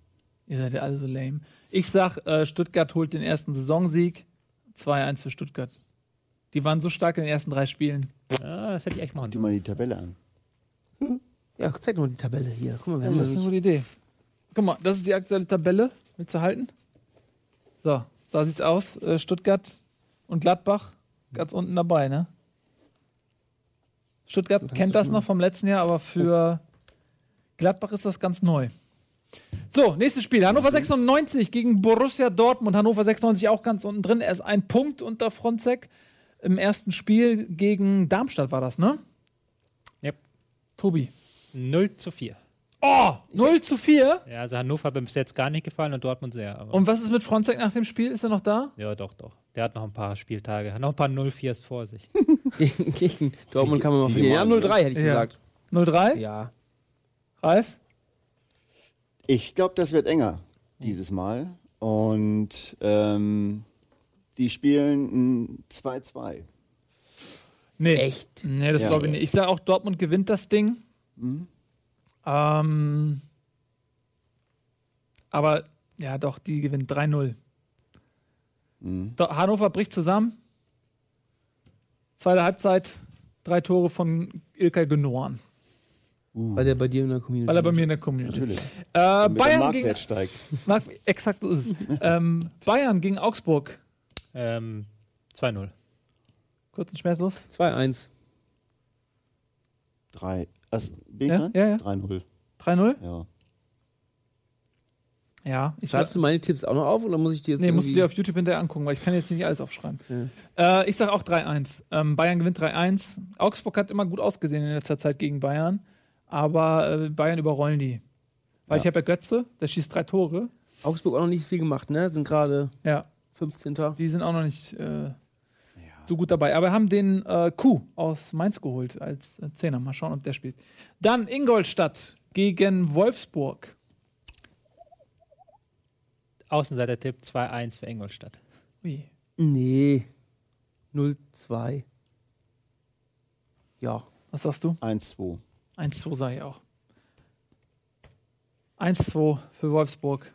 S2: Ihr seid ja alle so lame. Ich sag, äh, Stuttgart holt den ersten Saisonsieg. 2-1 für Stuttgart. Die waren so stark in den ersten drei Spielen.
S4: Ah, das hätte ich echt machen
S5: Sieh
S4: sollen.
S5: mal die Tabelle an.
S3: Ja, zeig doch mal die Tabelle hier. Guck mal, wir
S2: Ja,
S3: haben
S2: das ist eine
S3: nämlich-
S2: gute Idee. Guck mal, das ist die aktuelle Tabelle. Willst du halten? So, da sieht's aus. Äh, Stuttgart und Gladbach ganz unten dabei, ne? Stuttgart kennt das noch vom letzten Jahr, aber für Gladbach ist das ganz neu. So, nächstes Spiel. Hannover 96 gegen Borussia Dortmund. Hannover 96 auch ganz unten drin. Er ist ein Punkt unter Fronzek. Im ersten Spiel gegen Darmstadt war das, ne?
S4: Yep.
S2: Tobi.
S4: 0 zu 4.
S2: Oh, 0 zu 4.
S4: Ja, also Hannover hat mir bis jetzt gar nicht gefallen und Dortmund sehr. Aber
S2: Und was ist mit Fronzek nach dem Spiel? Ist er noch da?
S4: ja, doch, doch. Der hat noch ein paar Spieltage, hat noch ein paar 0-4s vor sich.
S3: gegen, gegen Dortmund kann man mal
S5: wie
S3: verlieren. Ja,
S5: Mann, ne?
S3: 0-3 hätte ich
S2: Ja.
S3: gesagt.
S2: 0-3?
S3: Ja.
S2: Ralf?
S5: Ich glaube, das wird enger dieses Mal. Und ähm, die spielen ein 2-2.
S2: Nee.
S3: Echt?
S2: Nee, das
S5: Ja. Mhm.
S2: glaube ich nicht. Ich sage auch, Dortmund gewinnt das Ding. Ähm, aber ja, doch, die gewinnt 3-0.
S5: Mhm.
S2: Da- Hannover bricht zusammen. Zweite Halbzeit, drei Tore von Ilkay Gündoğan,
S3: Weil der bei dir in der Community
S2: weil er bei mir in der Community ist.
S5: Natürlich.
S2: Äh,
S5: Mit dem
S2: Bayern gegen,
S5: Marktwert steigt.
S2: Mark, exakt so ist es. ähm, Bayern gegen Augsburg.
S4: Ähm, 2-0.
S2: Kurz und schmerzlos.
S3: 2-1.
S5: Drei. Also, bin ich
S2: Ja,
S5: dran?
S2: ja, ja.
S5: 3-0.
S2: 3-0?
S5: Ja.
S2: Ja, ich sag,
S3: Schreibst du meine Tipps auch noch auf oder muss ich die jetzt
S2: nee, musst du dir
S3: irgendwie-
S2: auf YouTube hinterher angucken, weil ich kann jetzt nicht alles aufschreiben. Äh, ich sag auch 3-1. Ähm, Bayern gewinnt 3-1. Augsburg hat immer gut ausgesehen in letzter Zeit gegen Bayern, aber äh, Bayern überrollen die. Weil ich habe ja Götze, der schießt drei Tore.
S3: Augsburg auch noch nicht viel gemacht, ne? Sind gerade
S2: Ja,
S3: 15.
S2: die sind auch noch nicht äh, so gut dabei. Aber haben den äh, Kuh aus Mainz geholt als äh, Zehner. Mal schauen, ob der spielt. Dann Ingolstadt gegen Wolfsburg.
S4: Außenseiter-Tipp 2-1 für Ingolstadt.
S2: Ui.
S3: Nee. 0-2. Ja.
S2: Was sagst du?
S5: 1-2.
S2: 1-2 sage ich auch. 1-2 für Wolfsburg.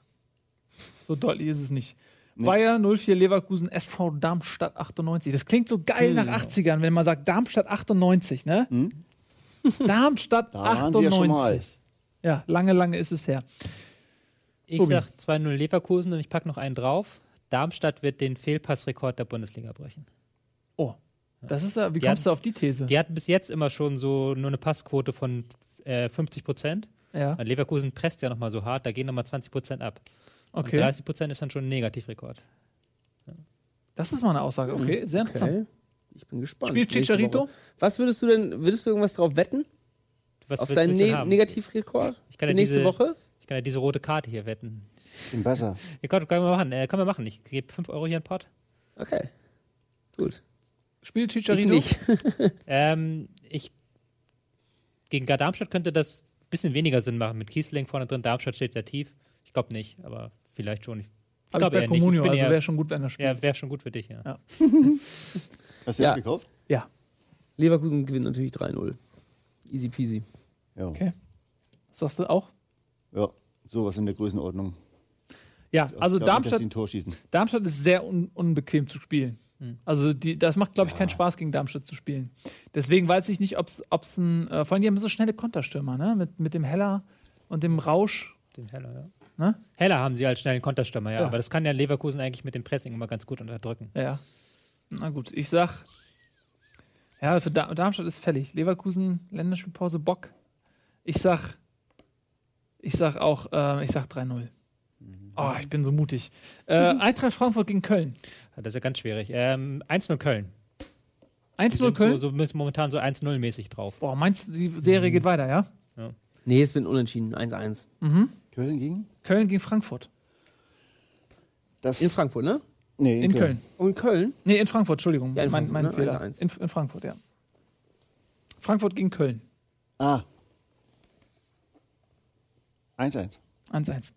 S2: So deutlich ist es nicht. Bayer 04 Leverkusen SV Darmstadt 98. Das klingt so geil nach
S5: Genau.
S2: 80ern, wenn man sagt Darmstadt 98, ne? Darmstadt
S5: Hm? Da waren sie ja schon mal.
S2: 98. Ja, lange, lange ist es her.
S4: Ich
S2: Tobi.
S4: sag 2-0 Leverkusen und ich packe noch einen drauf. Darmstadt wird den Fehlpassrekord der Bundesliga brechen.
S2: Oh, das ist ja, wie
S4: Die
S2: kommst
S4: hatten-
S2: du auf die These?
S4: Die hatten bis jetzt immer schon so nur eine Passquote von äh, 50 Prozent.
S2: Ja,
S4: Leverkusen presst ja nochmal so hart, da gehen nochmal 20 Prozent ab. Und
S2: okay.
S4: 30 Prozent ist dann schon ein Negativrekord.
S2: Das ist mal eine Aussage,
S5: Hm.
S2: okay. Sehr interessant.
S3: Okay. Ich bin gespannt.
S2: Spielt
S3: Nächste
S2: Chicharito?
S3: Woche. Was würdest du denn, würdest du irgendwas drauf wetten?
S4: Was
S3: auf
S4: willst-
S3: deinen
S4: willst du denn
S3: ne
S4: haben?
S3: Negativrekord?
S4: Ich kann
S3: für
S4: ja
S3: nächste
S4: diese-
S3: Woche?
S4: Ich kann ja diese rote Karte hier wetten.
S5: Im Wasser.
S4: Ja, können, können wir machen. Äh, können wir machen. Ich gebe 5 Euro hier in den Pott.
S3: Okay. Gut.
S2: Spielt
S3: Ich
S2: Chicharito?
S3: nicht.
S4: Ähm, ich gegen Darmstadt könnte das ein bisschen weniger Sinn machen. Mit Kiesling vorne drin, Darmstadt steht sehr tief. Ich glaube nicht, aber vielleicht schon. Ich,
S2: Hab ich
S4: glaube
S2: bei
S4: eher nicht. Ich
S2: Comunio,
S4: bin
S2: also
S4: eher-
S2: wäre schon gut, wenn er spielt.
S4: ja, wäre schon gut für dich, ja.
S2: Ja.
S5: Hast du
S3: Ja.
S5: ja. gekauft?
S2: Ja.
S3: Leverkusen gewinnt natürlich 3-0. Easy peasy.
S5: Ja.
S2: Okay. Sagst du auch?
S5: Ja. Sowas in der Größenordnung.
S2: Ja,
S5: Ich
S2: also
S5: glaub nicht, dass
S2: Darmstadt,
S5: die ein Tor schießen.
S2: Darmstadt ist sehr un unbequem zu spielen.
S4: Hm.
S2: Also die, das macht, glaube ich, keinen Spaß, gegen Darmstadt zu spielen. Deswegen weiß ich nicht, ob es ein... Äh, vor allem, die haben so schnelle Konterstürmer, ne? Mit, mit dem Heller und dem Rausch.
S4: Den Heller, ja.
S2: Ne?
S4: Heller haben sie als schnellen Konterstürmer, ja.
S2: Ja.
S4: Aber das kann ja Leverkusen eigentlich mit dem Pressing immer ganz gut unterdrücken.
S2: Ja. Na gut, ich sag... Ja, für Dar Darmstadt ist fällig. Leverkusen, Länderspielpause, Bock. Ich sag... Ich sag auch... Äh, ich sag 3-0. Oh, ich bin so mutig. Äh, Eintracht Frankfurt gegen Köln.
S4: Das ist ja ganz schwierig. Ähm, 1-0 Köln. Die
S2: 1-0
S4: sind
S2: Köln.
S4: So, so müssen momentan so 1-0 mäßig drauf.
S2: Boah, meinst du, die Serie geht weiter, ja?
S3: Nee, es wird ein unentschieden. 1-1.
S5: Köln gegen?
S2: Köln gegen Frankfurt.
S5: Das
S3: In Frankfurt, ne?
S5: nee,
S2: In Köln.
S3: Und Köln?
S2: Nee, in Frankfurt, Entschuldigung.
S3: Ja, in
S2: mein
S3: Frankfurt,
S2: mein
S3: ne?
S2: Fehler.
S3: 1-1.
S2: In, in Frankfurt, ja. Frankfurt gegen Köln.
S5: Ah. 1-1.
S2: 1-1.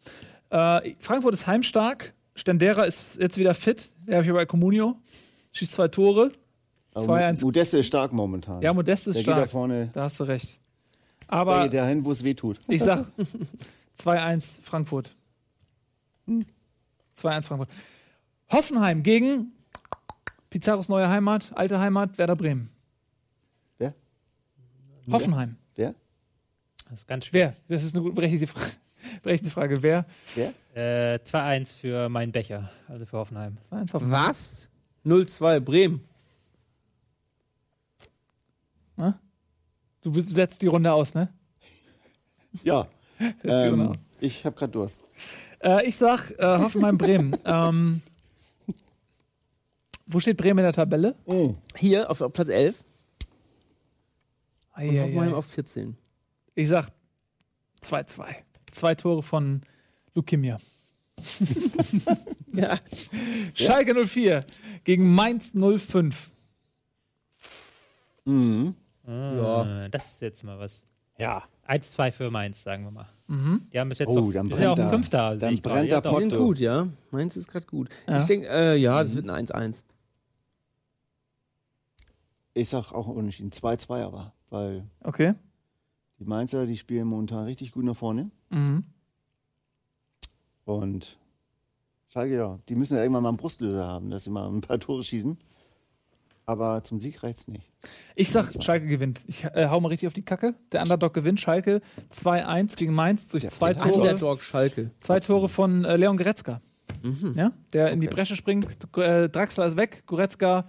S2: Äh, Frankfurt ist heimstark. Stendera ist jetzt wieder fit. Der habe ich ja bei Comunio. Schießt zwei Tore.
S5: Aber
S2: 2-1.
S5: Modeste ist stark momentan.
S2: Ja, Modest ist
S5: der geht da
S2: stark.
S5: vorne,
S2: Da hast du recht.
S5: der
S2: Aber
S5: geht dahin, wo es weh tut.
S2: ich sag 2-1 Frankfurt. 2-1 Frankfurt. Hoffenheim gegen Pizarros neue Heimat, alte Heimat, Werder Bremen.
S5: Wer?
S2: Hoffenheim.
S5: Wer?
S4: Das ist ganz schwer.
S2: Wer? Das ist eine gut berechtigte, Fra berechtigte Frage. Wer?
S5: Wer?
S4: Äh, 2-1 für meinen Becher, also für Hoffenheim.
S2: Das war eins Hoffenheim.
S3: Was? 0-2 Bremen.
S2: Du bist- setzt die Runde aus, ne?
S5: Ja.
S2: die Runde
S5: ähm,
S2: aus.
S5: ich habe gerade Durst.
S2: Äh, ich sag äh, Hoffenheim-Bremen. ähm, wo steht Bremen in der Tabelle?
S3: Hier auf auf Platz 11 und
S2: Eieiei.
S3: Hoffenheim auf 14.
S2: Ich sag 2-2. Zwei Tore von Lukimia.
S3: Ja.
S2: Schalke 04 gegen Mainz 05.
S5: Mhm.
S3: Ja.
S4: Äh, Das ist jetzt mal was.
S5: Ja.
S4: 1-2 für Mainz, sagen wir mal.
S2: Mhm.
S4: Die haben bis jetzt
S5: Oh,
S4: noch,
S5: dann
S4: die sind ja auch
S5: brennt
S4: ein
S5: da.
S4: Fünfter. sehe
S5: Dann
S4: ich gerade.
S5: brennt
S4: ja,
S5: da
S3: Die
S4: doch.
S3: sind
S5: Otto.
S3: gut, ja. Mainz ist gerade gut.
S2: Ja.
S3: Ich denke, äh, ja, das wird ein 1-1.
S5: Ich sag auch unentschieden. 2-2 aber. Weil
S2: Okay.
S5: die Mainzer, die spielen momentan richtig gut nach vorne.
S2: Mhm.
S5: Und Schalke, ja. Die müssen ja irgendwann mal einen Brustlöser haben, dass sie mal ein paar Tore schießen. Aber zum Sieg reicht's nicht.
S2: Ich sag, Schalke gewinnt. Ich äh, hau mal richtig auf die Kacke. Der Underdog gewinnt. Schalke 2-1 gegen Mainz durch zwei Tore.
S3: Underdog Schalke.
S2: Zwei Tore von äh, Leon Goretzka. Ja, der in die Bresche springt. Äh, Draxler ist weg. Goretzka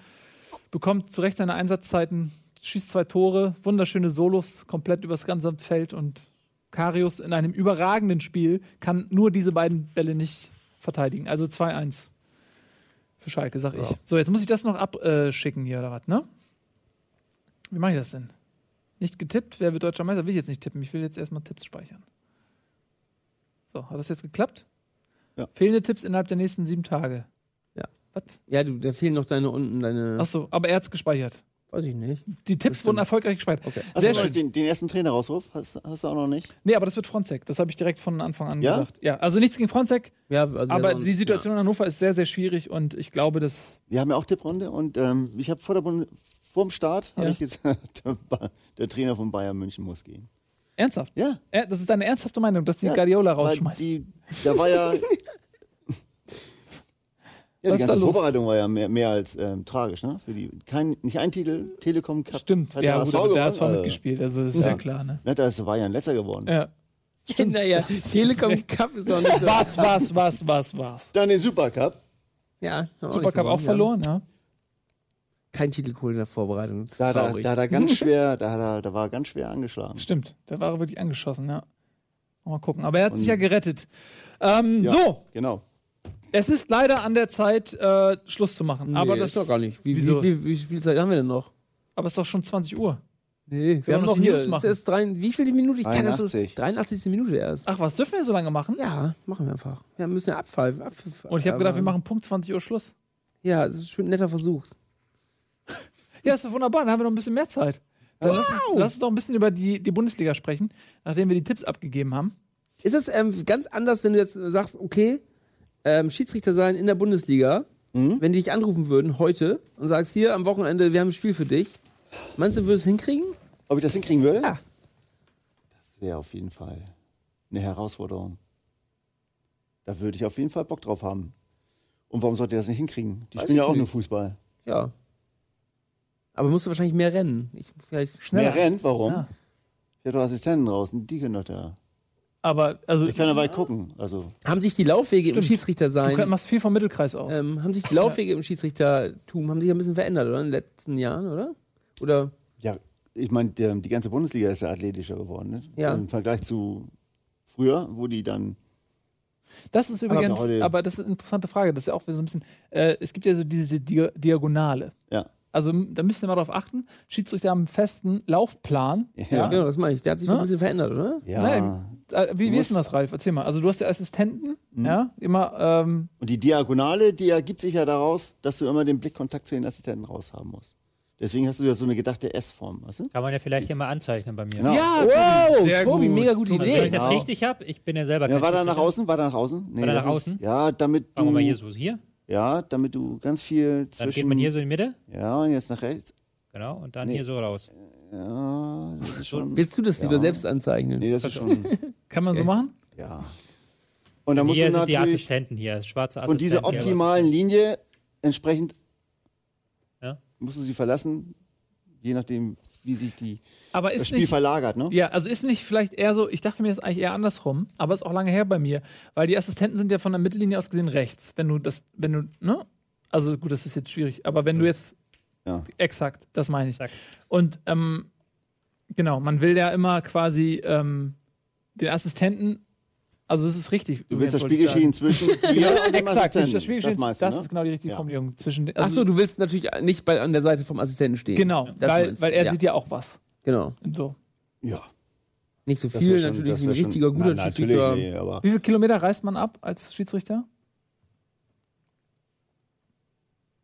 S2: bekommt zu Recht seine Einsatzzeiten, schießt zwei Tore, wunderschöne Solos komplett übers ganze Feld und Karius in einem überragenden Spiel kann nur diese beiden Bälle nicht verteidigen. Also 2-1 für Schalke, sag ich. So, jetzt muss ich das noch abschicken hier oder was, ne? Wie mache ich das denn? Nicht getippt? Wer wird deutscher Meister? Will ich jetzt nicht tippen. Ich will jetzt erstmal Tipps speichern. So, hat das jetzt geklappt?
S5: Ja.
S2: Fehlende Tipps innerhalb der nächsten sieben Tage.
S3: Ja.
S2: Was?
S3: Ja, du, da fehlen noch deine unten, deine.
S2: Achso, aber er hat's gespeichert.
S3: weiß ich nicht.
S2: Die Tipps wurden erfolgreich gespeichert.
S5: Hast
S2: Sehr
S5: du noch
S2: schön.
S5: Den, den ersten Trainerausruf hast, hast du auch noch nicht?
S2: Nee, aber das wird Fronzek. Das habe ich direkt von Anfang an
S5: Ja?
S2: gesagt. Ja, also nichts gegen Fronzek,
S3: Ja, also
S2: aber
S3: sonst-
S2: die Situation in Hannover ist sehr, sehr schwierig und ich glaube, dass.
S5: Wir haben ja auch Tipprunde und ähm, ich habe vor, der Bund- vor dem Start hab
S2: Ja.
S5: ich gesagt, der, Ba- der Trainer von Bayern München muss gehen.
S2: Ernsthaft?
S5: Ja.
S2: Äh, Das ist deine ernsthafte Meinung, dass die
S5: Ja,
S2: Guardiola
S5: weil
S2: rausschmeißt.
S5: Die, da war ja. Ja,
S2: Was
S5: die
S2: ist da
S5: ganze
S2: los?
S5: Vorbereitung war ja mehr, mehr als ähm, tragisch, ne? Für die, kein, nicht ein Titel, Telekom Cup.
S2: Stimmt,
S5: hat
S2: ja,
S5: HSV
S2: gut, aber der
S5: gewonnen,
S2: HSV
S5: also.
S2: mitgespielt, also das ist ja, klar, ne?
S5: Ne, da ist Bayern letzter geworden.
S2: Ja.
S3: Naja, Telekom Cup ist auch nicht so.
S2: Was, was, was, was, was?
S5: Dann den Supercup.
S3: Ja, haben nicht
S2: Supercup auch
S3: gewonnen, ja.
S2: verloren, ja.
S3: Kein Titel geholt in der Vorbereitung. Das ist
S5: Da, da,
S3: traurig.
S5: da, da ganz schwer, da, da, da war er ganz schwer angeschlagen.
S2: Stimmt, der war wirklich angeschossen, ja. Mal gucken. Aber er hat sich
S5: Und-
S2: ja gerettet. Ähm,
S5: Ja.
S2: So,
S5: Genau.
S2: es ist leider an der Zeit, äh, Schluss zu machen.
S3: nee,
S2: aber
S3: das
S2: das
S3: doch gar nicht. Wie,
S2: wieso?
S3: Wie, wie, wie viel Spielzeit haben wir denn noch?
S2: Aber es ist doch schon 20 Uhr.
S3: Nee, wir,
S2: haben
S3: haben
S2: noch
S3: noch
S2: die
S3: hier.
S2: News
S3: es
S2: machen.
S3: Ist erst drei, wie viele Minuten? Ich kann das so,
S5: 83.
S3: 83. Minute erst.
S2: Ach was, dürfen wir so lange machen?
S3: Ja, machen wir einfach. Wir müssen ja abpfeifen. abpfeifen.
S2: Und ich habe
S3: Aber-
S2: gedacht, wir machen Punkt 20 Uhr Schluss.
S3: Ja, es ist schon ein netter Versuch.
S2: Ja, ist doch wunderbar, dann haben wir noch ein bisschen mehr Zeit. Dann lass, uns, lass uns doch ein bisschen über die, die Bundesliga sprechen, nachdem wir die Tipps abgegeben haben.
S3: Ist es ähm, ganz anders, wenn du jetzt sagst, okay, ähm, Schiedsrichter sein in der Bundesliga, wenn die dich anrufen würden heute und sagst, hier am Wochenende, wir haben ein Spiel für dich. Meinst du, würdest du es hinkriegen?
S5: Ob ich das hinkriegen würde?
S3: Ja.
S5: Das wäre auf jeden Fall eine Herausforderung. Da würde ich auf jeden Fall Bock drauf haben. Und warum sollte ihr das nicht hinkriegen? Die
S3: Weiß
S5: spielen ja
S3: ich
S5: auch
S3: nicht.
S5: nur Fußball.
S3: Ja. Aber musst du wahrscheinlich mehr rennen. Ich, vielleicht
S5: Mehr rennt, warum?
S2: Ja.
S5: Ich hätte doch Assistenten draußen, die können doch da.
S2: Aber, also,
S5: Ich kann ja weit gucken. Also,
S3: Haben sich die Laufwege
S2: Stimmt.
S3: im Schiedsrichter
S2: du kann-
S3: sein,
S2: machst viel vom Mittelkreis aus.
S3: ähm, haben sich die Laufwege im Schiedsrichtertum, haben sich ein bisschen verändert, oder? In den letzten Jahren, oder? Oder
S5: ja, ich meine, der- die ganze Bundesliga ist ja athletischer geworden. Ne?
S3: Ja.
S5: Im Vergleich zu früher, wo die dann.
S2: Das ist
S5: ist
S2: übrigens,
S5: ja heute-
S2: aber das ist eine interessante Frage, das ist ja auch so ein bisschen, äh, es gibt ja so diese Dia Diagonale.
S5: Ja.
S2: Also m- da müsst ihr mal drauf achten, Schiedsrichter haben einen festen Laufplan.
S5: Ja.
S3: genau, das meine ich. Der hat sich doch
S2: Ja.
S3: ein bisschen verändert, oder?
S5: Ja.
S2: Nein, äh, wie, wie ist denn das, Ralf? Erzähl mal. Also du hast ja Assistenten,
S5: Mhm.
S2: ja, immer, ähm,
S5: Und die Diagonale, die ergibt sich ja daraus, dass du immer den Blickkontakt zu den Assistenten raus haben musst. Deswegen hast du ja so eine gedachte S-Form, weißt du?
S4: Kann man ja vielleicht hier mal anzeichnen bei mir.
S5: Genau.
S2: ja,
S3: Wow,
S2: Sehr
S3: Tobi,
S2: gut.
S3: mega gute
S2: Tobi,
S4: Also, wenn ich
S3: Idee.
S4: das
S5: Genau.
S4: richtig habe, ich bin ja selber
S5: Ja, war da
S4: Schiedsrichter.
S5: nach außen? War da nach außen? Nee,
S4: War da
S5: das
S4: nach
S5: ist-
S4: außen?
S5: Ja, damit
S4: Fangen wir mal hier
S5: du,
S4: so hier.
S5: ja, damit du ganz viel
S4: Dann
S5: zwischen.
S4: geht man hier so in die Mitte.
S5: Ja, und jetzt nach rechts.
S4: Genau. Und dann
S5: Nee.
S4: hier so raus.
S5: Ja, das ist schon.
S3: Willst du das lieber
S5: Ja.
S3: selbst anzeichnen?
S5: Nee, das ist schon.
S2: kann man so machen?
S5: Ja. Und dann musst
S4: hier
S5: du
S4: sind die
S5: natürlich.
S4: Assistenten hier. Schwarze Assistenten.
S5: Und diese
S4: gelbe
S5: optimalen Linie entsprechend
S4: Ja.
S5: musst du sie verlassen, je nachdem, wie sich die,
S2: Aber
S5: das
S2: ist
S5: Spiel
S2: nicht,
S5: verlagert. Ne?
S2: Ja, also ist nicht vielleicht eher so, ich dachte mir das eigentlich eher andersrum, aber ist auch lange her bei mir, weil die Assistenten sind ja von der Mittellinie aus gesehen rechts. Wenn du das, wenn du, ne? Also gut, das ist jetzt schwierig, aber wenn du jetzt,
S5: Ja.
S2: exakt, das meine ich.
S4: Exakt.
S2: Und ähm, genau, man will ja immer quasi ähm, den Assistenten, also es ist richtig.
S5: Du willst das
S2: wollte ich
S5: Spielgeschehen
S2: sagen.
S5: zwischen dir und dem
S2: Exakt,
S5: Assistenten.
S2: das Spielgeschehen, das,
S5: meinst du, ne?
S2: ist genau die richtige
S5: Ja.
S2: Formulierung. Zwischen,
S3: Ach so, du willst natürlich nicht bei, an der Seite vom Assistenten stehen.
S2: genau,
S3: Das
S2: weil,
S3: meinst
S2: weil
S3: du,
S2: er
S3: ja.
S2: sieht ja auch was.
S3: Genau.
S2: So.
S5: Ja,
S3: Nicht so
S5: das wär
S3: viel,
S5: schon-
S3: natürlich
S5: das
S3: ein
S5: wär schon-
S3: richtiger, guter
S5: Nein,
S3: Schiedsrichter.
S5: natürlich, nee, aber
S2: Wie viele Kilometer reist man ab als Schiedsrichter?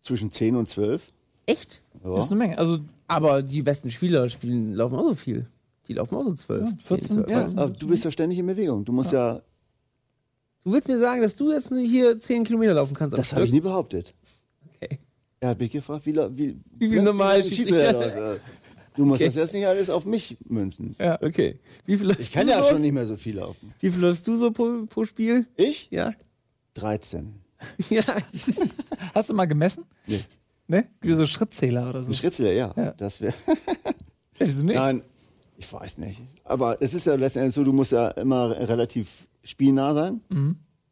S5: zwischen 10 und 12.
S3: Echt?
S5: Ja.
S2: Das ist eine Menge. Also
S3: Aber die besten Spieler spielen, laufen auch so viel. Die laufen auch so 12.
S2: Ja,
S3: 10,
S2: 14,
S5: Ja,
S3: 12.
S5: aber du bist ja ständig in Bewegung. Du musst ja,
S3: Du willst mir sagen, dass du jetzt nur hier 10 Kilometer laufen kannst? am
S5: das habe
S3: Stück?
S5: ich nie behauptet.
S3: Okay.
S5: Er hat mich gefragt, wie, la- wie,
S3: Wie viel normal
S5: ein Schiedsrichter läuft. Du musst
S3: Okay.
S5: das jetzt nicht alles auf mich münzen.
S3: Ja, okay. Wie viel läufst,
S5: Ich kann
S3: du,
S5: ja
S3: so?
S5: schon nicht mehr so viel laufen.
S3: Wie viel läufst du so pro, pro Spiel?
S5: Ich?
S3: Ja.
S5: 13.
S3: ja.
S2: Hast du mal gemessen?
S5: Nee.
S2: Ne? Wie so Schrittzähler oder so.
S5: Ein Schritzel, ja.
S2: Ja.
S5: Das wäre.
S2: Ja, wieso nicht?
S5: Nein, ich weiß nicht. Aber es ist ja letztendlich so, du musst ja immer relativ spielnah sein.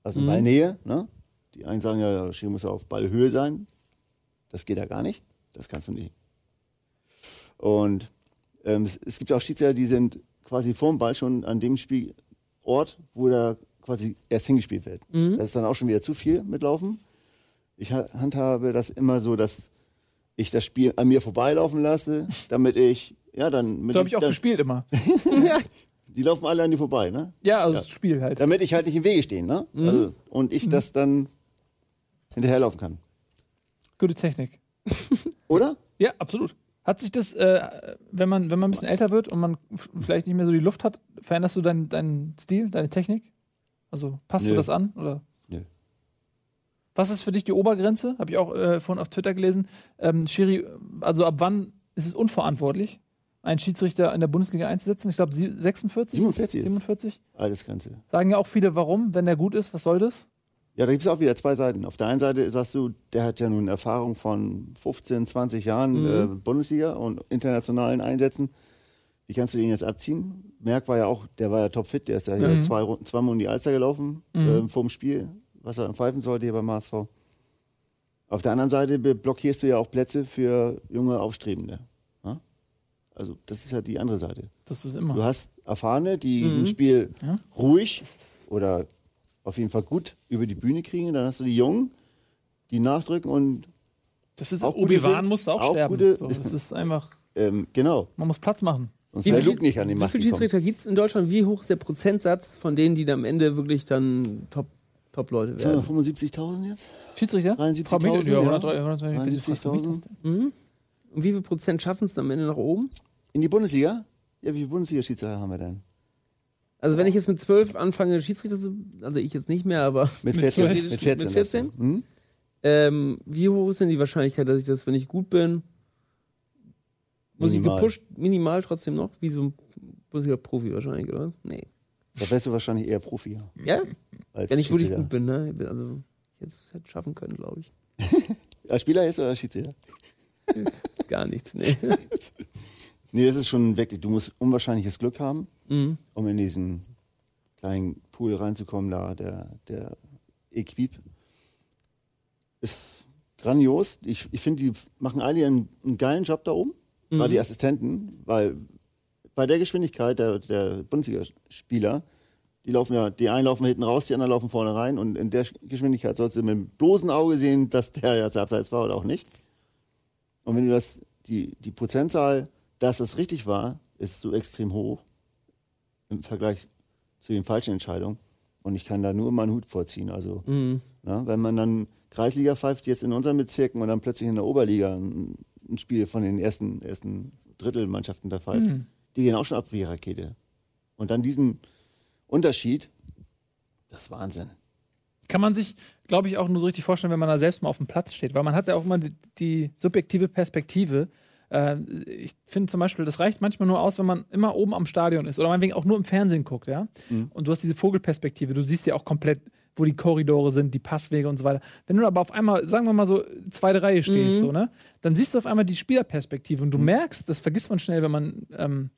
S5: Also Ballnähe. Ne? Die einen sagen ja, der Schiri muss ja auf Ballhöhe sein. Das geht ja gar nicht. Das kannst du nicht. Und ähm, es, es gibt auch Schiedsrichter, die sind quasi vorm Ball schon an dem Spielort, wo der quasi erst hingespielt wird.
S2: Mhm.
S5: Das ist dann auch schon wieder zu viel mitlaufen. Ich ha- handhabe das immer so, dass ich das Spiel an mir vorbeilaufen lasse, damit ich, ja, dann. Mit
S2: So habe ich auch
S5: dann,
S2: gespielt immer.
S5: Die laufen alle an dir vorbei, ne?
S2: Ja, also das Spiel halt.
S5: Damit ich halt nicht im Wege stehe, ne?
S2: Mhm.
S5: Also, und ich das dann hinterherlaufen kann.
S2: Gute Technik.
S5: Oder?
S2: Ja, absolut. Hat sich das, äh, wenn, man, wenn man ein bisschen älter wird und man f- vielleicht nicht mehr so die Luft hat, veränderst du deinen deinen Stil, deine Technik? Also passt du
S5: Nö.
S2: das an? Oder?
S5: Nö.
S2: Was ist für dich die Obergrenze? Habe ich auch äh, vorhin auf Twitter gelesen. Ähm, Schiri, also ab wann ist es unverantwortlich, einen Schiedsrichter in der Bundesliga einzusetzen? Ich glaube sie- 46?
S5: 47 ist-
S2: 47?
S5: Alles Ganze.
S2: Sagen ja auch viele, warum, wenn der gut ist, was soll das?
S5: Ja, da gibt es auch wieder zwei Seiten. Auf der einen Seite sagst du, der hat ja nun Erfahrung von 15, 20 Jahren äh, Bundesliga und internationalen Einsätzen. Wie kannst du den jetzt abziehen? Merck war ja auch, der war ja topfit, der ist ja hier zwei, Runden- zweimal um die Alster gelaufen äh, vor dem Spiel, was er dann pfeifen sollte hier beim HSV. Auf der anderen Seite be- blockierst du ja auch Plätze für junge Aufstrebende. ne? Also das ist ja die andere Seite.
S2: Das ist immer.
S5: Du hast Erfahrene, die
S3: Mhm.
S5: ein Spiel ruhig oder auf jeden Fall gut über die Bühne kriegen. Dann hast du die Jungen, die nachdrücken und
S2: Das ist
S5: Auch gute
S2: Obi-Wan
S5: sind-
S2: musste auch,
S5: auch
S2: sterben.
S5: gute-
S2: So, das ist einfach,
S5: ähm, genau.
S2: man muss Platz machen.
S5: Sonst
S3: Wie
S5: wäre
S3: viel
S5: Luke nicht an den
S3: Wie
S5: Macht
S3: viele
S5: gekommen.
S3: Schiedsrichter gibt es in Deutschland? Wie hoch ist der Prozentsatz von denen, die dann am Ende wirklich dann Top- Top-Leute
S5: Sind
S3: werden?
S5: wir 75.000 jetzt?
S2: Schiedsrichter?
S5: 73.000,
S2: Frau Mädel, ja,
S5: ja.
S2: 103, 103,
S5: 73.000.
S3: Und wie viel Prozent schaffen es dann am Ende nach oben?
S5: In die Bundesliga? Ja, wie viele Bundesliga-Schiedsrichter haben wir denn?
S3: Also wenn ich jetzt mit 12 anfange, Schiedsrichter zu, also ich jetzt nicht mehr, aber
S5: Mit
S2: Mit
S5: 14.
S2: zwölf?
S5: Mit 14.
S3: Mit 14?
S5: Hm?
S3: ähm, wie hoch ist denn die Wahrscheinlichkeit, dass ich das, wenn ich gut bin, muss
S5: Minimal.
S3: ich gepusht, minimal trotzdem noch, wie so ein Bundesliga-Profi wahrscheinlich, oder? was? Nee.
S5: Da wärst du wahrscheinlich eher Profi.
S3: Ja?
S5: Als
S3: Wenn ich wirklich
S5: Schiedsrichter.
S3: gut bin, ne? Also jetzt hätte schaffen können, glaube ich.
S5: Als Spieler jetzt oder als Schiedsrichter?
S3: Gar nichts, ne?
S5: Nee, das ist schon wirklich, du musst unwahrscheinliches Glück haben,
S3: Mhm.
S5: um in diesen kleinen Pool reinzukommen, da der, der Equipe. Ist grandios. Ich, ich finde, die machen alle einen, einen geilen Job da oben, gerade die Assistenten, weil bei der Geschwindigkeit der, der Bundesligaspieler, die laufen ja, die einen laufen hinten raus, die anderen laufen vorne rein und in der Geschwindigkeit sollst du mit dem bloßen Auge sehen, dass der jetzt abseits war oder auch nicht. Und wenn du das, die, die Prozentzahl, dass das richtig war, ist so extrem hoch im Vergleich zu den falschen Entscheidungen. Und ich kann da nur meinen Hut vorziehen. Also, ne, wenn man dann Kreisliga pfeift, jetzt in unseren Bezirken und dann plötzlich in der Oberliga ein, ein Spiel von den ersten, ersten Drittelmannschaften da pfeift,
S2: Mhm. Hm.
S5: die gehen auch schon ab wie Rakete. Und dann diesen Unterschied, das ist Wahnsinn.
S2: Kann man sich, glaube ich, auch nur so richtig vorstellen, wenn man da selbst mal auf dem Platz steht, weil man hat ja auch immer die, die subjektive Perspektive. Äh, ich finde zum Beispiel, das reicht manchmal nur aus, wenn man immer oben am Stadion ist oder meinetwegen auch nur im Fernsehen guckt, ja. Und du hast diese Vogelperspektive, du siehst ja auch komplett, wo die Korridore sind, die Passwege und so weiter. Wenn du aber auf einmal, sagen wir mal so, zweite Reihe stehst, so, ne, dann siehst du auf einmal die Spielerperspektive und du merkst, das vergisst man schnell, wenn man ähm,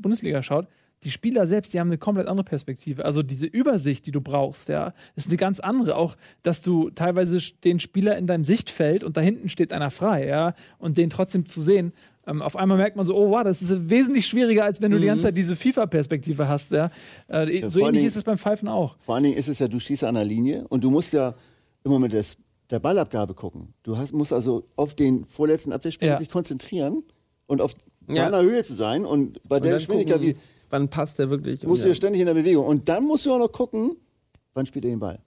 S2: Bundesliga schaut, die Spieler selbst, die haben eine komplett andere Perspektive. Also diese Übersicht, die du brauchst, ja, ist eine ganz andere. Auch, dass du teilweise sch- den Spieler in deinem Sichtfeld und da hinten steht einer frei, ja, und den trotzdem zu sehen, ähm, auf einmal merkt man so, oh wow, das ist wesentlich schwieriger, als wenn du die ganze Zeit diese FIFA-Perspektive hast, ja. Äh, so
S5: Mhm. vor allen
S2: ähnlich
S5: Dingen-
S2: ist es beim Pfeifen auch.
S5: Vor allen Dingen ist es ja, du schießt ja an der Linie und du musst ja immer mit des, der Ballabgabe gucken. Du hast, musst also auf den vorletzten Abwehrspieler
S2: Ja.
S5: dich konzentrieren und auf
S3: Ja.
S5: seiner Höhe zu sein und bei
S3: Und
S5: der
S3: dann
S5: Geschwindigkeit
S3: gucken, wann passt der wirklich?
S5: wie, musst du ja ständig in der Bewegung. Und dann musst du auch noch gucken, wann spielt er den Ball.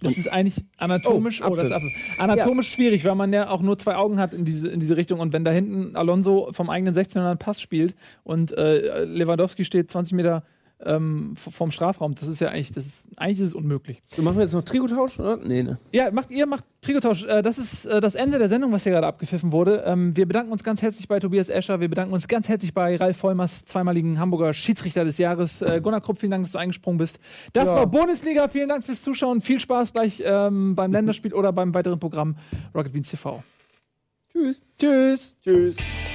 S2: Das ist eigentlich anatomisch,
S3: Oh,
S2: oh, das ist
S3: Apfel.
S2: Apfel. anatomisch schwierig, weil man ja auch nur zwei Augen hat in diese, in diese Richtung. Und wenn da hinten Alonso vom eigenen 16er einen Pass spielt und äh, Lewandowski steht 20 Meter ähm, v- vom Strafraum. Das ist ja eigentlich, das ist, eigentlich ist es unmöglich.
S3: So, machen wir jetzt noch Trikottausch, oder? Nee, ne.
S2: Ja, macht ihr, macht Trikotausch. Äh, das ist äh, das Ende der Sendung, was hier gerade abgepfiffen wurde. Ähm, wir bedanken uns ganz herzlich bei Tobias Escher. Wir bedanken uns ganz herzlich bei Ralf Vollmers, zweimaligen Hamburger Schiedsrichter des Jahres. Äh, Gunnar Krupp, vielen Dank, dass du eingesprungen bist. Das war Bundesliga. Vielen Dank fürs Zuschauen. Viel Spaß gleich ähm, beim Länderspiel oder beim weiteren Programm Rocket Beans TV. Tschüss. Tschüss.
S5: Tschüss.